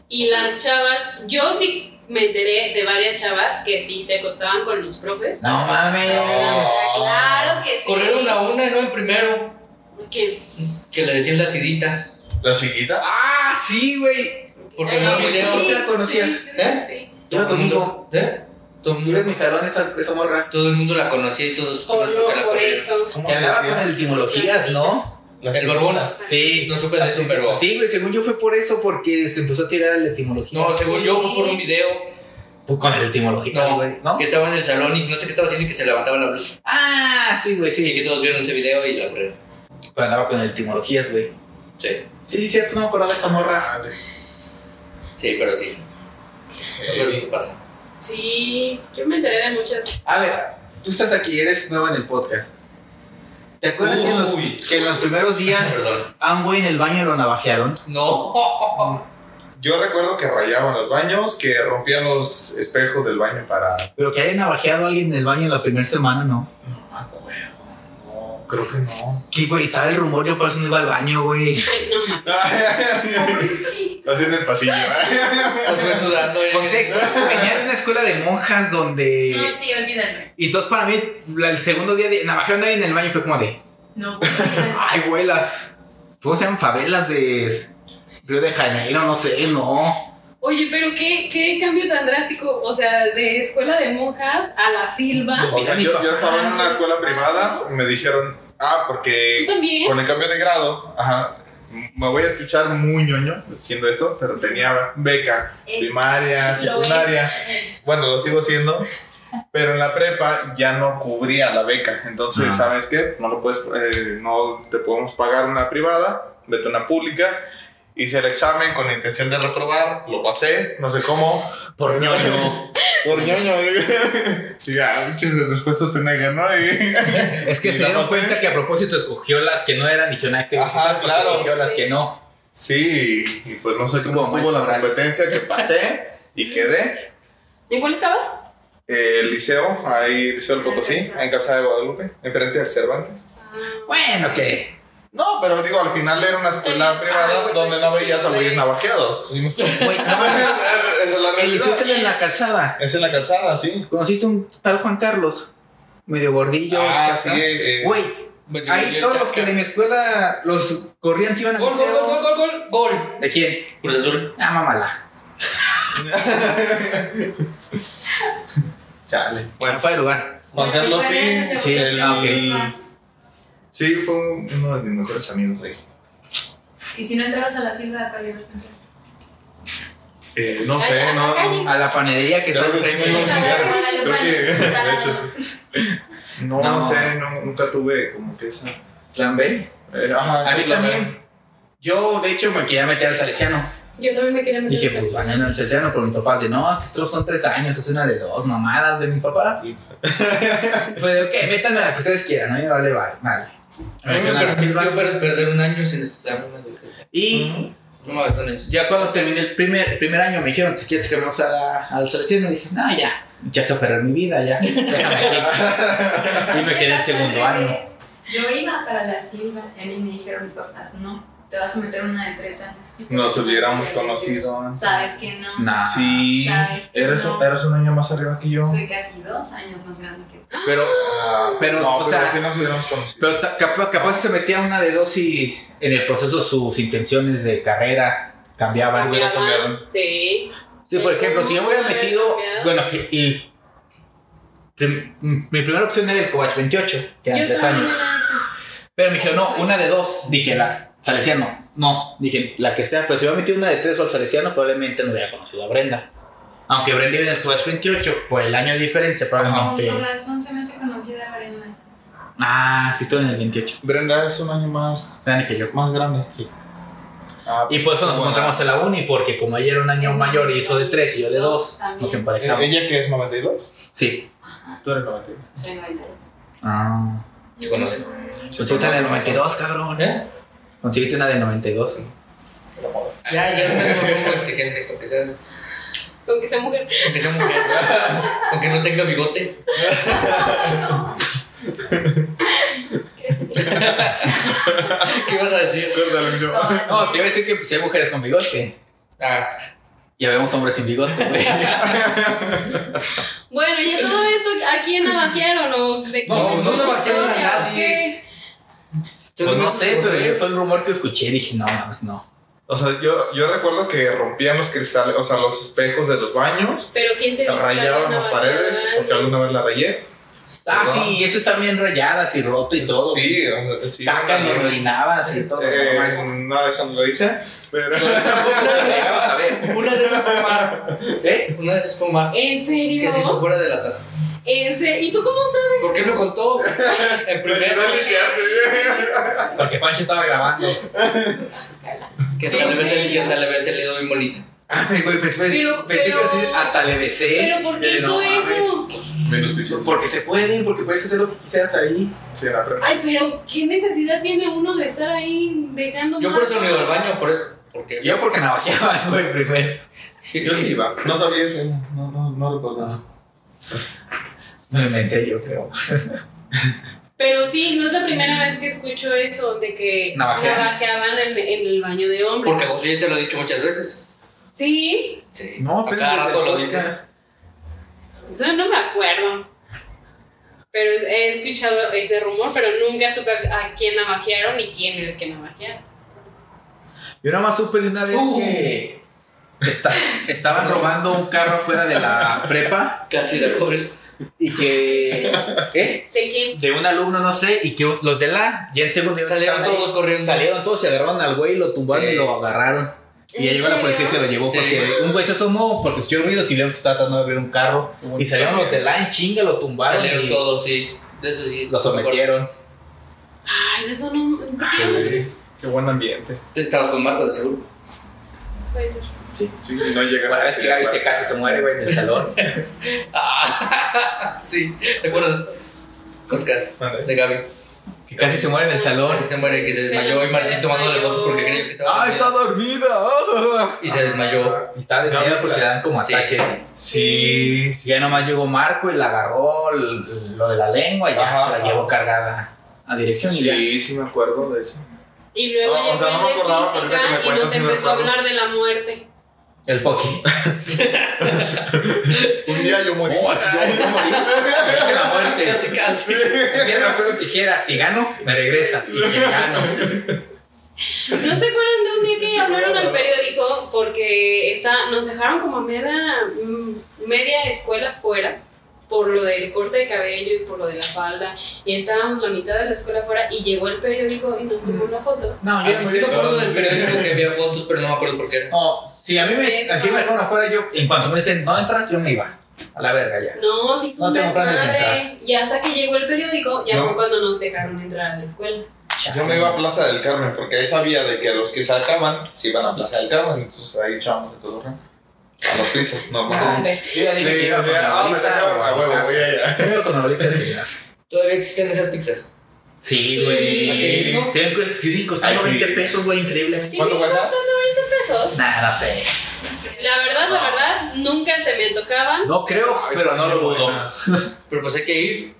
[SPEAKER 3] Y las chavas, yo sí me enteré de varias chavas que sí se acostaban con los profes.
[SPEAKER 1] No mames.
[SPEAKER 4] No.
[SPEAKER 3] Claro que sí.
[SPEAKER 4] Corrieron a una y no en primero.
[SPEAKER 3] ¿Qué?
[SPEAKER 4] Que le decían la sidita.
[SPEAKER 2] La siguita.
[SPEAKER 1] Ah, sí, güey.
[SPEAKER 4] Porque no
[SPEAKER 1] sí.
[SPEAKER 4] video.
[SPEAKER 1] la conocías?
[SPEAKER 4] ¿Eh?
[SPEAKER 3] Sí.
[SPEAKER 1] Yo la
[SPEAKER 4] Todo el mundo. ¿Eh? Todo el
[SPEAKER 1] Yo
[SPEAKER 4] mundo,
[SPEAKER 1] en mi salón esa, esa morra.
[SPEAKER 4] todo el mundo la conocía y todos
[SPEAKER 3] Por,
[SPEAKER 4] porque la
[SPEAKER 3] lo, por
[SPEAKER 4] corrieron.
[SPEAKER 3] eso.
[SPEAKER 2] ¿Cómo
[SPEAKER 1] Que
[SPEAKER 2] se
[SPEAKER 1] andaba
[SPEAKER 2] decía?
[SPEAKER 1] con etimologías, ¿no?
[SPEAKER 2] La
[SPEAKER 4] El
[SPEAKER 2] siguita.
[SPEAKER 4] Borbona.
[SPEAKER 1] Sí.
[SPEAKER 4] No supe de eso, pero.
[SPEAKER 1] Sí, güey, según yo fue por eso, porque se empezó a tirar la etimología.
[SPEAKER 4] No, según yo fue por un video
[SPEAKER 1] Pues con el etimología,
[SPEAKER 4] No.
[SPEAKER 1] güey, ¿no?
[SPEAKER 4] que estaba en el salón y no sé qué estaba haciendo y que se levantaba la blusa.
[SPEAKER 1] Ah, sí, güey,
[SPEAKER 4] Y
[SPEAKER 1] sí.
[SPEAKER 4] que todos vieron ese video y la corrieron.
[SPEAKER 1] Pero andaba con el etimologías, güey.
[SPEAKER 4] Sí,
[SPEAKER 1] Sí, sí, cierto, no me acordaba de esa morra.
[SPEAKER 2] Ah, de-
[SPEAKER 4] sí, pero sí. Son cosas que pasan.
[SPEAKER 3] Sí, yo me enteré de muchas.
[SPEAKER 1] A ver, tú estás aquí, eres nuevo en el podcast. ¿Te acuerdas que en,
[SPEAKER 4] Uy.
[SPEAKER 1] los, que en los primeros [laughs] días
[SPEAKER 4] Perdón.
[SPEAKER 1] a un Ah, güey en el baño lo navajearon? [laughs]
[SPEAKER 4] No.
[SPEAKER 2] Yo recuerdo que rayaban los baños, que rompían los espejos del baño para.
[SPEAKER 1] Pero que hayan navajeado a alguien en el baño en la primera semana, no.
[SPEAKER 2] No me acuerdo. No, creo que no.
[SPEAKER 1] Sí, güey, estaba el rumor, yo por eso no iba al baño, güey.
[SPEAKER 3] Ay, no mames.
[SPEAKER 2] [laughs] Así en el pasillo. ¿eh?
[SPEAKER 4] Pues fue sudando. eh.
[SPEAKER 1] Contexto, venías de una escuela de monjas donde...
[SPEAKER 5] No, sí, olvídalo.
[SPEAKER 1] Y entonces para mí, la- el segundo día de navajearon a alguien en el baño fue como de...
[SPEAKER 5] No, olvídalo.
[SPEAKER 1] Ay, güey, las... ¿Cómo se llaman? Favelas de... Río de Janeiro, no sé, no.
[SPEAKER 3] Oye, pero qué, qué cambio tan drástico. O sea, de escuela de monjas a la silva.
[SPEAKER 2] O sea, yo, yo estaba en una escuela privada y me dijeron, ah,
[SPEAKER 3] Tú
[SPEAKER 2] porque
[SPEAKER 3] también.
[SPEAKER 2] con el cambio de grado, ajá, me voy a escuchar muy ñoño diciendo esto, pero tenía beca, primaria,
[SPEAKER 3] Lo es.
[SPEAKER 2] secundaria. Bueno, lo sigo haciendo. Pero en la prepa ya no cubría la beca. Entonces,
[SPEAKER 1] Ah.
[SPEAKER 2] ¿sabes qué? No, lo puedes, eh, no te podemos pagar una privada, vete a una pública. Hice el examen con la intención de reprobar, lo pasé, no sé cómo.
[SPEAKER 1] Por ñoño.
[SPEAKER 2] Por ñoño. [laughs] y ya, muchas respuestas pendejas, ¿no? Y-
[SPEAKER 1] [laughs] Es que
[SPEAKER 2] Y
[SPEAKER 1] se
[SPEAKER 2] la
[SPEAKER 1] dieron
[SPEAKER 2] pasé.
[SPEAKER 1] cuenta que a propósito escogió las que no eran y dijeron, "Ah, este güey sí
[SPEAKER 2] Ajá,
[SPEAKER 1] sabe porque
[SPEAKER 2] claro.
[SPEAKER 1] escogió las que no.
[SPEAKER 2] sí, y pues no sé cómo
[SPEAKER 1] Como
[SPEAKER 2] estuvo la
[SPEAKER 1] Miles Morales.
[SPEAKER 2] competencia que pasé y quedé.
[SPEAKER 3] ¿En cuál estabas?
[SPEAKER 2] Eh, el liceo, ahí, Liceo del Potosí, en Calzada de Guadalupe, enfrente del Cervantes.
[SPEAKER 4] Ah,
[SPEAKER 1] Bueno, ¿qué?
[SPEAKER 2] No, pero digo, al final era una escuela
[SPEAKER 3] Sí,
[SPEAKER 2] privada
[SPEAKER 3] está,
[SPEAKER 2] donde no veías a
[SPEAKER 3] güey.
[SPEAKER 2] güeyes
[SPEAKER 5] [laughs]
[SPEAKER 2] navajeados. Sí, me explico. [laughs]
[SPEAKER 1] Güey, no mames.
[SPEAKER 2] Esa es la
[SPEAKER 1] El liceo
[SPEAKER 2] realidad.
[SPEAKER 1] sale en la calzada.
[SPEAKER 2] Es en la calzada, sí.
[SPEAKER 1] Conociste un tal Juan Carlos, medio gordillo.
[SPEAKER 2] Ah,
[SPEAKER 1] chaca.
[SPEAKER 2] sí. eh, eh.
[SPEAKER 1] Güey,
[SPEAKER 4] Pues,
[SPEAKER 1] ahí
[SPEAKER 4] yo-
[SPEAKER 1] todos
[SPEAKER 4] yo-
[SPEAKER 1] los que de mi escuela los corrían se iban al
[SPEAKER 4] Gol, gol, gol,
[SPEAKER 1] liceo.
[SPEAKER 4] gol, gol, gol.
[SPEAKER 1] ¿De quién?
[SPEAKER 4] Cruz Azul.
[SPEAKER 1] Ah, mamala.
[SPEAKER 2] Chale.
[SPEAKER 1] Bueno,
[SPEAKER 2] Bueno,
[SPEAKER 1] fue el lugar.
[SPEAKER 2] Juan Carlos, sí.
[SPEAKER 5] Sí,
[SPEAKER 2] el-
[SPEAKER 1] ah, ok.
[SPEAKER 2] Sí, fue uno de mis mejores amigos, güey.
[SPEAKER 5] Y si no entrabas a la silva, ¿a cuál ibas a entrar?
[SPEAKER 2] Eh, no sé, no. no.
[SPEAKER 1] A la panadería que está
[SPEAKER 2] Creo que sí,
[SPEAKER 1] enfrente.
[SPEAKER 2] me iba a
[SPEAKER 5] Guadalupe,
[SPEAKER 2] explicar. Creo que, [laughs]
[SPEAKER 5] Guadalupe.
[SPEAKER 2] de hecho, sí. no,
[SPEAKER 1] No.
[SPEAKER 2] no sé, no, nunca tuve como que esa.
[SPEAKER 1] ¿Plan B?
[SPEAKER 2] Eh,
[SPEAKER 4] Ah,
[SPEAKER 2] ajá,
[SPEAKER 1] A mí
[SPEAKER 2] sí, la
[SPEAKER 1] también. Yo, de hecho, me quería meter al salesiano.
[SPEAKER 3] Yo también me quería meter
[SPEAKER 1] Dije,
[SPEAKER 3] en
[SPEAKER 1] pues
[SPEAKER 3] esa
[SPEAKER 1] van al salesiano, pero mi papá de no, estos son tres años, es una de dos mamadas de mi
[SPEAKER 4] [laughs]
[SPEAKER 1] papá. Y fue de, ok, métanme a la que ustedes quieran, a mí me vale, vale, madre.
[SPEAKER 4] A mí
[SPEAKER 1] Me
[SPEAKER 4] me
[SPEAKER 1] quedan a la
[SPEAKER 4] permitió
[SPEAKER 1] silva.
[SPEAKER 4] per- perder un año sin ah, estudiar una beca.
[SPEAKER 1] Y
[SPEAKER 4] No me gastó en eso.
[SPEAKER 1] Ya cuando terminé el primer, el primer año me dijeron, ¿te quieres que vamos a la, a la selección? Y dije, no, ya, ya está perder mi vida, ya. déjame aquí". y me quedé el
[SPEAKER 2] [laughs]
[SPEAKER 5] pasó al
[SPEAKER 1] segundo año.
[SPEAKER 5] revés. Yo iba para la silva y a mí me dijeron mis papás, no, te vas a meter una de tres años.
[SPEAKER 2] Nos hubiéramos conocido antes.
[SPEAKER 5] Sabes que no.
[SPEAKER 1] Nah.
[SPEAKER 2] Sí,
[SPEAKER 5] Sabes que
[SPEAKER 2] eres,
[SPEAKER 5] no.
[SPEAKER 2] eres un año más arriba que yo.
[SPEAKER 5] Soy casi dos años más grande que tú.
[SPEAKER 1] Pero,
[SPEAKER 2] Ah,
[SPEAKER 1] Pero,
[SPEAKER 2] no,
[SPEAKER 1] o
[SPEAKER 2] pero
[SPEAKER 1] sea,
[SPEAKER 2] sí nos hubiéramos conocido.
[SPEAKER 1] pero ta- capa- capaz se metía una de dos y en el proceso sus intenciones de carrera cambiaban.
[SPEAKER 2] hubiera
[SPEAKER 3] Cambiaban,
[SPEAKER 2] cambiado.
[SPEAKER 3] Sí.
[SPEAKER 1] Sí, por ejemplo, si yo me hubiera
[SPEAKER 3] Hubiera
[SPEAKER 1] metido.
[SPEAKER 3] cambiado.
[SPEAKER 1] Bueno, y. y- prim- mi primera opción era el Covach 28, que eran
[SPEAKER 3] Yo
[SPEAKER 1] tres
[SPEAKER 3] también
[SPEAKER 1] años.
[SPEAKER 3] era esa.
[SPEAKER 1] Pero me dijeron, no, una de dos. Dije, la Salesiano. No, dije, la que sea. Pero si hubiera metido una de tres o al Salesiano, probablemente no hubiera conocido a Brenda. Aunque Brenda viene del Covach 28, por el año de diferencia, probablemente.
[SPEAKER 5] Con razón se me hace conocida Brenda.
[SPEAKER 1] Ah, sí, estoy en el 28.
[SPEAKER 2] Brenda es un año más,
[SPEAKER 1] Dani que yo.
[SPEAKER 2] más grande. Ah,
[SPEAKER 1] Y
[SPEAKER 2] pues,
[SPEAKER 1] por eso nos
[SPEAKER 2] buena.
[SPEAKER 1] encontramos en la uni, porque como ella era un año
[SPEAKER 5] Es
[SPEAKER 1] mayor y hizo de tres y yo de dos,
[SPEAKER 5] También.
[SPEAKER 1] nos
[SPEAKER 2] Eh,
[SPEAKER 1] emparejamos.
[SPEAKER 2] ¿Ella que es 92?
[SPEAKER 1] Sí.
[SPEAKER 2] Tú eres 92.
[SPEAKER 5] Soy 92.
[SPEAKER 1] Ah.
[SPEAKER 4] Se conocen.
[SPEAKER 1] Consíguete una de 92, cabrón.
[SPEAKER 4] ¿Eh?
[SPEAKER 1] Consíguete una de 92.
[SPEAKER 4] Ya, [laughs] ya no tengo un poco exigente, con que sea,
[SPEAKER 3] Con que sea mujer.
[SPEAKER 4] con que sea mujer. con que no tenga bigote. ¿Qué vas a decir?
[SPEAKER 2] Córtale, yo.
[SPEAKER 1] No, te iba a decir que pues, hay mujeres con bigote.
[SPEAKER 4] Ah,
[SPEAKER 1] Y habemos hombres sin bigote, güey.
[SPEAKER 3] Bueno, ¿y a todo esto a quién navajearon o de
[SPEAKER 4] No,
[SPEAKER 3] quién
[SPEAKER 4] pues no
[SPEAKER 3] es la
[SPEAKER 4] navajearon a
[SPEAKER 3] historia, o
[SPEAKER 4] nadie.
[SPEAKER 3] qué?
[SPEAKER 1] Pues no
[SPEAKER 4] solamente
[SPEAKER 1] sé,
[SPEAKER 4] por
[SPEAKER 1] pero
[SPEAKER 4] ser-
[SPEAKER 1] yo- fue el rumor que escuché y dije, no, mames, no.
[SPEAKER 2] O sea, yo, yo recuerdo que rompían los cristales, o sea, los espejos de los baños,
[SPEAKER 3] Pero quién te dijo que
[SPEAKER 2] rayaban
[SPEAKER 3] habían
[SPEAKER 2] las
[SPEAKER 3] navajeado
[SPEAKER 2] paredes,
[SPEAKER 3] a
[SPEAKER 2] porque
[SPEAKER 3] alguien?
[SPEAKER 2] alguna vez la rayé.
[SPEAKER 1] Ah,
[SPEAKER 2] No.
[SPEAKER 1] sí, eso está bien rayadas y roto y todo.
[SPEAKER 2] Sí, o sea, sí.
[SPEAKER 1] Caca
[SPEAKER 2] una-
[SPEAKER 1] lo orinabas y todo.
[SPEAKER 2] Eh,
[SPEAKER 1] no mames.
[SPEAKER 2] no, eso no lo hice, pero...
[SPEAKER 1] Tampoco lo llegabas a ver.
[SPEAKER 4] Una de esas fue Omar.
[SPEAKER 1] ¿Eh?
[SPEAKER 4] Una de esas fue Omar.
[SPEAKER 3] ¿En
[SPEAKER 4] Que se hizo
[SPEAKER 3] serio?
[SPEAKER 4] fuera de la taza.
[SPEAKER 3] ¿En se- ¿Y tú cómo sabes?
[SPEAKER 4] ¿Por qué me contó? En
[SPEAKER 2] [laughs] Me ayudó a
[SPEAKER 4] primer
[SPEAKER 2] limpiarse.
[SPEAKER 1] Porque Pancho estaba grabando.
[SPEAKER 4] que hasta, le había salido, que hasta le había salido muy bonita.
[SPEAKER 1] Ay, güey, pues, pues,
[SPEAKER 3] Pero-
[SPEAKER 1] pensé que
[SPEAKER 3] pero-
[SPEAKER 1] ibas a decir, hasta le besé.
[SPEAKER 3] ¿Pero por qué
[SPEAKER 1] Yo,
[SPEAKER 3] hizo
[SPEAKER 1] ¿Eh? no, mames.
[SPEAKER 3] eso?
[SPEAKER 2] Menos bichos.
[SPEAKER 1] Porque se puede, porque puedes hacer lo que quisieras ahí.
[SPEAKER 2] Sí, la prepa.
[SPEAKER 3] Ay, pero ¿qué necesidad tiene uno de estar ahí dejando
[SPEAKER 4] Yo por
[SPEAKER 3] marcas?
[SPEAKER 4] eso no iba al baño, por eso. Porque
[SPEAKER 1] Yo porque navajeaba, [laughs] güey, primero.
[SPEAKER 4] Sí,
[SPEAKER 2] Yo sí
[SPEAKER 4] sí.
[SPEAKER 2] iba. No sabía eso, no, no, no recuerdo eso.
[SPEAKER 1] Me lo inventé yo, creo.
[SPEAKER 3] Pero sí, no es la primera vez que escucho eso de que
[SPEAKER 1] Navajean.
[SPEAKER 3] navajeaban en, en el baño de hombres.
[SPEAKER 4] Porque José ya te lo he dicho muchas veces.
[SPEAKER 3] Sí,
[SPEAKER 4] Sí.
[SPEAKER 1] No,
[SPEAKER 4] a
[SPEAKER 1] apenas
[SPEAKER 4] cada
[SPEAKER 1] desde
[SPEAKER 4] rato lo
[SPEAKER 1] el
[SPEAKER 4] dice.
[SPEAKER 1] podcast.
[SPEAKER 3] yo no me acuerdo. Pero es- he escuchado ese rumor, pero nunca supe a a quién navajearon y quién era el que navajearon.
[SPEAKER 1] Yo nada más supe de una vez
[SPEAKER 4] Uh.
[SPEAKER 1] que esta- estaban robando un carro afuera de la prepa
[SPEAKER 4] Casi la cobre.
[SPEAKER 1] y que. ¿Eh?
[SPEAKER 3] ¿De quién?
[SPEAKER 1] De un alumno, no sé, y que los de la. Ya en segundo iban a
[SPEAKER 4] Salieron
[SPEAKER 1] estar ahí.
[SPEAKER 4] todos corriendo.
[SPEAKER 1] Salieron todos, se agarraron al güey, lo tumbaron
[SPEAKER 4] Sí.
[SPEAKER 1] y lo agarraron. Y ya
[SPEAKER 3] ¿En
[SPEAKER 1] llegó la
[SPEAKER 3] serio?
[SPEAKER 1] policía y se lo llevó
[SPEAKER 4] Sí.
[SPEAKER 1] porque un güey se asomó porque escuchó ruidos y vieron que estaba tratando de abrir un carro. Y salieron los de la en chinga, lo tumbaron.
[SPEAKER 4] Salieron
[SPEAKER 1] y
[SPEAKER 4] todos, sí. De eso sí.
[SPEAKER 1] Lo sometieron.
[SPEAKER 3] Ay, de eso no.
[SPEAKER 2] Qué buen ambiente.
[SPEAKER 4] Tú estabas con Marco, de seguro. [laughs]
[SPEAKER 3] Puede ser.
[SPEAKER 2] Sí, si no llegas
[SPEAKER 1] Bueno, es que Gaby se casa y se muere, güey, en el salón.
[SPEAKER 4] Ah, sí. ¿Te acuerdas? Oscar,
[SPEAKER 2] Ándale.
[SPEAKER 4] de Gaby.
[SPEAKER 1] Que casi se muere en el salón.
[SPEAKER 4] Casi se muere, que se desmayó. Y
[SPEAKER 3] se
[SPEAKER 4] Martín tomándole
[SPEAKER 3] desmayó.
[SPEAKER 4] fotos porque creyó que
[SPEAKER 1] Ah,
[SPEAKER 4] estaba. dormida.
[SPEAKER 1] dormida!
[SPEAKER 4] Y se desmayó.
[SPEAKER 1] Y estaba desmayada porque le dan como
[SPEAKER 4] Sí.
[SPEAKER 1] ataques.
[SPEAKER 2] Sí,
[SPEAKER 1] Y ya nomás llegó Marco y la agarró l- lo de la lengua y ya
[SPEAKER 2] Ajá.
[SPEAKER 1] se la llevó cargada a dirección y ya.
[SPEAKER 2] Sí, sí me acuerdo de eso.
[SPEAKER 3] Y luego
[SPEAKER 2] No, o
[SPEAKER 3] llegó
[SPEAKER 2] sea, no me
[SPEAKER 3] el de
[SPEAKER 2] acordaba, pero ahorita que me
[SPEAKER 3] física y
[SPEAKER 2] cuentas,
[SPEAKER 3] nos
[SPEAKER 2] sí me
[SPEAKER 3] empezó a
[SPEAKER 2] acuerdo.
[SPEAKER 3] hablar de la muerte.
[SPEAKER 1] El [laughs] Poki.
[SPEAKER 2] Un día yo morí.
[SPEAKER 1] [laughs] No, así yo voy a morir. Dije la muerte.
[SPEAKER 4] [laughs] Casi, casi.
[SPEAKER 1] Ya no acuerdo que dijera, si gano, me regresas. Y que gano.
[SPEAKER 3] ¿No se acuerdan de un día que
[SPEAKER 2] Sí,
[SPEAKER 3] hablaron
[SPEAKER 2] claro.
[SPEAKER 3] al periódico? Porque está, nos dejaron como a media, mm, media escuela fuera por lo del corte de cabello y por lo de la falda. Y estábamos la mitad de la escuela fuera y llegó el periódico y nos tomó una foto.
[SPEAKER 1] No,
[SPEAKER 4] A mí sí me acuerdo
[SPEAKER 2] todo.
[SPEAKER 4] del periódico que había fotos, pero no me acuerdo por qué era.
[SPEAKER 1] No, si a mí me,
[SPEAKER 3] Eso.
[SPEAKER 1] si me dejaron afuera, yo, en cuanto me dicen, no entras, yo me iba. A la verga ya.
[SPEAKER 3] No, sí, es
[SPEAKER 1] No
[SPEAKER 3] un
[SPEAKER 1] tengo planes de
[SPEAKER 3] desmadre. Y hasta que llegó el periódico, ya
[SPEAKER 2] No.
[SPEAKER 3] fue cuando nos dejaron entrar a la escuela.
[SPEAKER 2] Yo me iba a Plaza del Carmen porque ahí sabía de que los que sacaban se iban a Plaza del Carmen, entonces ahí echábamos de todo rango. A los pisos, normal.
[SPEAKER 3] Hombre.
[SPEAKER 1] Yo ya dije que
[SPEAKER 2] Sí,
[SPEAKER 1] iba
[SPEAKER 2] o
[SPEAKER 1] con
[SPEAKER 2] sea, ah, me
[SPEAKER 1] Abuelita Ah,
[SPEAKER 2] sacaron
[SPEAKER 1] o
[SPEAKER 2] a huevo, voy
[SPEAKER 1] casa.
[SPEAKER 2] allá.
[SPEAKER 1] Yo iba con Abuelita de seguridad.
[SPEAKER 4] Todavía existen esas pizzas.
[SPEAKER 1] Sí,
[SPEAKER 3] Sí.
[SPEAKER 1] güey.
[SPEAKER 2] ¿No?
[SPEAKER 1] Siguen cu- siguen costando
[SPEAKER 2] Ay, sí.
[SPEAKER 1] 20 pesos, güey, increíble.
[SPEAKER 3] Sí,
[SPEAKER 2] ¿Cuánto cuesta?
[SPEAKER 3] costó 90 pesos.
[SPEAKER 1] Nah, no sé.
[SPEAKER 3] La verdad, la
[SPEAKER 2] No.
[SPEAKER 3] verdad, nunca se me antojaban.
[SPEAKER 1] No creo,
[SPEAKER 2] Ay,
[SPEAKER 1] pero
[SPEAKER 2] están
[SPEAKER 1] no lo
[SPEAKER 2] bien
[SPEAKER 1] dudo.
[SPEAKER 2] buenas.
[SPEAKER 4] Pero pues hay que ir.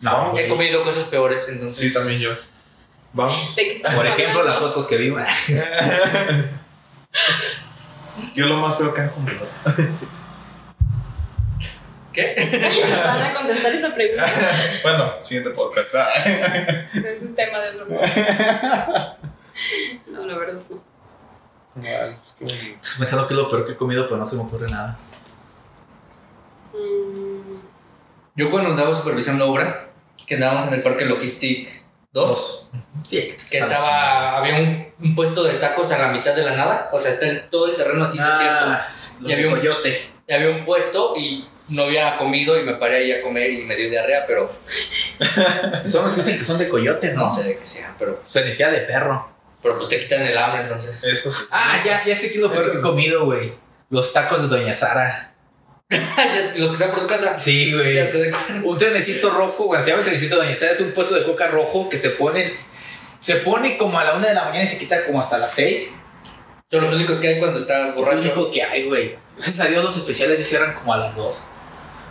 [SPEAKER 1] No,
[SPEAKER 2] Vamos.
[SPEAKER 1] güey.
[SPEAKER 4] He comido cosas peores, entonces.
[SPEAKER 2] Sí, también yo. Vamos.
[SPEAKER 3] ¿De qué estamos
[SPEAKER 1] Por ejemplo, las
[SPEAKER 3] [laughs] hablando?
[SPEAKER 1] fotos que vimos.
[SPEAKER 2] Yo lo más feo que han
[SPEAKER 1] [laughs]
[SPEAKER 2] comido.
[SPEAKER 4] ¿Qué?
[SPEAKER 3] Van a contestar esa pregunta.
[SPEAKER 2] bueno, siguiente podcast. Ah,
[SPEAKER 3] Ese es tema de
[SPEAKER 2] [laughs]
[SPEAKER 3] otro. No, la verdad. no.
[SPEAKER 1] Estoy pensando que es lo peor que he comido, pero no se me ocurre nada.
[SPEAKER 3] Mm,
[SPEAKER 4] Yo cuando andaba supervisando obra, que andábamos en el parque Logistic 2,
[SPEAKER 1] Sí,
[SPEAKER 4] que estaba, había un, un puesto de tacos a la mitad de la nada, o sea, está el- todo el terreno así desierto.
[SPEAKER 1] Ah,
[SPEAKER 4] Y había
[SPEAKER 1] el
[SPEAKER 4] un-
[SPEAKER 1] coyote.
[SPEAKER 4] Y había un puesto y no había comido y me paré ahí a comer y me dio diarrea, pero
[SPEAKER 1] Son los que dicen que son de coyote, ¿no?
[SPEAKER 4] no sé de qué sea, pero,
[SPEAKER 1] O sea, ni siquiera de perro.
[SPEAKER 4] pero pues te quitan el hambre, entonces.
[SPEAKER 2] Eso sí.
[SPEAKER 1] Ah, ya, ya sé que es lo peor
[SPEAKER 2] Eso
[SPEAKER 1] que he
[SPEAKER 2] no.
[SPEAKER 1] comido, güey. Los tacos de Doña Sara.
[SPEAKER 4] [laughs] Ya sé, Los que están por tu casa.
[SPEAKER 1] Sí, güey.
[SPEAKER 4] Ya sé de
[SPEAKER 1] Un trenecito rojo, güey. Se llama el trenecito Doña Sara. Es un puesto de coca rojo que se pone. Se pone como a la una de la mañana y se quita como hasta las seis.
[SPEAKER 4] Son los únicos que hay cuando estás borracho.
[SPEAKER 1] Dijo que hay, güey. Gracias a Dios los especiales se cierran como a las dos.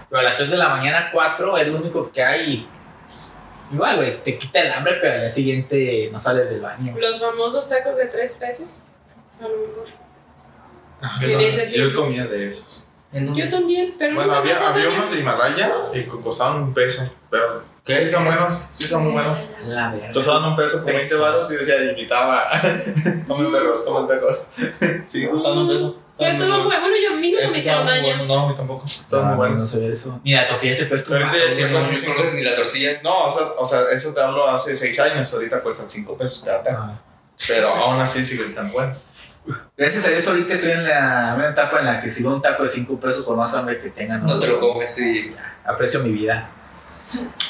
[SPEAKER 1] Pero a las tres de la mañana, cuatro, es lo único que hay. y- Igual, güey, te quita el hambre, pero al día siguiente no sales del baño.
[SPEAKER 3] Los famosos tacos de tres pesos. A lo mejor.
[SPEAKER 2] Ah, Yo,
[SPEAKER 3] En ese
[SPEAKER 2] yo
[SPEAKER 3] tiempo.
[SPEAKER 2] comía de esos.
[SPEAKER 4] ¿En dónde?
[SPEAKER 3] Yo también, pero.
[SPEAKER 2] Bueno,
[SPEAKER 3] no
[SPEAKER 2] había,
[SPEAKER 3] pasa
[SPEAKER 2] había
[SPEAKER 3] nada.
[SPEAKER 2] unos de Himalaya y que costaban un peso. Pero
[SPEAKER 4] ¿Qué?
[SPEAKER 2] sí están buenos, sí están muy buenos.
[SPEAKER 1] La verga.
[SPEAKER 2] Costaban un peso por 20
[SPEAKER 1] Peso.
[SPEAKER 2] baros y decía, invitaba. [laughs] tomen perros, tomen perros. [laughs] Sí, costaban un peso. Ah,
[SPEAKER 3] Pero Pues, estuvo bueno. Bueno, yo a mí nunca
[SPEAKER 2] Esos
[SPEAKER 3] me
[SPEAKER 2] estaban
[SPEAKER 3] hicieron
[SPEAKER 2] muy
[SPEAKER 3] daño.
[SPEAKER 2] buenos. No, a mí tampoco. Estaban muy
[SPEAKER 1] No,
[SPEAKER 2] buenos.
[SPEAKER 1] Ah, no sé eso. Ni la tortilla te cuesta un
[SPEAKER 2] Pero ahorita ya
[SPEAKER 1] vato,
[SPEAKER 4] Sí,
[SPEAKER 1] güey.
[SPEAKER 4] no, mis burgers ni la tortilla.
[SPEAKER 2] No, o sea, o sea, eso te hablo hace 6 años. Ahorita cuestan 5 pesos cada taco.
[SPEAKER 1] Ah.
[SPEAKER 3] [laughs]
[SPEAKER 2] Pero aún así siguen tan buenos.
[SPEAKER 1] Gracias a Dios ahorita estoy en la una etapa en la que sigo un taco de 5 pesos por más hambre que tengan.
[SPEAKER 4] No te lo comes y.
[SPEAKER 1] Aprecio mi vida.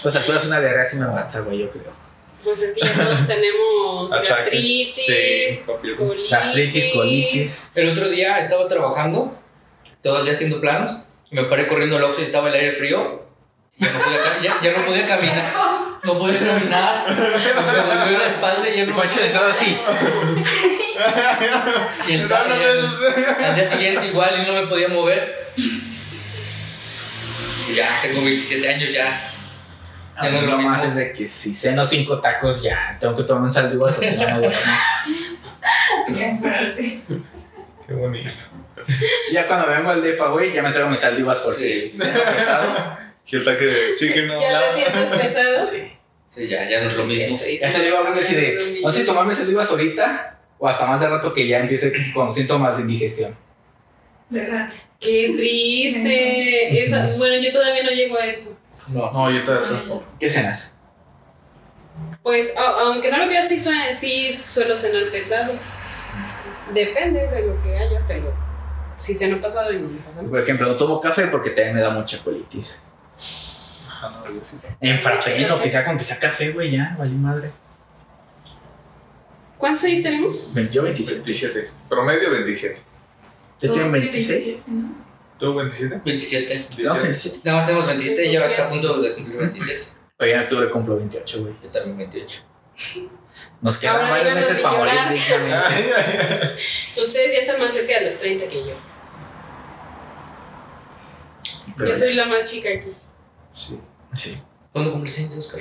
[SPEAKER 1] Pues alturas una diarrea sí me mata, güey, yo creo.
[SPEAKER 3] Pues es que ya todos tenemos
[SPEAKER 2] [laughs] Achaques.
[SPEAKER 3] gastritis.
[SPEAKER 2] Sí, [laughs] confirmo.
[SPEAKER 3] colitis.
[SPEAKER 1] Gastritis, colitis.
[SPEAKER 4] El otro día estaba trabajando, todo el día haciendo planos, y me paré corriendo al Oxxo y estaba el aire frío. y Ya no podía, ca- ya, ya no podía caminar, no podía caminar, me dolió la espalda y ya
[SPEAKER 1] El
[SPEAKER 4] no
[SPEAKER 1] Pancho de entrada sí.
[SPEAKER 4] Y el sábado ya- al día siguiente igual y no me podía mover. Y Ya, tengo 27 años ya.
[SPEAKER 1] A
[SPEAKER 4] Ya no
[SPEAKER 1] mí
[SPEAKER 4] es lo
[SPEAKER 1] lo más
[SPEAKER 4] mismo.
[SPEAKER 1] es de que si ceno 5 tacos ya tengo que tomar un saldivazo si no no duermo.
[SPEAKER 2] [laughs]
[SPEAKER 4] [laughs]
[SPEAKER 2] Qué bonito.
[SPEAKER 1] Ya cuando vengo al depa, güey, ya me traigo mis saldivas por si
[SPEAKER 4] Sí.
[SPEAKER 1] ceno pesado.
[SPEAKER 2] [laughs] Y el taque de oxígeno. a un
[SPEAKER 3] Ya
[SPEAKER 2] lado.
[SPEAKER 3] te sientes pesado.
[SPEAKER 1] Sí.
[SPEAKER 4] Sí, ya, ya no es lo mismo.
[SPEAKER 1] Ya te digo a veces así de, no sé si tomarme saldivas ahorita o hasta más de rato que ya empiece con síntomas de indigestión.
[SPEAKER 3] Qué triste. Esa- bueno, yo todavía no llego a eso.
[SPEAKER 4] No, sí.
[SPEAKER 2] No, yo
[SPEAKER 3] Ah,
[SPEAKER 2] todavía tampoco.
[SPEAKER 1] ¿Qué cenas?
[SPEAKER 3] Pues, a- aunque no lo creas, sí, sue- sí suelo cenar pesado. Depende de lo que haya, pero si se no pasado y no me pasa nada.
[SPEAKER 1] Por ejemplo, no tomo café porque también me da mucha colitis.
[SPEAKER 2] Ah, no, yo sí.
[SPEAKER 1] En frappé, lo que sea, con que sea café, güey, ya, vale madre.
[SPEAKER 3] ¿Cuántos años tenemos?
[SPEAKER 1] Ve- Yo 27.
[SPEAKER 2] 27. Promedio 27.
[SPEAKER 1] ¿Ustedes tienen 26?
[SPEAKER 2] ¿Tú 27?
[SPEAKER 4] 27.
[SPEAKER 2] 17.
[SPEAKER 1] No, 27.
[SPEAKER 4] Nada más tenemos 27 y ahora está a punto de cumplir 27.
[SPEAKER 1] Oye, en octubre cumplo 28, güey.
[SPEAKER 4] Yo también 28.
[SPEAKER 1] Nos quedan
[SPEAKER 3] Ahora
[SPEAKER 1] varios
[SPEAKER 3] díganos
[SPEAKER 1] meses
[SPEAKER 3] sin
[SPEAKER 1] para morir
[SPEAKER 3] llorar.
[SPEAKER 1] dignamente.
[SPEAKER 2] [laughs] Ay, ay, ay.
[SPEAKER 3] Ustedes ya están más cerca de los 30 que yo.
[SPEAKER 1] Pero-
[SPEAKER 3] Yo soy la más chica aquí.
[SPEAKER 2] Sí.
[SPEAKER 1] Sí.
[SPEAKER 4] ¿Cuándo cumples años, Oscar?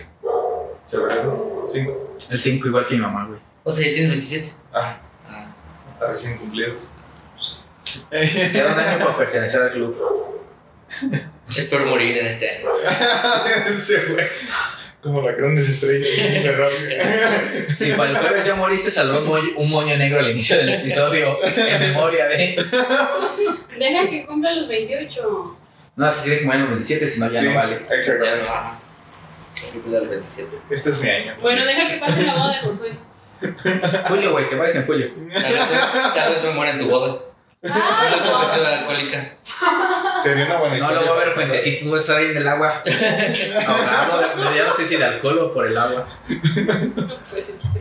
[SPEAKER 2] ¿Febrero? 5.
[SPEAKER 1] El 5 igual que mi mamá, güey.
[SPEAKER 4] O sea, ya tienes 27.
[SPEAKER 2] Ah,
[SPEAKER 4] Ah.
[SPEAKER 2] está recién cumplidos. [laughs]
[SPEAKER 1] Era un año para pertenecer al club.
[SPEAKER 4] Espero morir en este año.
[SPEAKER 2] Este güey. Como la grandes estrellas. muy
[SPEAKER 1] [laughs]
[SPEAKER 2] rápido.
[SPEAKER 1] Si para el jueves ya moriste, salió un, moño- un moño negro al inicio del episodio. En memoria de.
[SPEAKER 3] Deja que cumpla los 28.
[SPEAKER 1] No, si tiene que morir en los 27, si no, ya
[SPEAKER 2] Sí,
[SPEAKER 1] no vale.
[SPEAKER 4] Ya
[SPEAKER 2] Exactamente.
[SPEAKER 4] no. ah. Yo cumplí a los 27.
[SPEAKER 2] Este es mi año.
[SPEAKER 3] Bueno, deja que pase la boda de Josué.
[SPEAKER 2] [laughs]
[SPEAKER 1] Julio, güey, ¿qué parece en Julio?
[SPEAKER 4] Tal vez, tal vez me muera en tu boda.
[SPEAKER 3] ¡Ay,
[SPEAKER 4] No tengo
[SPEAKER 3] no!
[SPEAKER 4] vestido de alcohólica.
[SPEAKER 2] Sería una buena
[SPEAKER 1] No
[SPEAKER 2] historia.
[SPEAKER 1] lo voy a ver fuentecitos, voy a estar ahí en el agua.
[SPEAKER 3] [laughs]
[SPEAKER 1] Ahogado, ya no sé si de alcohol o por el agua.
[SPEAKER 3] No puede ser.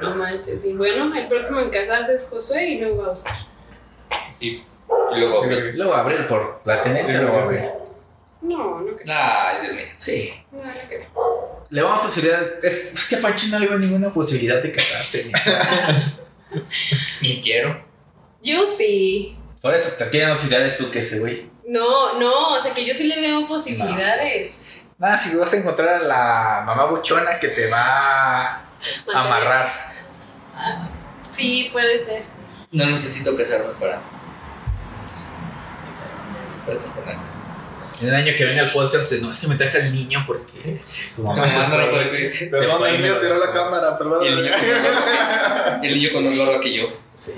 [SPEAKER 3] No manches. Y bueno, el próximo en casarse es Josué y luego a usar.
[SPEAKER 4] Y luego.
[SPEAKER 1] Lo voy a abrir por la tendencia, lo voy a abrir.
[SPEAKER 3] No, no creo.
[SPEAKER 4] Ay, Dios mío.
[SPEAKER 1] Sí.
[SPEAKER 3] No, no creo.
[SPEAKER 1] Le vamos a posibilidad. Es, es que a Pancho no le veo ninguna posibilidad de casarse.
[SPEAKER 4] Ni quiero.
[SPEAKER 3] Yo sí.
[SPEAKER 1] [laughs] Por eso, te tienen posibilidades tú que ese güey.
[SPEAKER 3] No, no, o sea que yo sí le veo posibilidades.
[SPEAKER 1] Nada, si vas a encontrar a la mamá buchona que te va a amarrar.
[SPEAKER 3] Sí, puede ser.
[SPEAKER 4] No necesito casarme para. Pues, para ser con alguien.
[SPEAKER 1] En el año que venga el podcast, dice, no, es que me traje al niño porque su
[SPEAKER 4] Tu
[SPEAKER 1] [laughs] mamá se
[SPEAKER 4] mamá no lo
[SPEAKER 1] fue".
[SPEAKER 4] puede ver.
[SPEAKER 2] Perdón,
[SPEAKER 1] fue y
[SPEAKER 2] el
[SPEAKER 1] me
[SPEAKER 2] niño
[SPEAKER 1] lo
[SPEAKER 2] tiró la
[SPEAKER 1] dejó.
[SPEAKER 2] cámara, perdón.
[SPEAKER 4] Y el niño con más barba que- el niño con más barba que yo.
[SPEAKER 1] Sí.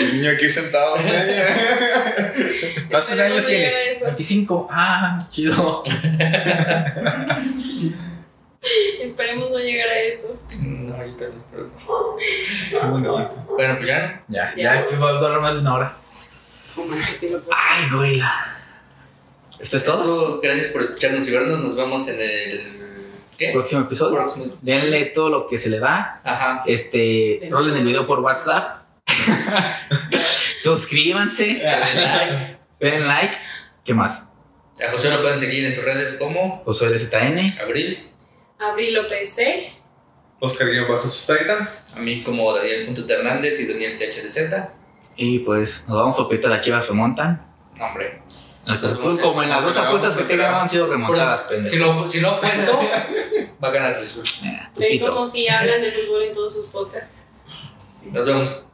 [SPEAKER 2] El niño aquí sentado.
[SPEAKER 1] ¿Cuántos
[SPEAKER 3] Espero
[SPEAKER 1] años
[SPEAKER 3] no llegue
[SPEAKER 1] tienes?
[SPEAKER 3] a eso.
[SPEAKER 1] 25. Ah, [laughs] chido.
[SPEAKER 3] Esperemos no llegar a eso.
[SPEAKER 4] No, yo también espero que
[SPEAKER 2] Qué bonito.
[SPEAKER 4] no. Bueno, pues ya
[SPEAKER 1] Ya,
[SPEAKER 3] Ya.
[SPEAKER 1] ya, esto va a durar más de una hora.
[SPEAKER 3] No manches, sí lo puedo.
[SPEAKER 1] Ay, güey. la- ¿Esto es
[SPEAKER 4] no.
[SPEAKER 1] todo?
[SPEAKER 4] Todo, Gracias por escucharnos y vernos. Nos vemos en el. ¿Qué?
[SPEAKER 1] Próximo episodio.
[SPEAKER 4] Próximo.
[SPEAKER 1] Denle todo lo que se le da.
[SPEAKER 4] Ajá.
[SPEAKER 1] Este, rolen el video por WhatsApp. [laughs] Suscríbanse.
[SPEAKER 4] Denle like.
[SPEAKER 1] Den like. ¿Qué más?
[SPEAKER 4] A José lo pueden seguir en sus redes como
[SPEAKER 1] Uso ZN.
[SPEAKER 4] Abril,
[SPEAKER 3] Abril López, ¿eh?
[SPEAKER 2] Oscar Guión bajo Sustaita.
[SPEAKER 4] a mí como Daniel.Hernández y Daniel THDZ.
[SPEAKER 1] Y pues nos vamos a pedir a las chivas remontan.
[SPEAKER 4] No, hombre.
[SPEAKER 1] Al Cruz
[SPEAKER 4] Pues,
[SPEAKER 1] Azul,
[SPEAKER 4] no sé.
[SPEAKER 1] como en las dos
[SPEAKER 2] Pero
[SPEAKER 1] apuestas
[SPEAKER 2] vamos
[SPEAKER 1] que
[SPEAKER 2] a
[SPEAKER 1] te
[SPEAKER 2] esperar.
[SPEAKER 1] han sido remontadas,
[SPEAKER 4] Si
[SPEAKER 1] pendejo.
[SPEAKER 4] lo, si lo [laughs] apuesto, va a ganar Jesús.
[SPEAKER 1] Eh, tu
[SPEAKER 3] Ven
[SPEAKER 1] pito.
[SPEAKER 3] como si hablan de fútbol en todos sus podcasts.
[SPEAKER 4] Nos vemos.